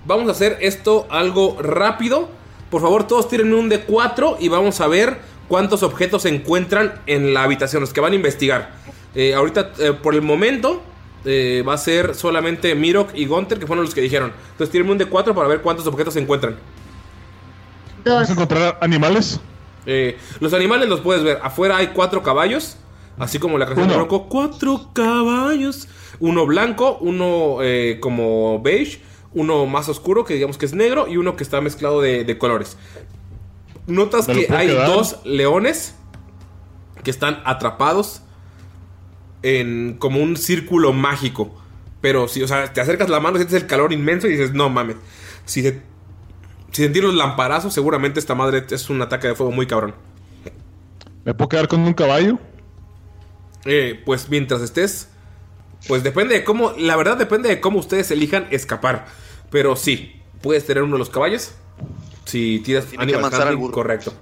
D: vamos a hacer esto algo rápido. Por favor, todos tiren un D4 y vamos a ver cuántos objetos se encuentran en la habitación, los que van a investigar. Eh, ahorita, eh, por el momento, eh, va a ser solamente Mirok y Gunter, que fueron los que dijeron. Entonces, tiren un D4 para ver cuántos objetos se encuentran.
E: ¿Vas
L: a encontrar animales?
D: Eh, los animales los puedes ver. Afuera hay cuatro caballos. Así como la canción de
L: Uno.
D: Rocco. Cuatro caballos. Uno blanco, uno eh, como beige, uno más oscuro, que digamos que es negro, y uno que está mezclado de, de colores. Notas
L: Me lo
D: que
L: puedo
D: hay
L: quedar.
D: dos leones que están atrapados en como un círculo mágico. Pero si, o sea, te acercas la mano, sientes el calor inmenso y dices, no mames. Si, se- si sentir los lamparazos, seguramente esta madre es un ataque de fuego muy cabrón.
G: ¿Me puedo quedar con un caballo?
D: Eh, pues mientras estés, pues depende de cómo, la verdad depende de cómo ustedes elijan escapar. Pero sí, puedes tener uno de los caballos si tiras
H: que amansar al burro.
D: correcto.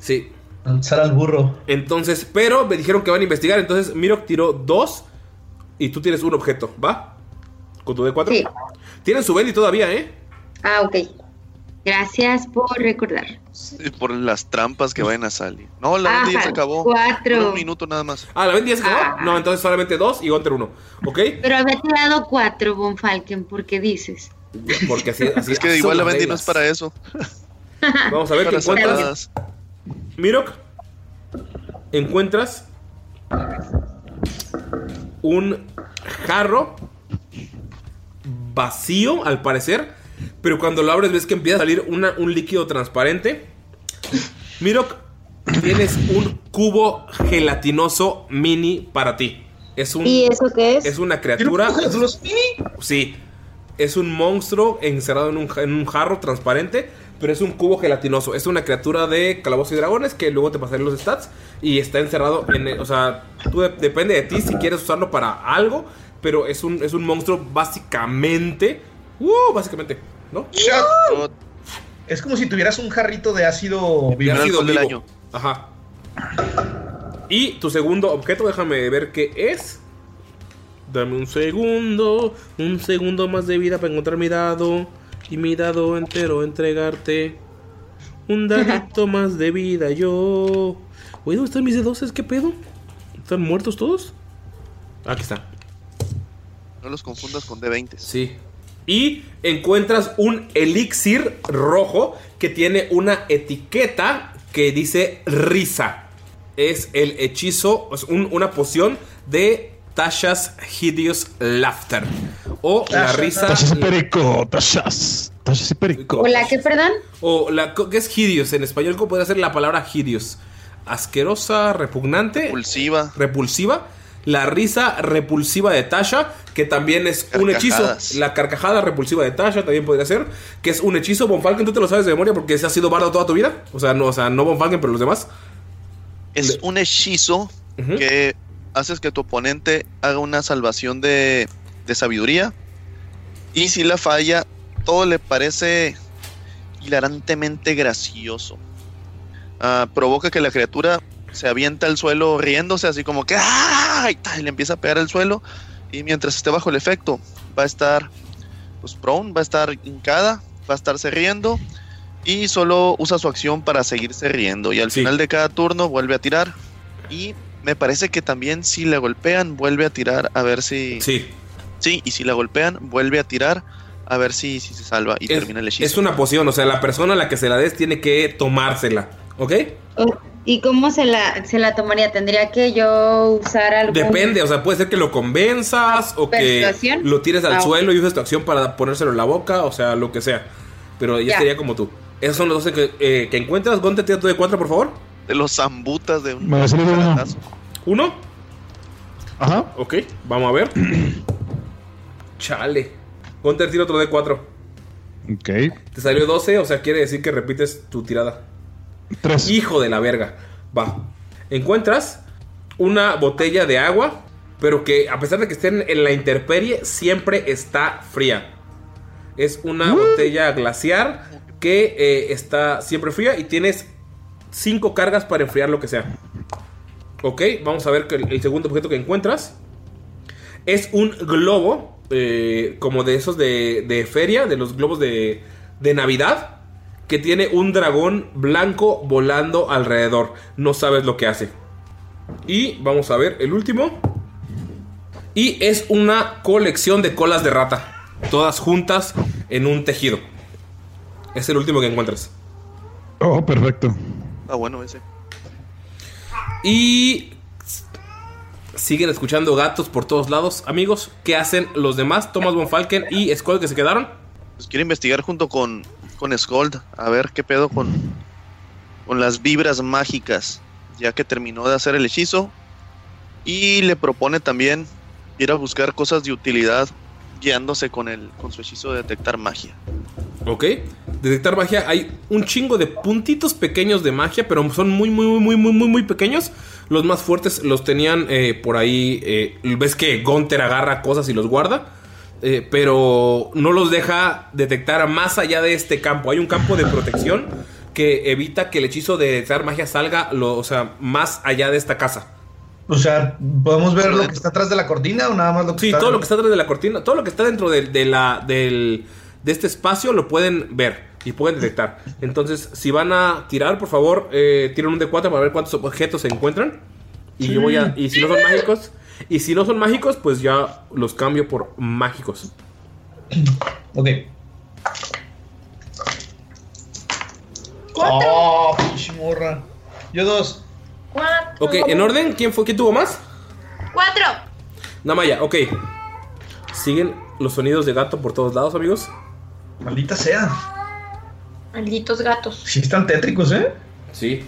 D: Sí.
F: Lanzar al burro.
D: Entonces, pero me dijeron que van a investigar, entonces Mirok tiró dos y tú tienes un objeto, ¿va? Con tu D4.
E: Sí.
D: Tienen su Bendy todavía, ¿eh?
E: Ah, ok. Gracias por recordar.
H: Sí, Por las trampas que vayan a salir. No, la
E: Ajá,
H: venta ya se acabó.
E: cuatro.
H: Un minuto nada más.
D: Ah, la Bendy ya se acabó. No, entonces solamente dos y Gunter uno, ¿ok?
E: Pero había tirado cuatro, Von Falken, ¿por qué dices?
D: Porque así, así
H: Es que
D: así
H: igual
D: son
H: la
D: las
H: Bendy no
D: reglas.
H: es para eso.
D: Vamos a ver qué
H: Para
D: encuentras.
H: zapadas.
D: Mirok, encuentras un jarro vacío, al parecer. Pero cuando lo abres, ves que empieza a salir una- un líquido transparente. Mirok, tienes un cubo gelatinoso mini para ti. Es un,
E: ¿Y eso qué es?
D: es una criatura. Sí. Es un monstruo encerrado en un, ja- en un jarro transparente, pero es un cubo gelatinoso. Es una criatura de calabozos y dragones que luego te pasaré los stats. Y está encerrado en. el- O sea, tú de- depende de ti si quieres usarlo para algo, pero es un, es un monstruo básicamente. ¡Uh! Básicamente, ¿no?
F: Es como si tuvieras un jarrito de ácido
D: De
F: vivo.
D: ácido vivo. Ajá. Y tu segundo objeto, déjame ver qué es. Dame un segundo, un segundo más de vida para encontrar mi dado. Y mi dado entero entregarte. Un dadito más de vida, yo. Oye, ¿dónde están mis D12? ¿Qué pedo? ¿Están muertos todos? Aquí está.
H: No los confundas con D20.
D: Sí. Y encuentras un elixir rojo que tiene una etiqueta que dice risa. Es el hechizo, es un- una poción de Tasha's Hideous Laughter. O la risa.
L: Tachas y perico, tachas. Tachas y perico.
E: ¿Hola, qué, perdón?
D: O la co- ¿qué es hideous en español, ¿cómo puede ser la palabra hideous? Asquerosa, repugnante. Repulsiva. Repulsiva. La risa repulsiva de Tasha, que también es un hechizo.
H: Carcajadas.
D: La carcajada repulsiva de Tasha también podría ser, que es un hechizo. Von Falken, tú te lo sabes de memoria porque ese ha sido bardo toda tu vida. O sea, no, o sea, no Von Falken, pero los demás.
H: Es un hechizo que haces que tu oponente haga una salvación de, de sabiduría. Y si la falla, todo le parece hilarantemente gracioso. Ah, provoca que la criatura se avienta al suelo riéndose, así como que ¡ah! y tal, y le empieza a pegar al suelo. Y mientras esté bajo el efecto, va a estar pues, prone, va a estar hincada, va a estarse riendo. Y solo usa su acción para seguirse riendo. Y al final de cada turno vuelve a tirar. Y me parece que también si la golpean, vuelve a tirar a ver si.
D: Sí.
H: Sí, y si la golpean, vuelve a tirar a ver si, si se salva y termina el hechizo.
D: Es una poción, o sea, la persona a la que se la des tiene que tomársela. ¿Ok?
E: Oh, ¿Y cómo se la, se la tomaría? ¿Tendría que yo usar algún...
D: Depende, o sea, puede ser que lo convenzas o que
E: ¿Persuasión?
D: lo tires al
E: Ah, ok.
D: suelo y uses tu acción para ponérselo en la boca, o sea, lo que sea. Pero ya
E: Ya.
D: sería como tú. Esos son los dos que, eh, que encuentras. Gonte, tira tu de cuatro, por favor.
H: De los zambutas de
L: Me va a salir uno.
D: ¿Uno?
L: Ajá.
D: Ok, vamos a ver. Chale. Gonte, tira otro de cuatro.
G: Ok.
D: Te salió 12, o sea, quiere decir que repites tu tirada. Hijo de la verga. Va. Encuentras una botella de agua, pero que a pesar de que estén en la intemperie, siempre está fría. Es una botella glaciar que eh, está siempre fría y tienes cinco cargas para enfriar lo que sea. Ok, vamos a ver que el, el segundo objeto que encuentras. Es un globo, eh, como de esos de, de feria, de los globos de, de Navidad, que tiene un dragón blanco volando alrededor. No sabes lo que hace. Y vamos a ver el último. Y es una colección de colas de rata, todas juntas en un tejido. Es el último que encuentras.
G: Oh, perfecto.
H: Ah, bueno, ese.
D: Y siguen escuchando gatos por todos lados, amigos. ¿Qué hacen los demás? Thomas von Falken y Skull que se quedaron.
H: Pues quiero investigar junto con, con Skold, a ver qué pedo con, con las vibras mágicas, ya que terminó de hacer el hechizo. Y le propone también ir a buscar cosas de utilidad guiándose con, el, con su hechizo de detectar magia.
D: Ok. detectar magia, hay un chingo de puntitos pequeños de magia, pero son muy, muy, muy, muy, muy, muy, muy pequeños. Los más fuertes los tenían eh, por ahí. eh, ves que Gunter agarra cosas y los guarda. eh, pero no los deja detectar más allá de este campo. Hay un campo de protección que evita que el hechizo de detectar magia salga lo- o sea, más allá de esta casa.
F: O sea, ¿podemos ver lo que está atrás de la cortina o nada más lo que
D: Sí,
F: está
D: todo lo que está dentro de la cortina, todo lo que está dentro de, de la, del, de este espacio lo pueden ver y pueden detectar. Entonces, si van a tirar, por favor, eh, tiren un D4 para ver cuántos objetos se encuentran. Y yo voy a. Y si no son mágicos. Y si no son mágicos, pues ya los cambio por mágicos.
F: Ok.
D: ¡Cuatro!
F: ¡Oh, pinche morra! Yo dos.
I: Cuatro.
D: Ok, en orden, ¿quién fue? ¿Quién tuvo más?
I: Cuatro.
D: Namaya, ok. Siguen los sonidos de gato por todos lados, amigos.
F: Maldita sea.
I: Malditos gatos.
F: Sí, están tétricos, ¿eh?
D: Sí.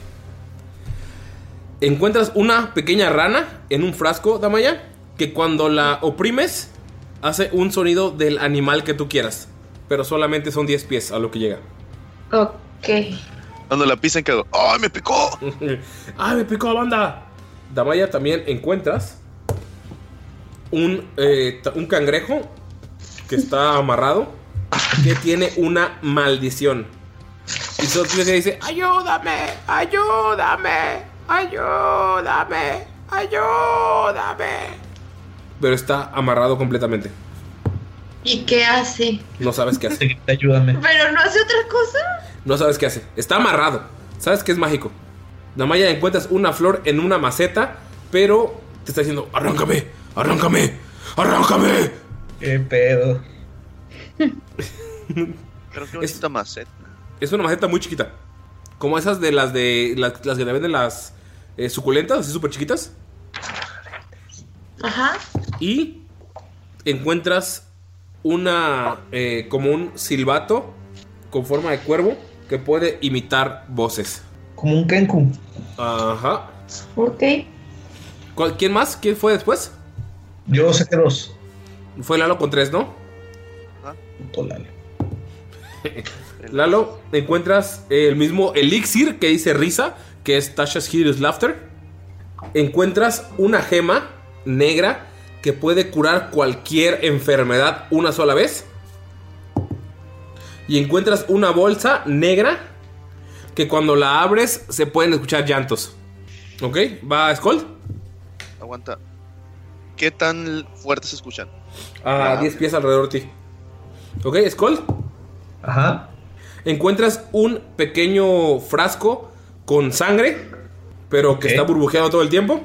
D: Encuentras una pequeña rana en un frasco, Damaya, que cuando la oprimes hace un sonido del animal que tú quieras. Pero solamente son 10 pies a lo que llega.
I: Ok.
H: Cuando la pisen quedó. ¡Ay, me picó!
D: ¡Ay, me picó la banda! Damaya también encuentras un, eh, ta- un cangrejo que está amarrado que tiene una maldición. Y solo tú le dice,
M: Ayúdame, ayúdame, ayúdame, ayúdame.
D: pero está amarrado completamente.
I: ¿Y qué hace?
D: No sabes qué hace.
F: Ayúdame.
I: ¿Pero no hace otra cosa?
D: No sabes qué hace. Está amarrado. Sabes que es mágico. Damaya encuentras una flor en una maceta, pero te está diciendo, arráncame, arráncame, arráncame.
F: ¿Qué pedo?
H: Pero qué bonita maceta.
D: Es una maceta muy chiquita. Como esas de las de las, las que te venden las eh, suculentas, así súper chiquitas.
I: Ajá.
D: Y encuentras una, eh, como un silbato con forma de cuervo que puede imitar voces.
F: Como un Kenku.
D: Ajá.
I: Ok.
D: ¿Cuál- ¿Quién más? ¿Quién fue después?
F: Yo saqué dos.
D: Fue Lalo con tres, ¿no?
F: Puto Lalo.
D: Lalo, encuentras el mismo elixir que dice risa, que es Tasha's Hideous Laughter. Encuentras una gema negra que puede curar cualquier enfermedad una sola vez. Y encuentras una bolsa negra que cuando la abres se pueden escuchar llantos. ¿Ok? ¿Va Skull?
H: Aguanta. ¿Qué tan fuerte se escuchan?
D: A 10 pies alrededor de ti. Ok, Skull.
F: Ajá.
D: Encuentras un pequeño frasco con sangre, pero que está burbujeado todo el tiempo.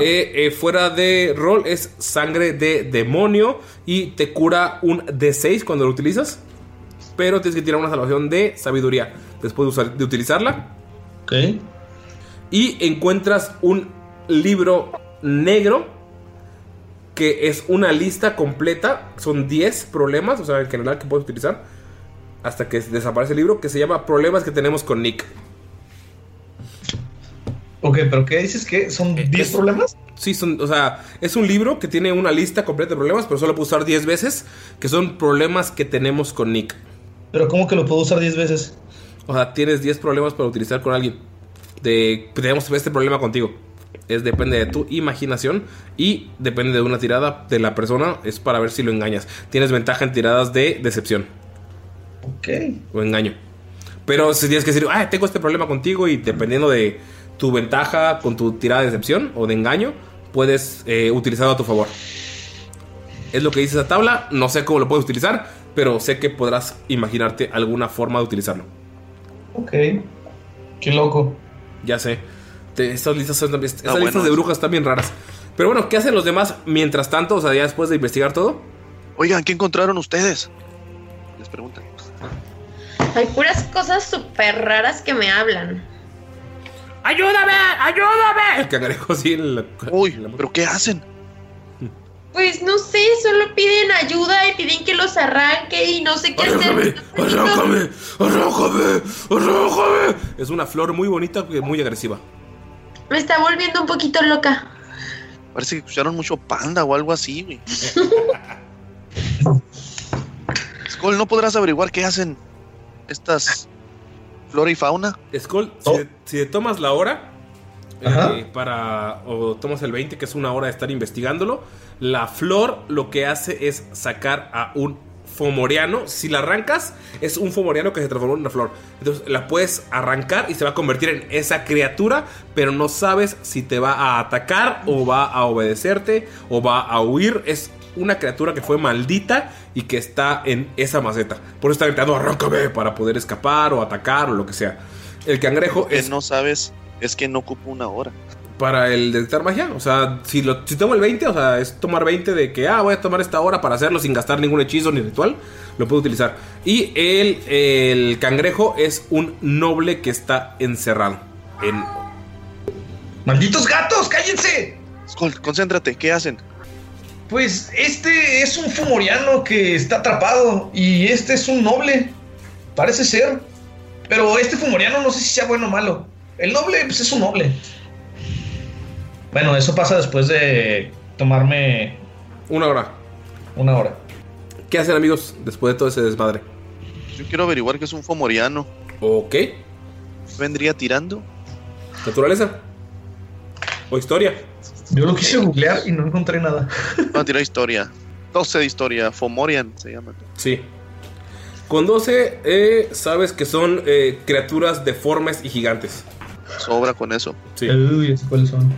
D: Eh, eh, fuera de rol es sangre de demonio y te cura un D6 cuando lo utilizas. Pero tienes que tirar una salvación de sabiduría después de, usar- de utilizarla.
F: Ok.
D: Y encuentras un libro negro que es una lista completa. Son 10 problemas, o sea, en general que puedes utilizar. Hasta que desaparece el libro que se llama Problemas que tenemos con Nick.
F: Ok, pero ¿qué dices que son 10 problemas?
D: Eh, Sí, son, o sea, es un libro que tiene una lista completa de problemas, pero solo puedo usar 10 veces, que son problemas que tenemos con Nick.
F: Pero ¿cómo que lo puedo usar 10 veces?
D: O sea, tienes 10 problemas para utilizar con alguien. De, tenemos este problema contigo. Es depende de tu imaginación y depende de una tirada de la persona. Es para ver si lo engañas. Tienes ventaja en tiradas de decepción
F: Ok.
D: o engaño. Pero si tienes que decir, ah, tengo este problema contigo y dependiendo de tu ventaja con tu tirada de decepción o de engaño, puedes eh, utilizarlo a tu favor. Es lo que dice esa tabla, no sé cómo lo puedes utilizar, pero sé que podrás imaginarte alguna forma de utilizarlo.
F: Ok. Qué loco.
D: Ya sé, te- estas listas, son- estas
F: Ah, bueno.
D: listas de brujas están bien raras. Pero bueno, ¿qué hacen los demás mientras tanto? O sea, ya después de investigar todo.
H: Oigan, ¿qué encontraron ustedes? Les preguntan.
I: Hay puras cosas súper raras que me hablan.
D: ¡Ayúdame! ¡Ayúdame! Cangrejo, sí, en la-
H: Uy, ¿pero qué hacen?
I: Pues no sé, solo piden ayuda y piden que los arranque y no sé qué hacer.
D: ¡Arrójame! ¡Arrójame! ¡Arrójame! Es una flor muy bonita que muy agresiva.
I: Me está volviendo un poquito loca.
H: Parece que escucharon mucho panda o algo así, güey. Skull, no podrás averiguar qué hacen. estas flora y fauna.
D: Skull, si, te- si te tomas la hora eh, para. o tomas el 20, que es una hora de estar investigándolo, la flor lo que hace es sacar a un fomoreano. Si la arrancas, es un fomoreano que se transformó en una flor. Entonces la puedes arrancar y se va a convertir en esa criatura, pero no sabes si te va a atacar o va a obedecerte o va a huir. Es una criatura que fue maldita y que está en esa maceta. Por eso está gritando, arráncame, para poder escapar o atacar o lo que sea. El cangrejo
H: es... no sabes, es que no ocupa una hora.
D: para el detectar magia. O sea, si, lo, si tomo el 20, o sea, es tomar 20 de que, ah, voy a tomar esta hora para hacerlo sin gastar ningún hechizo ni ritual. Lo puedo utilizar. Y el, el cangrejo es un noble que está encerrado. En...
F: ¡Malditos gatos! ¡Cállense!
H: Skull, concéntrate, ¿qué hacen?
F: Pues este es un fumoriano que está atrapado y este es un noble, parece ser. Pero este fumoriano no sé si sea bueno o malo. El noble, pues es un noble. Bueno, eso pasa después de tomarme...
D: Una hora.
F: Una hora.
D: ¿Qué hacen amigos después de todo ese desmadre?
H: Yo quiero averiguar que es un fomoriano.
D: Ok.
H: ¿Vendría tirando?
D: ¿Naturaleza? ¿O historia?
F: Yo lo quise googlear y no encontré nada.
H: Va a tirar historia. 12 de historia. Fomorian se llama.
D: Sí. Con 12, eh, sabes que son eh, criaturas deformes y gigantes.
H: Sobra con eso.
D: Sí.
F: Uy, ¿cuáles son?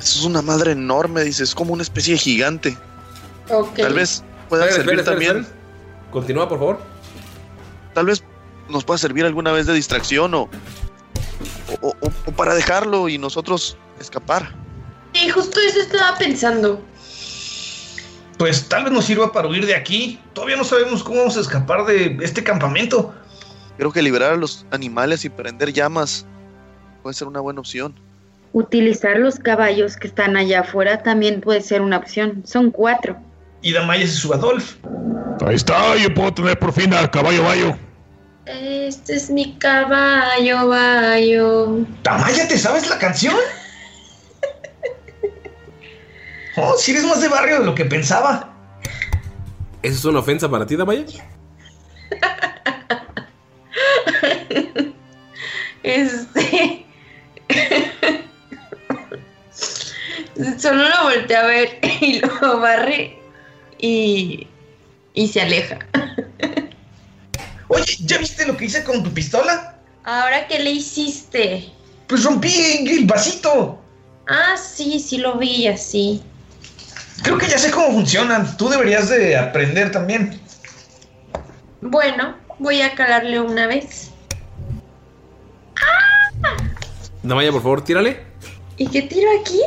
H: Eso es una madre enorme, dice. Es como una especie de gigante. Tal vez pueda
D: Espera,
H: servir
D: espera, espera,
H: también.
D: Continúa, por favor.
H: Tal vez nos pueda servir alguna vez de distracción o, o, o- o para dejarlo y nosotros escapar.
I: Sí, justo eso estaba pensando.
F: Pues tal vez nos sirva para huir de aquí. Todavía no sabemos cómo vamos a escapar de este campamento.
H: Creo que liberar a los animales y prender llamas puede ser una buena opción.
E: Utilizar los caballos que están allá afuera también puede ser una opción. Son cuatro.
F: Y Damaya se sube a Adolf.
L: Ahí está, yo puedo tener por fin al caballo bayo.
I: Este es mi caballo, bayo.
F: Damaya, ¿te sabes la canción? Oh, si eres más de barrio de lo que pensaba.
D: ¿Eso es una ofensa para ti, Damaya?
I: Este. Solo lo voltea a ver y lo barre y, y se aleja.
F: Oye, ¿ya viste lo que hice con tu pistola?
I: ¿Ahora qué le hiciste?
F: Pues rompí el vasito.
I: Ah, sí, sí lo vi así.
F: Creo que ya sé cómo funcionan. Tú deberías de aprender también.
I: Bueno, voy a calarle una vez.
D: Damaya, por favor, tírale.
I: ¿Y qué tiro aquí?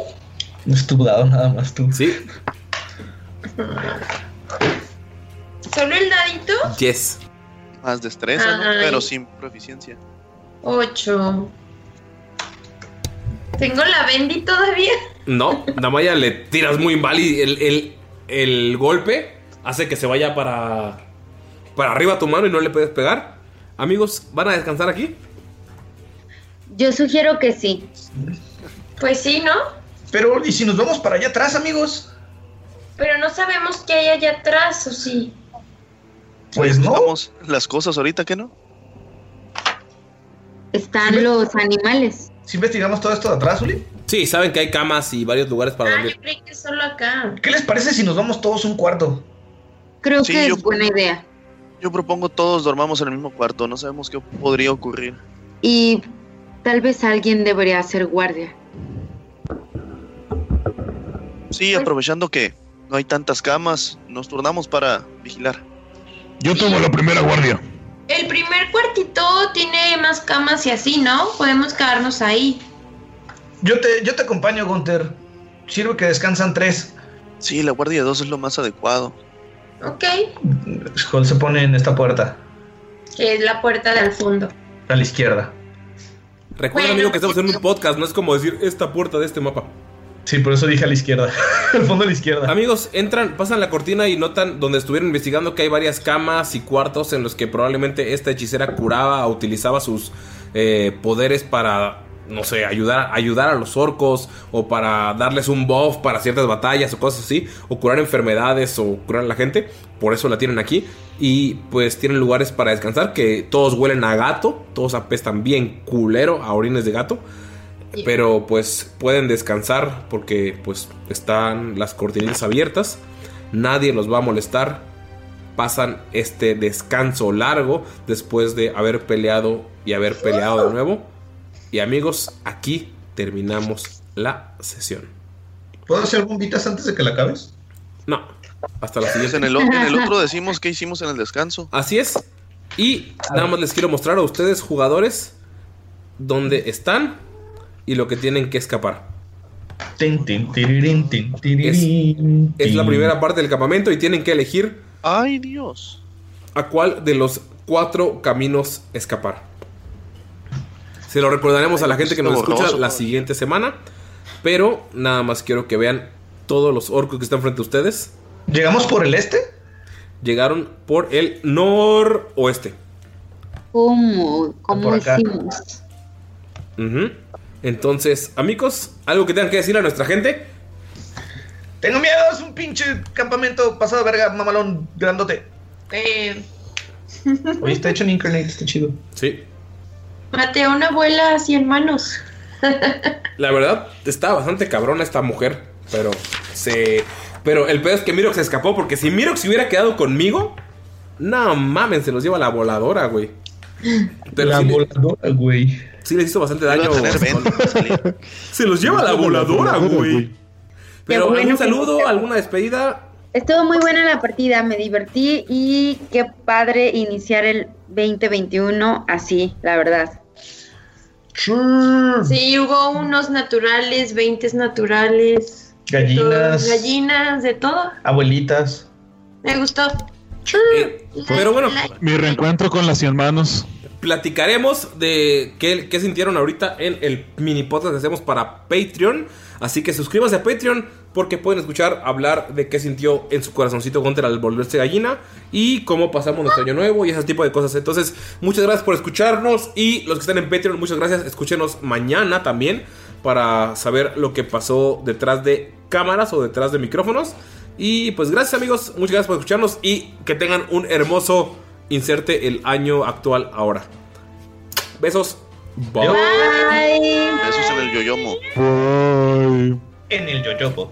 F: No es tu dado, nada más tú.
D: Sí.
I: ¿Solo el dadito?
D: Yes.
H: Más destreza, ¿no?
I: Ay.
H: Pero sin proficiencia.
I: Ocho. ¿Tengo la bendy todavía?
D: No, Damaya le tiras muy mal y el, el- el golpe hace que se vaya para, para arriba tu mano y no le puedes pegar. Amigos, ¿van a descansar aquí?
E: Yo sugiero que sí.
I: Pues sí, ¿no?
F: Pero, ¿y si nos vamos para allá atrás, amigos?
I: Pero no sabemos qué hay allá atrás, ¿o sí?
F: Pues no.
H: Vamos, las cosas ahorita que no.
E: Están los animales.
F: ¿Si investigamos todo esto de atrás, Uli?
D: Sí, saben que hay camas y varios lugares para dormir.
I: Ah, Creí que solo acá.
F: ¿Qué les parece si nos vamos todos un cuarto?
E: Creo
H: Sí,
E: que
H: yo-
E: es buena idea.
H: Yo propongo todos dormamos en el mismo cuarto. No sabemos qué podría ocurrir.
E: Y tal vez alguien debería hacer guardia.
H: Sí,
E: Pues
H: aprovechando que no hay tantas camas, nos turnamos para vigilar.
L: Yo tomo la primera guardia.
I: El primer cuartito tiene más camas y así, ¿no? Podemos quedarnos ahí.
F: Yo te, yo te acompaño, Gunter. Sirve que descansan tres.
H: Sí, la guardia de dos es lo más adecuado.
I: Ok.
F: Skull se pone en esta puerta,
I: Que es la puerta del fondo.
F: a la izquierda.
D: Recuerda, amigo, que estamos en un podcast, no es como decir esta puerta de este mapa.
F: Sí, por eso dije a la izquierda. Al fondo a la izquierda.
D: Amigos, entran, pasan la cortina y notan donde estuvieron investigando que hay varias camas y cuartos en los que probablemente esta hechicera curaba o utilizaba sus eh, poderes para, no sé, ayudar, ayudar a los orcos o para darles un buff para ciertas batallas o cosas así, o curar enfermedades o curar a la gente. por eso la tienen aquí. Y pues tienen lugares para descansar que todos huelen a gato, todos apestan bien culero a orines de gato. Pero pues pueden descansar porque pues están las cortinillas abiertas. Nadie los va a molestar. Pasan este descanso largo después de haber peleado y haber peleado de nuevo. Y amigos, aquí terminamos la sesión.
F: ¿Puedo hacer bombitas antes de que la acabes?
D: No, hasta la siguiente.
H: En el, o- en el otro decimos qué hicimos en el descanso.
D: Así es. Y nada más les quiero mostrar a ustedes, jugadores, dónde están y lo que tienen que escapar. Es, es la primera parte del campamento y tienen que elegir
H: Ay, Dios.
D: a cuál de los cuatro caminos escapar. Se lo recordaremos a la gente que nos escucha la siguiente semana. Pero nada más quiero que vean todos los orcos que están frente a ustedes.
F: ¿Llegamos por el este?
D: Llegaron por el noroeste.
E: ¿Cómo? ¿Cómo
D: Por acá.
E: hicimos?
D: Ujú. Entonces, amigos, ¿algo que tengan que decir a nuestra gente?
F: Tengo miedo, es un pinche campamento pasado de verga, mamalón, grandote.
I: Eh,
F: Oye, está hecho en Incarnate, está chido.
D: Sí.
I: maté a una abuela a cien manos.
D: La verdad, está bastante cabrona esta mujer. Pero se. Pero el pedo es que Mirox se escapó. Porque si Mirox se hubiera quedado conmigo. No mames, se los lleva la voladora, güey. la
F: voladora, güey.
D: Sí les hizo bastante daño. se los lleva
F: La
D: la voladora,
F: voladora,
D: güey. Pero
E: Qué bueno que
D: algún saludo,
E: no se-
D: alguna despedida.
E: Estuvo muy buena la partida, me divertí y qué padre iniciar el 2021 así, la verdad.
F: Mm.
I: Sí, hubo unos naturales, 20 naturales.
F: Gallinas,
I: todo, gallinas, de todo.
F: abuelitas.
I: Me gustó.
D: Pero bueno,
G: Pues, Mi reencuentro con las 100 manos.
D: platicaremos de qué, qué sintieron ahorita en el mini podcast que hacemos para Patreon. Así que suscríbanse a Patreon porque pueden escuchar hablar de qué sintió en su corazoncito Gunter al volverse gallina y cómo pasamos nuestro año nuevo y ese tipo de cosas. Entonces, muchas gracias por escucharnos y los que están en Patreon, muchas gracias. Escúchenos mañana también para saber lo que pasó detrás de cámaras o detrás de micrófonos. Y pues gracias amigos, muchas gracias por escucharnos y que tengan un hermoso inserte el año actual ahora. Besos. Bye.
H: Eso es en el yoyomo.
F: En el yoyopo.